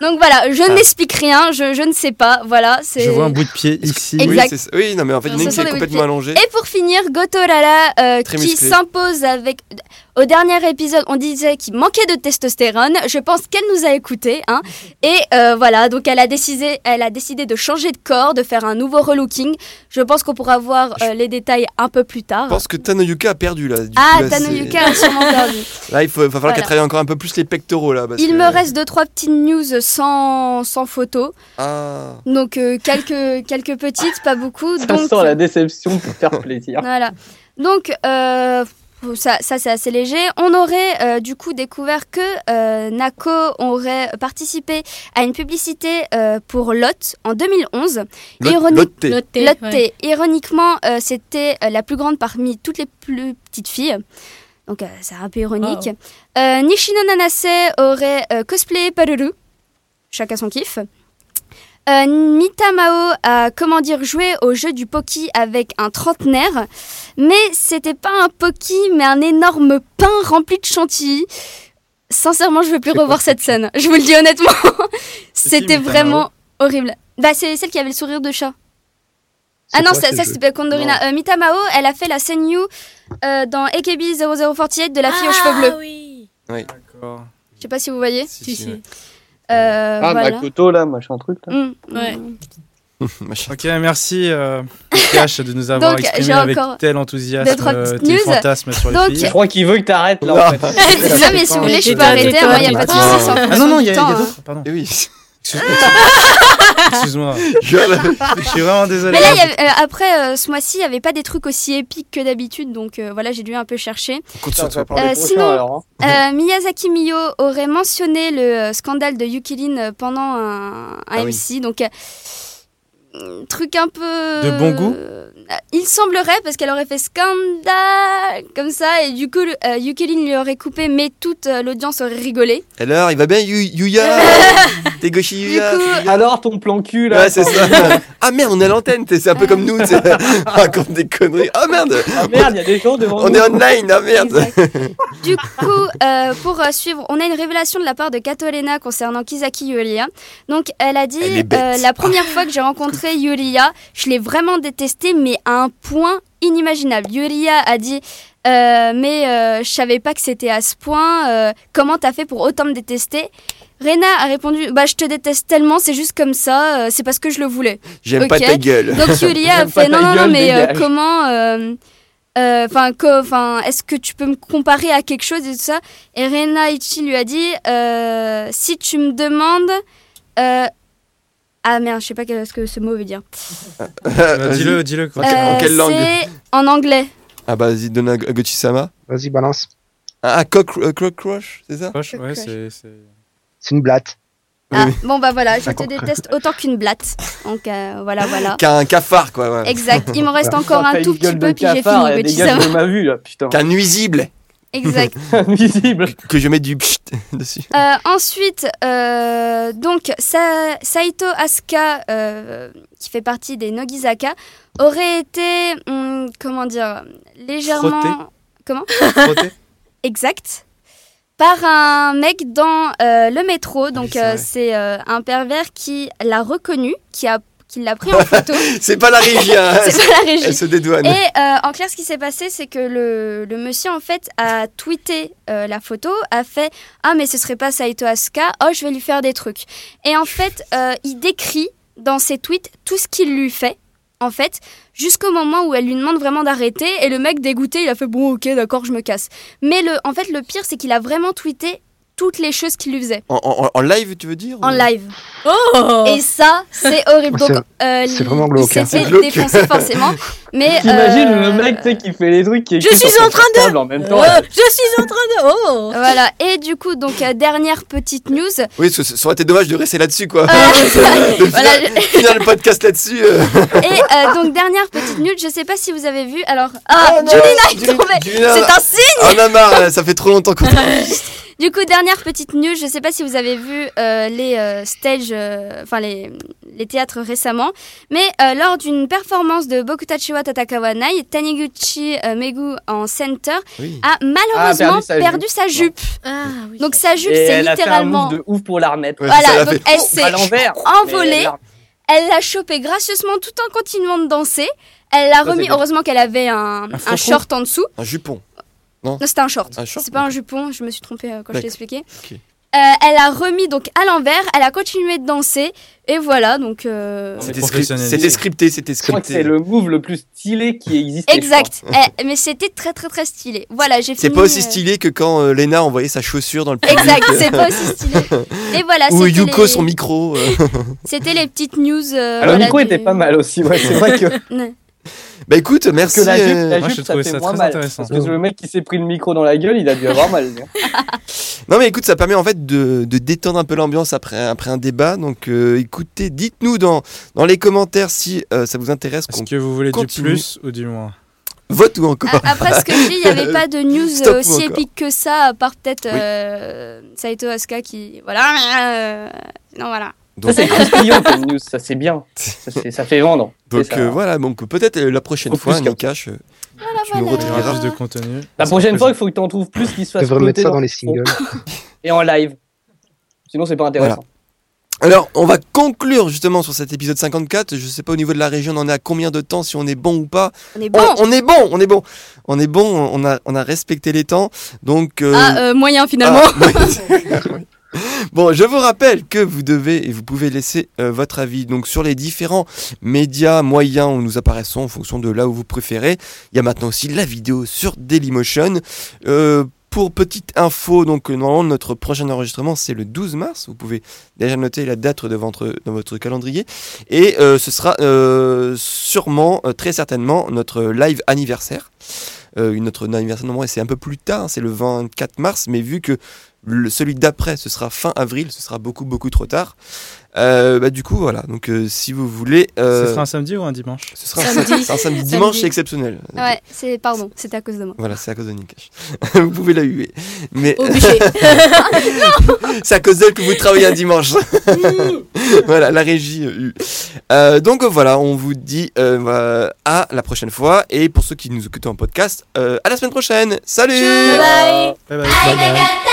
[SPEAKER 3] Donc voilà, je n'explique rien, je, je ne sais pas, voilà, c'est...
[SPEAKER 5] Je vois un bout de pied ici.
[SPEAKER 2] Oui,
[SPEAKER 3] Exact.
[SPEAKER 2] c'est ça. Oui, non, mais en fait, il y en a
[SPEAKER 3] Ce
[SPEAKER 2] une qui
[SPEAKER 3] sont
[SPEAKER 2] est
[SPEAKER 3] des
[SPEAKER 2] complètement allongée.
[SPEAKER 3] Et pour finir, Gotorala euh,
[SPEAKER 2] Très
[SPEAKER 3] qui
[SPEAKER 2] musclé.
[SPEAKER 3] s'impose avec. Au dernier épisode, on disait qu'il manquait de testostérone. Je pense qu'elle nous a écoutés. Hein. Et euh, voilà, donc elle a, décidé, elle a décidé de changer de corps, de faire un nouveau relooking. Je pense qu'on pourra voir euh, les détails un peu plus tard.
[SPEAKER 2] Je pense que Tanoyuka a perdu là. Du
[SPEAKER 3] Ah,
[SPEAKER 2] coup, là, c'est-
[SPEAKER 3] Tanoyuka a sûrement perdu.
[SPEAKER 2] Là, il faut, va falloir
[SPEAKER 3] Voilà.
[SPEAKER 2] qu'elle travaille encore un peu plus les pectoraux là. parce
[SPEAKER 3] Il
[SPEAKER 2] que-
[SPEAKER 3] me reste deux, trois petites news sans, sans photos.
[SPEAKER 2] Ah.
[SPEAKER 3] Donc euh, quelques, quelques petites, pas beaucoup.
[SPEAKER 4] Ça
[SPEAKER 3] Donc, Bah,
[SPEAKER 4] sent la déception pour faire plaisir.
[SPEAKER 3] Voilà. Donc, euh, ça, ça, c'est assez léger. On aurait euh, du coup découvert que euh, Nako aurait participé à une publicité euh, pour Lot en 2011. Ironique-
[SPEAKER 2] L'autre
[SPEAKER 6] Lotte. ouais.
[SPEAKER 3] Lotte, ironiquement, euh, c'était euh, la plus grande parmi toutes les plus petites filles. Donc, euh, c'est un peu ironique. Euh, Nishino Nanase aurait euh, cosplayé Paruru. Chacun son kiff. Euh, Mitamao a, comment dire, joué au jeu du Poki avec un trentenaire. Mais c'était pas un Poki, mais un énorme pain rempli de chantilly. Sincèrement, je veux plus
[SPEAKER 5] C'est quoi
[SPEAKER 3] revoir
[SPEAKER 5] ce
[SPEAKER 3] cette scène. Je vous le dis honnêtement. c'était
[SPEAKER 5] Mitamao
[SPEAKER 3] vraiment horrible. Bah, c'est celle qui avait le sourire de chat.
[SPEAKER 7] C'est
[SPEAKER 3] Ah non,
[SPEAKER 7] quoi
[SPEAKER 3] ça,
[SPEAKER 7] ce
[SPEAKER 3] ça
[SPEAKER 7] jeu
[SPEAKER 3] c'était Condorina. Euh, Mitamao, elle a fait la scène You euh, dans AKB 0048 de la fille aux cheveux bleus.
[SPEAKER 6] Ah oui.
[SPEAKER 5] D'accord.
[SPEAKER 3] Je sais pas si vous voyez.
[SPEAKER 5] Si,
[SPEAKER 6] Si,
[SPEAKER 5] si,
[SPEAKER 6] si.
[SPEAKER 5] ouais.
[SPEAKER 3] Euh,
[SPEAKER 4] Ah,
[SPEAKER 3] voilà.
[SPEAKER 4] Makoto, là, machin truc. Là.
[SPEAKER 3] Mm, mm.
[SPEAKER 6] Ouais.
[SPEAKER 2] Machin.
[SPEAKER 5] Ok, merci euh, Cash de nous avoir
[SPEAKER 3] Donc, j'ai
[SPEAKER 5] exprimé avec
[SPEAKER 3] encore
[SPEAKER 5] tel
[SPEAKER 3] deux,
[SPEAKER 5] enthousiasme
[SPEAKER 3] trois
[SPEAKER 5] euh,
[SPEAKER 3] petites
[SPEAKER 5] tes
[SPEAKER 3] news.
[SPEAKER 5] fantasmes sur les
[SPEAKER 3] Donc,
[SPEAKER 5] filles.
[SPEAKER 4] Je crois qu'il veut que t'arrêtes, là, en fait.
[SPEAKER 3] C'est ça, mais si vous voulez, je peux
[SPEAKER 6] Détends,
[SPEAKER 3] arrêter.
[SPEAKER 6] détends,
[SPEAKER 3] Moi, y a pas de
[SPEAKER 6] détends.
[SPEAKER 3] soucis.
[SPEAKER 5] Ah non, non, il y a, il y a
[SPEAKER 3] hein.
[SPEAKER 5] d'autres, pardon.
[SPEAKER 2] Et Eh oui.
[SPEAKER 5] Excuse-moi. Excuse-moi. Je suis vraiment désolé.
[SPEAKER 3] Mais là, il y avait- euh, après, euh, ce mois-ci, il n'y avait pas des trucs aussi épiques que d'habitude, donc euh, voilà, j'ai dû un peu chercher.
[SPEAKER 4] Putain, ça va parler
[SPEAKER 3] Euh,
[SPEAKER 4] prochain,
[SPEAKER 3] sinon-
[SPEAKER 4] alors, hein.
[SPEAKER 3] Euh, Miyazaki Miyo aurait mentionné le euh, scandale de Yukilin euh, pendant un, un
[SPEAKER 2] Ah oui.
[SPEAKER 3] MC, donc euh, truc un peu...
[SPEAKER 5] De bon goût
[SPEAKER 3] Euh, Il semblerait, parce qu'elle aurait fait scandale comme ça, et du coup, le- euh, Yukilin lui aurait coupé, mais toute euh, l'audience aurait rigolé.
[SPEAKER 2] Alors, Eh, il va bien, Yu- Yuya T'es gauchi,
[SPEAKER 3] Du
[SPEAKER 2] Yuya
[SPEAKER 3] coup,
[SPEAKER 4] Alors, ton plan cul, là.
[SPEAKER 2] Ouais, c'est ça. ah merde, on est à l'antenne, t'es- c'est un peu comme nous, t'sais. raconte des conneries. Ah merde,
[SPEAKER 4] Ah, merde, il y a des gens devant
[SPEAKER 2] on
[SPEAKER 4] nous.
[SPEAKER 2] est online, ah merde.
[SPEAKER 3] du coup euh, pour euh, suivre, on a une révélation de la part de Kato Elena concernant Kizaki Yulia. Donc, elle a dit
[SPEAKER 2] Elle est bête.
[SPEAKER 3] euh, La première fois que j'ai rencontré Yulia, je l'ai vraiment détestée, mais à un point inimaginable. Yulia a dit Euh, Mais euh, je savais pas que c'était à ce point. euh, comment t'as fait pour autant me détester Rena a répondu Bah, je te déteste tellement, c'est juste comme ça, euh, c'est parce que je le voulais.
[SPEAKER 2] J'aime pas
[SPEAKER 3] Ok.
[SPEAKER 2] ta gueule.
[SPEAKER 3] Donc Yulia a
[SPEAKER 4] J'aime pas
[SPEAKER 3] fait
[SPEAKER 4] ta
[SPEAKER 3] non non non
[SPEAKER 4] gueule,
[SPEAKER 3] mais euh,
[SPEAKER 4] dégage.
[SPEAKER 3] comment euh, euh, enfin co- enfin est-ce que tu peux me comparer à quelque chose et tout ça et Rena Ichi lui a dit euh, si tu me demandes euh, ah merde je sais pas quel- ce que ce mot veut dire Bah,
[SPEAKER 5] Euh, Dis-le, dis-le. quoi.
[SPEAKER 2] Ok. en
[SPEAKER 3] Euh,
[SPEAKER 2] quelle langue
[SPEAKER 3] c'est en anglais
[SPEAKER 2] Ah bah, vas-y, donne à Gochi-sama.
[SPEAKER 7] Vas-y, balance.
[SPEAKER 2] Ah, ah, cock, euh, cockroach, c'est ça
[SPEAKER 5] Proche, ouais, c'est- c'est-
[SPEAKER 7] C'est une blatte.
[SPEAKER 3] ah, bon bah voilà je te
[SPEAKER 7] D'accord.
[SPEAKER 3] déteste autant qu'une blatte donc euh, voilà voilà
[SPEAKER 2] Qu'un cafard, quoi. ouais.
[SPEAKER 3] exact il m'en reste encore un
[SPEAKER 4] T'as une
[SPEAKER 3] tout petit
[SPEAKER 4] gueule de
[SPEAKER 3] peu puis j'ai
[SPEAKER 4] cafard, il y
[SPEAKER 3] fini
[SPEAKER 4] a des
[SPEAKER 3] Gochi
[SPEAKER 4] gars
[SPEAKER 3] sama
[SPEAKER 4] qui m'a vu, là, putain.
[SPEAKER 2] Qu'un nuisible.
[SPEAKER 3] exact
[SPEAKER 4] Invisible.
[SPEAKER 2] Que je mets du pchit dessus.
[SPEAKER 3] Euh, ensuite, euh, donc Sa- Saito Asuka, euh, qui fait partie des Nogizaka, aurait été, hum, comment dire, légèrement
[SPEAKER 5] Frotté. Frotté.
[SPEAKER 3] exact par un mec dans euh, le métro.
[SPEAKER 2] oui,
[SPEAKER 3] Donc
[SPEAKER 2] c'est
[SPEAKER 3] euh,
[SPEAKER 2] vrai.
[SPEAKER 3] c'est euh, un pervers qui l'a reconnu, qui a qui l'a pris en photo.
[SPEAKER 2] C'est pas la régie, hein.
[SPEAKER 3] c'est pas la régie.
[SPEAKER 2] Elle se dédouane.
[SPEAKER 3] Et euh, en clair, ce qui s'est passé, c'est que le, le monsieur, en fait, a tweeté euh, la photo, a fait Ah, mais ce serait pas Saito Asuka, oh, je vais lui faire des trucs. Et en fait, euh, il décrit dans ses tweets tout ce qu'il lui fait, en fait, jusqu'au moment où elle lui demande vraiment d'arrêter. Et le mec, dégoûté, il a fait Bon, ok, d'accord, je me casse. Mais le, en fait, le pire, c'est qu'il a vraiment tweeté toutes les choses qu'il lui faisait
[SPEAKER 2] En, en- en live, tu veux dire
[SPEAKER 3] en
[SPEAKER 2] ou-
[SPEAKER 3] live.
[SPEAKER 6] Oh
[SPEAKER 3] Et ça, c'est horrible. Donc, euh,
[SPEAKER 7] c'est vraiment glauque,
[SPEAKER 3] Il
[SPEAKER 7] hein.
[SPEAKER 3] s'est
[SPEAKER 2] C'est
[SPEAKER 3] fait
[SPEAKER 2] glauque.
[SPEAKER 3] défoncer forcément. Mais
[SPEAKER 4] T'imagines
[SPEAKER 3] euh,
[SPEAKER 4] le mec, tu sais, qui fait les trucs qui
[SPEAKER 6] Je
[SPEAKER 4] écrit sur
[SPEAKER 6] suis
[SPEAKER 4] son
[SPEAKER 6] en train de-
[SPEAKER 4] portable en même temps.
[SPEAKER 6] Oh, Je suis en train de. Oh
[SPEAKER 3] Voilà, et du coup, donc, euh, dernière petite news.
[SPEAKER 2] Oui, ce- ce- ça aurait été dommage de rester là-dessus, quoi.
[SPEAKER 3] Euh,
[SPEAKER 2] De
[SPEAKER 3] voilà,
[SPEAKER 2] finir, finir le podcast là-dessus. euh.
[SPEAKER 3] je- Et euh, donc, dernière petite news, je sais pas si vous avez vu. Alors, ah,
[SPEAKER 2] non,
[SPEAKER 3] Julie Knight,
[SPEAKER 2] Julie-
[SPEAKER 3] non, mais
[SPEAKER 2] Julie Knight.
[SPEAKER 3] c'est un
[SPEAKER 2] On
[SPEAKER 3] signe
[SPEAKER 2] en a marre, là, ça fait trop longtemps qu'on.
[SPEAKER 3] Du coup, dernière petite news, je sais pas si vous avez vu euh, les euh, stages, euh, enfin, les, les théâtres récemment. Mais euh, lors d'une performance de Bokutachiwa Tatakawa Nai, Taniguchi euh, Megu en center
[SPEAKER 2] Oui.
[SPEAKER 3] a malheureusement
[SPEAKER 4] Ah, perdu sa jupe.
[SPEAKER 3] perdu sa jupe.
[SPEAKER 6] Ah oui.
[SPEAKER 3] Donc, sa jupe,
[SPEAKER 4] Et
[SPEAKER 3] c'est
[SPEAKER 4] elle a fait un
[SPEAKER 3] littéralement.
[SPEAKER 4] move de ouf pour la remettre.
[SPEAKER 2] Ouais, c'est ça, elle
[SPEAKER 3] Voilà,
[SPEAKER 2] a
[SPEAKER 3] donc
[SPEAKER 2] fait-
[SPEAKER 3] elle
[SPEAKER 4] Oh, à
[SPEAKER 3] s'est
[SPEAKER 4] l'envers.
[SPEAKER 3] envolée.
[SPEAKER 4] Mais-
[SPEAKER 3] Elle l'a chopé gracieusement tout en continuant de danser. Elle l'a
[SPEAKER 4] c'est
[SPEAKER 3] remis.
[SPEAKER 4] bien.
[SPEAKER 3] Heureusement qu'elle avait un,
[SPEAKER 5] frotton
[SPEAKER 3] un short en dessous.
[SPEAKER 2] Un jupon.
[SPEAKER 3] Non, c'était un short.
[SPEAKER 2] Un short,
[SPEAKER 3] C'est pas un jupon, je me suis trompée euh, quand
[SPEAKER 2] D'accord.
[SPEAKER 3] je t'ai expliqué.
[SPEAKER 2] Ok.
[SPEAKER 3] Euh, elle a remis donc à l'envers, elle a continué de danser. Et voilà, donc. euh,
[SPEAKER 5] C'est
[SPEAKER 2] C'était script-
[SPEAKER 5] professionnalisé.
[SPEAKER 2] c'était scripté, c'était
[SPEAKER 4] Je crois que c'est
[SPEAKER 2] scripté.
[SPEAKER 4] le move le plus stylé qui existe.
[SPEAKER 3] Exact. Eh, mais c'était très très très stylé. Voilà, j'ai fini.
[SPEAKER 2] C'est pas aussi
[SPEAKER 3] euh,
[SPEAKER 2] stylé que quand euh, Lena envoyait sa chaussure dans le public. euh,
[SPEAKER 3] Exact, c'est pas aussi stylé. Et voilà,
[SPEAKER 2] Ou
[SPEAKER 3] c'était
[SPEAKER 2] Yuko
[SPEAKER 3] les...
[SPEAKER 2] son micro. euh.
[SPEAKER 3] c'était les petites news. euh,
[SPEAKER 4] Alors
[SPEAKER 3] voilà,
[SPEAKER 4] Nico
[SPEAKER 3] du-
[SPEAKER 4] était pas mal aussi, ouais, c'est vrai que
[SPEAKER 3] Ouais.
[SPEAKER 2] Bah écoute,
[SPEAKER 4] Parce que
[SPEAKER 2] merci.
[SPEAKER 4] la jupe,
[SPEAKER 2] euh,
[SPEAKER 4] la
[SPEAKER 5] Moi,
[SPEAKER 4] jupe,
[SPEAKER 5] j'ai
[SPEAKER 4] ça
[SPEAKER 5] trouvé
[SPEAKER 4] fait
[SPEAKER 5] ça
[SPEAKER 4] moins
[SPEAKER 5] très
[SPEAKER 4] mal.
[SPEAKER 5] intéressant.
[SPEAKER 4] Parce que le mec qui s'est pris le micro dans la gueule, il a dû avoir mal. lui.
[SPEAKER 2] Non mais écoute, ça permet en fait de, de détendre un peu l'ambiance après, après un débat. Donc euh, écoutez, dites-nous dans, dans les commentaires si euh, ça vous intéresse
[SPEAKER 5] Est-ce
[SPEAKER 2] qu'on
[SPEAKER 5] que vous voulez
[SPEAKER 2] Continue.
[SPEAKER 5] du plus ou du moins
[SPEAKER 2] vote ou encore.
[SPEAKER 3] A- Après ce que je dis, il n'y avait pas de news
[SPEAKER 2] Stop ou
[SPEAKER 3] aussi
[SPEAKER 2] encore.
[SPEAKER 3] épique que ça, à part peut-être
[SPEAKER 2] Oui.
[SPEAKER 3] euh, Saito Asuka qui. Voilà. euh, non, voilà.
[SPEAKER 4] Ça,
[SPEAKER 2] Donc,
[SPEAKER 4] Ah, c'est croustillant comme news, ça c'est bien. Ça, c'est- ça fait vendre.
[SPEAKER 2] donc,
[SPEAKER 4] C'est ça.
[SPEAKER 2] euh, voilà, donc peut-être euh, la prochaine
[SPEAKER 4] Au
[SPEAKER 2] fois,
[SPEAKER 4] plus qu'un-
[SPEAKER 2] Nikash, euh,
[SPEAKER 3] Voilà,
[SPEAKER 2] Tu nous
[SPEAKER 5] Il y
[SPEAKER 3] voilà.
[SPEAKER 5] aura plus de contenu.
[SPEAKER 4] La prochaine fois, il faut que tu en trouves plus qui se
[SPEAKER 7] Je
[SPEAKER 4] fasse
[SPEAKER 7] devrais
[SPEAKER 4] noter
[SPEAKER 7] mettre ça
[SPEAKER 4] dans-
[SPEAKER 7] dans les singles.
[SPEAKER 4] et en live. Sinon, c'est pas intéressant.
[SPEAKER 2] Alors, on va conclure justement sur cet épisode 54. Je sais pas au niveau de la région, on en est à combien de temps, si on est bon ou pas.
[SPEAKER 3] On est
[SPEAKER 2] On,
[SPEAKER 3] bon.
[SPEAKER 4] Oh
[SPEAKER 2] on est bon, on est bon, on est bon. On a, on a respecté les temps. Donc, euh,
[SPEAKER 3] Ah, euh, moyen finalement.
[SPEAKER 2] Ah, oui. Bon, je vous rappelle que vous devez et vous pouvez laisser euh, votre avis donc sur les différents médias moyens où nous apparaissons en fonction de là où vous préférez. Il y a maintenant aussi la vidéo sur Dailymotion. Euh, pour petite info, donc euh, normalement notre prochain enregistrement c'est le 12 mars. Vous pouvez déjà noter la date de votre, dans votre calendrier et euh, ce sera euh, sûrement, euh, très certainement notre live anniversaire. Euh, notre anniversaire normalement c'est un peu plus tard, hein, c'est le 24 mars, mais vu que le- celui d'après, ce sera fin avril, ce sera beaucoup, beaucoup trop tard. Euh, bah, du coup, voilà. Donc, euh, si vous voulez. euh,
[SPEAKER 5] Ce sera un samedi ou un dimanche
[SPEAKER 2] ce sera
[SPEAKER 6] Samedi.
[SPEAKER 2] un samedi.
[SPEAKER 6] Samedi.
[SPEAKER 2] Dimanche, c'est exceptionnel.
[SPEAKER 3] Ouais, c'est pardon, c'était à cause de moi.
[SPEAKER 2] Voilà, c'est à cause de Nikash. vous pouvez la huer. Mais
[SPEAKER 6] Au bûcher.
[SPEAKER 2] c'est à cause d'elle que vous travaillez un dimanche. voilà, la régie euh, hue. Euh, donc, euh, voilà, on vous dit euh, bah, à la prochaine fois. Et pour ceux qui nous écoutent en podcast, euh, à la semaine prochaine. Salut
[SPEAKER 6] Bye.
[SPEAKER 5] Bye bye. Bye bye.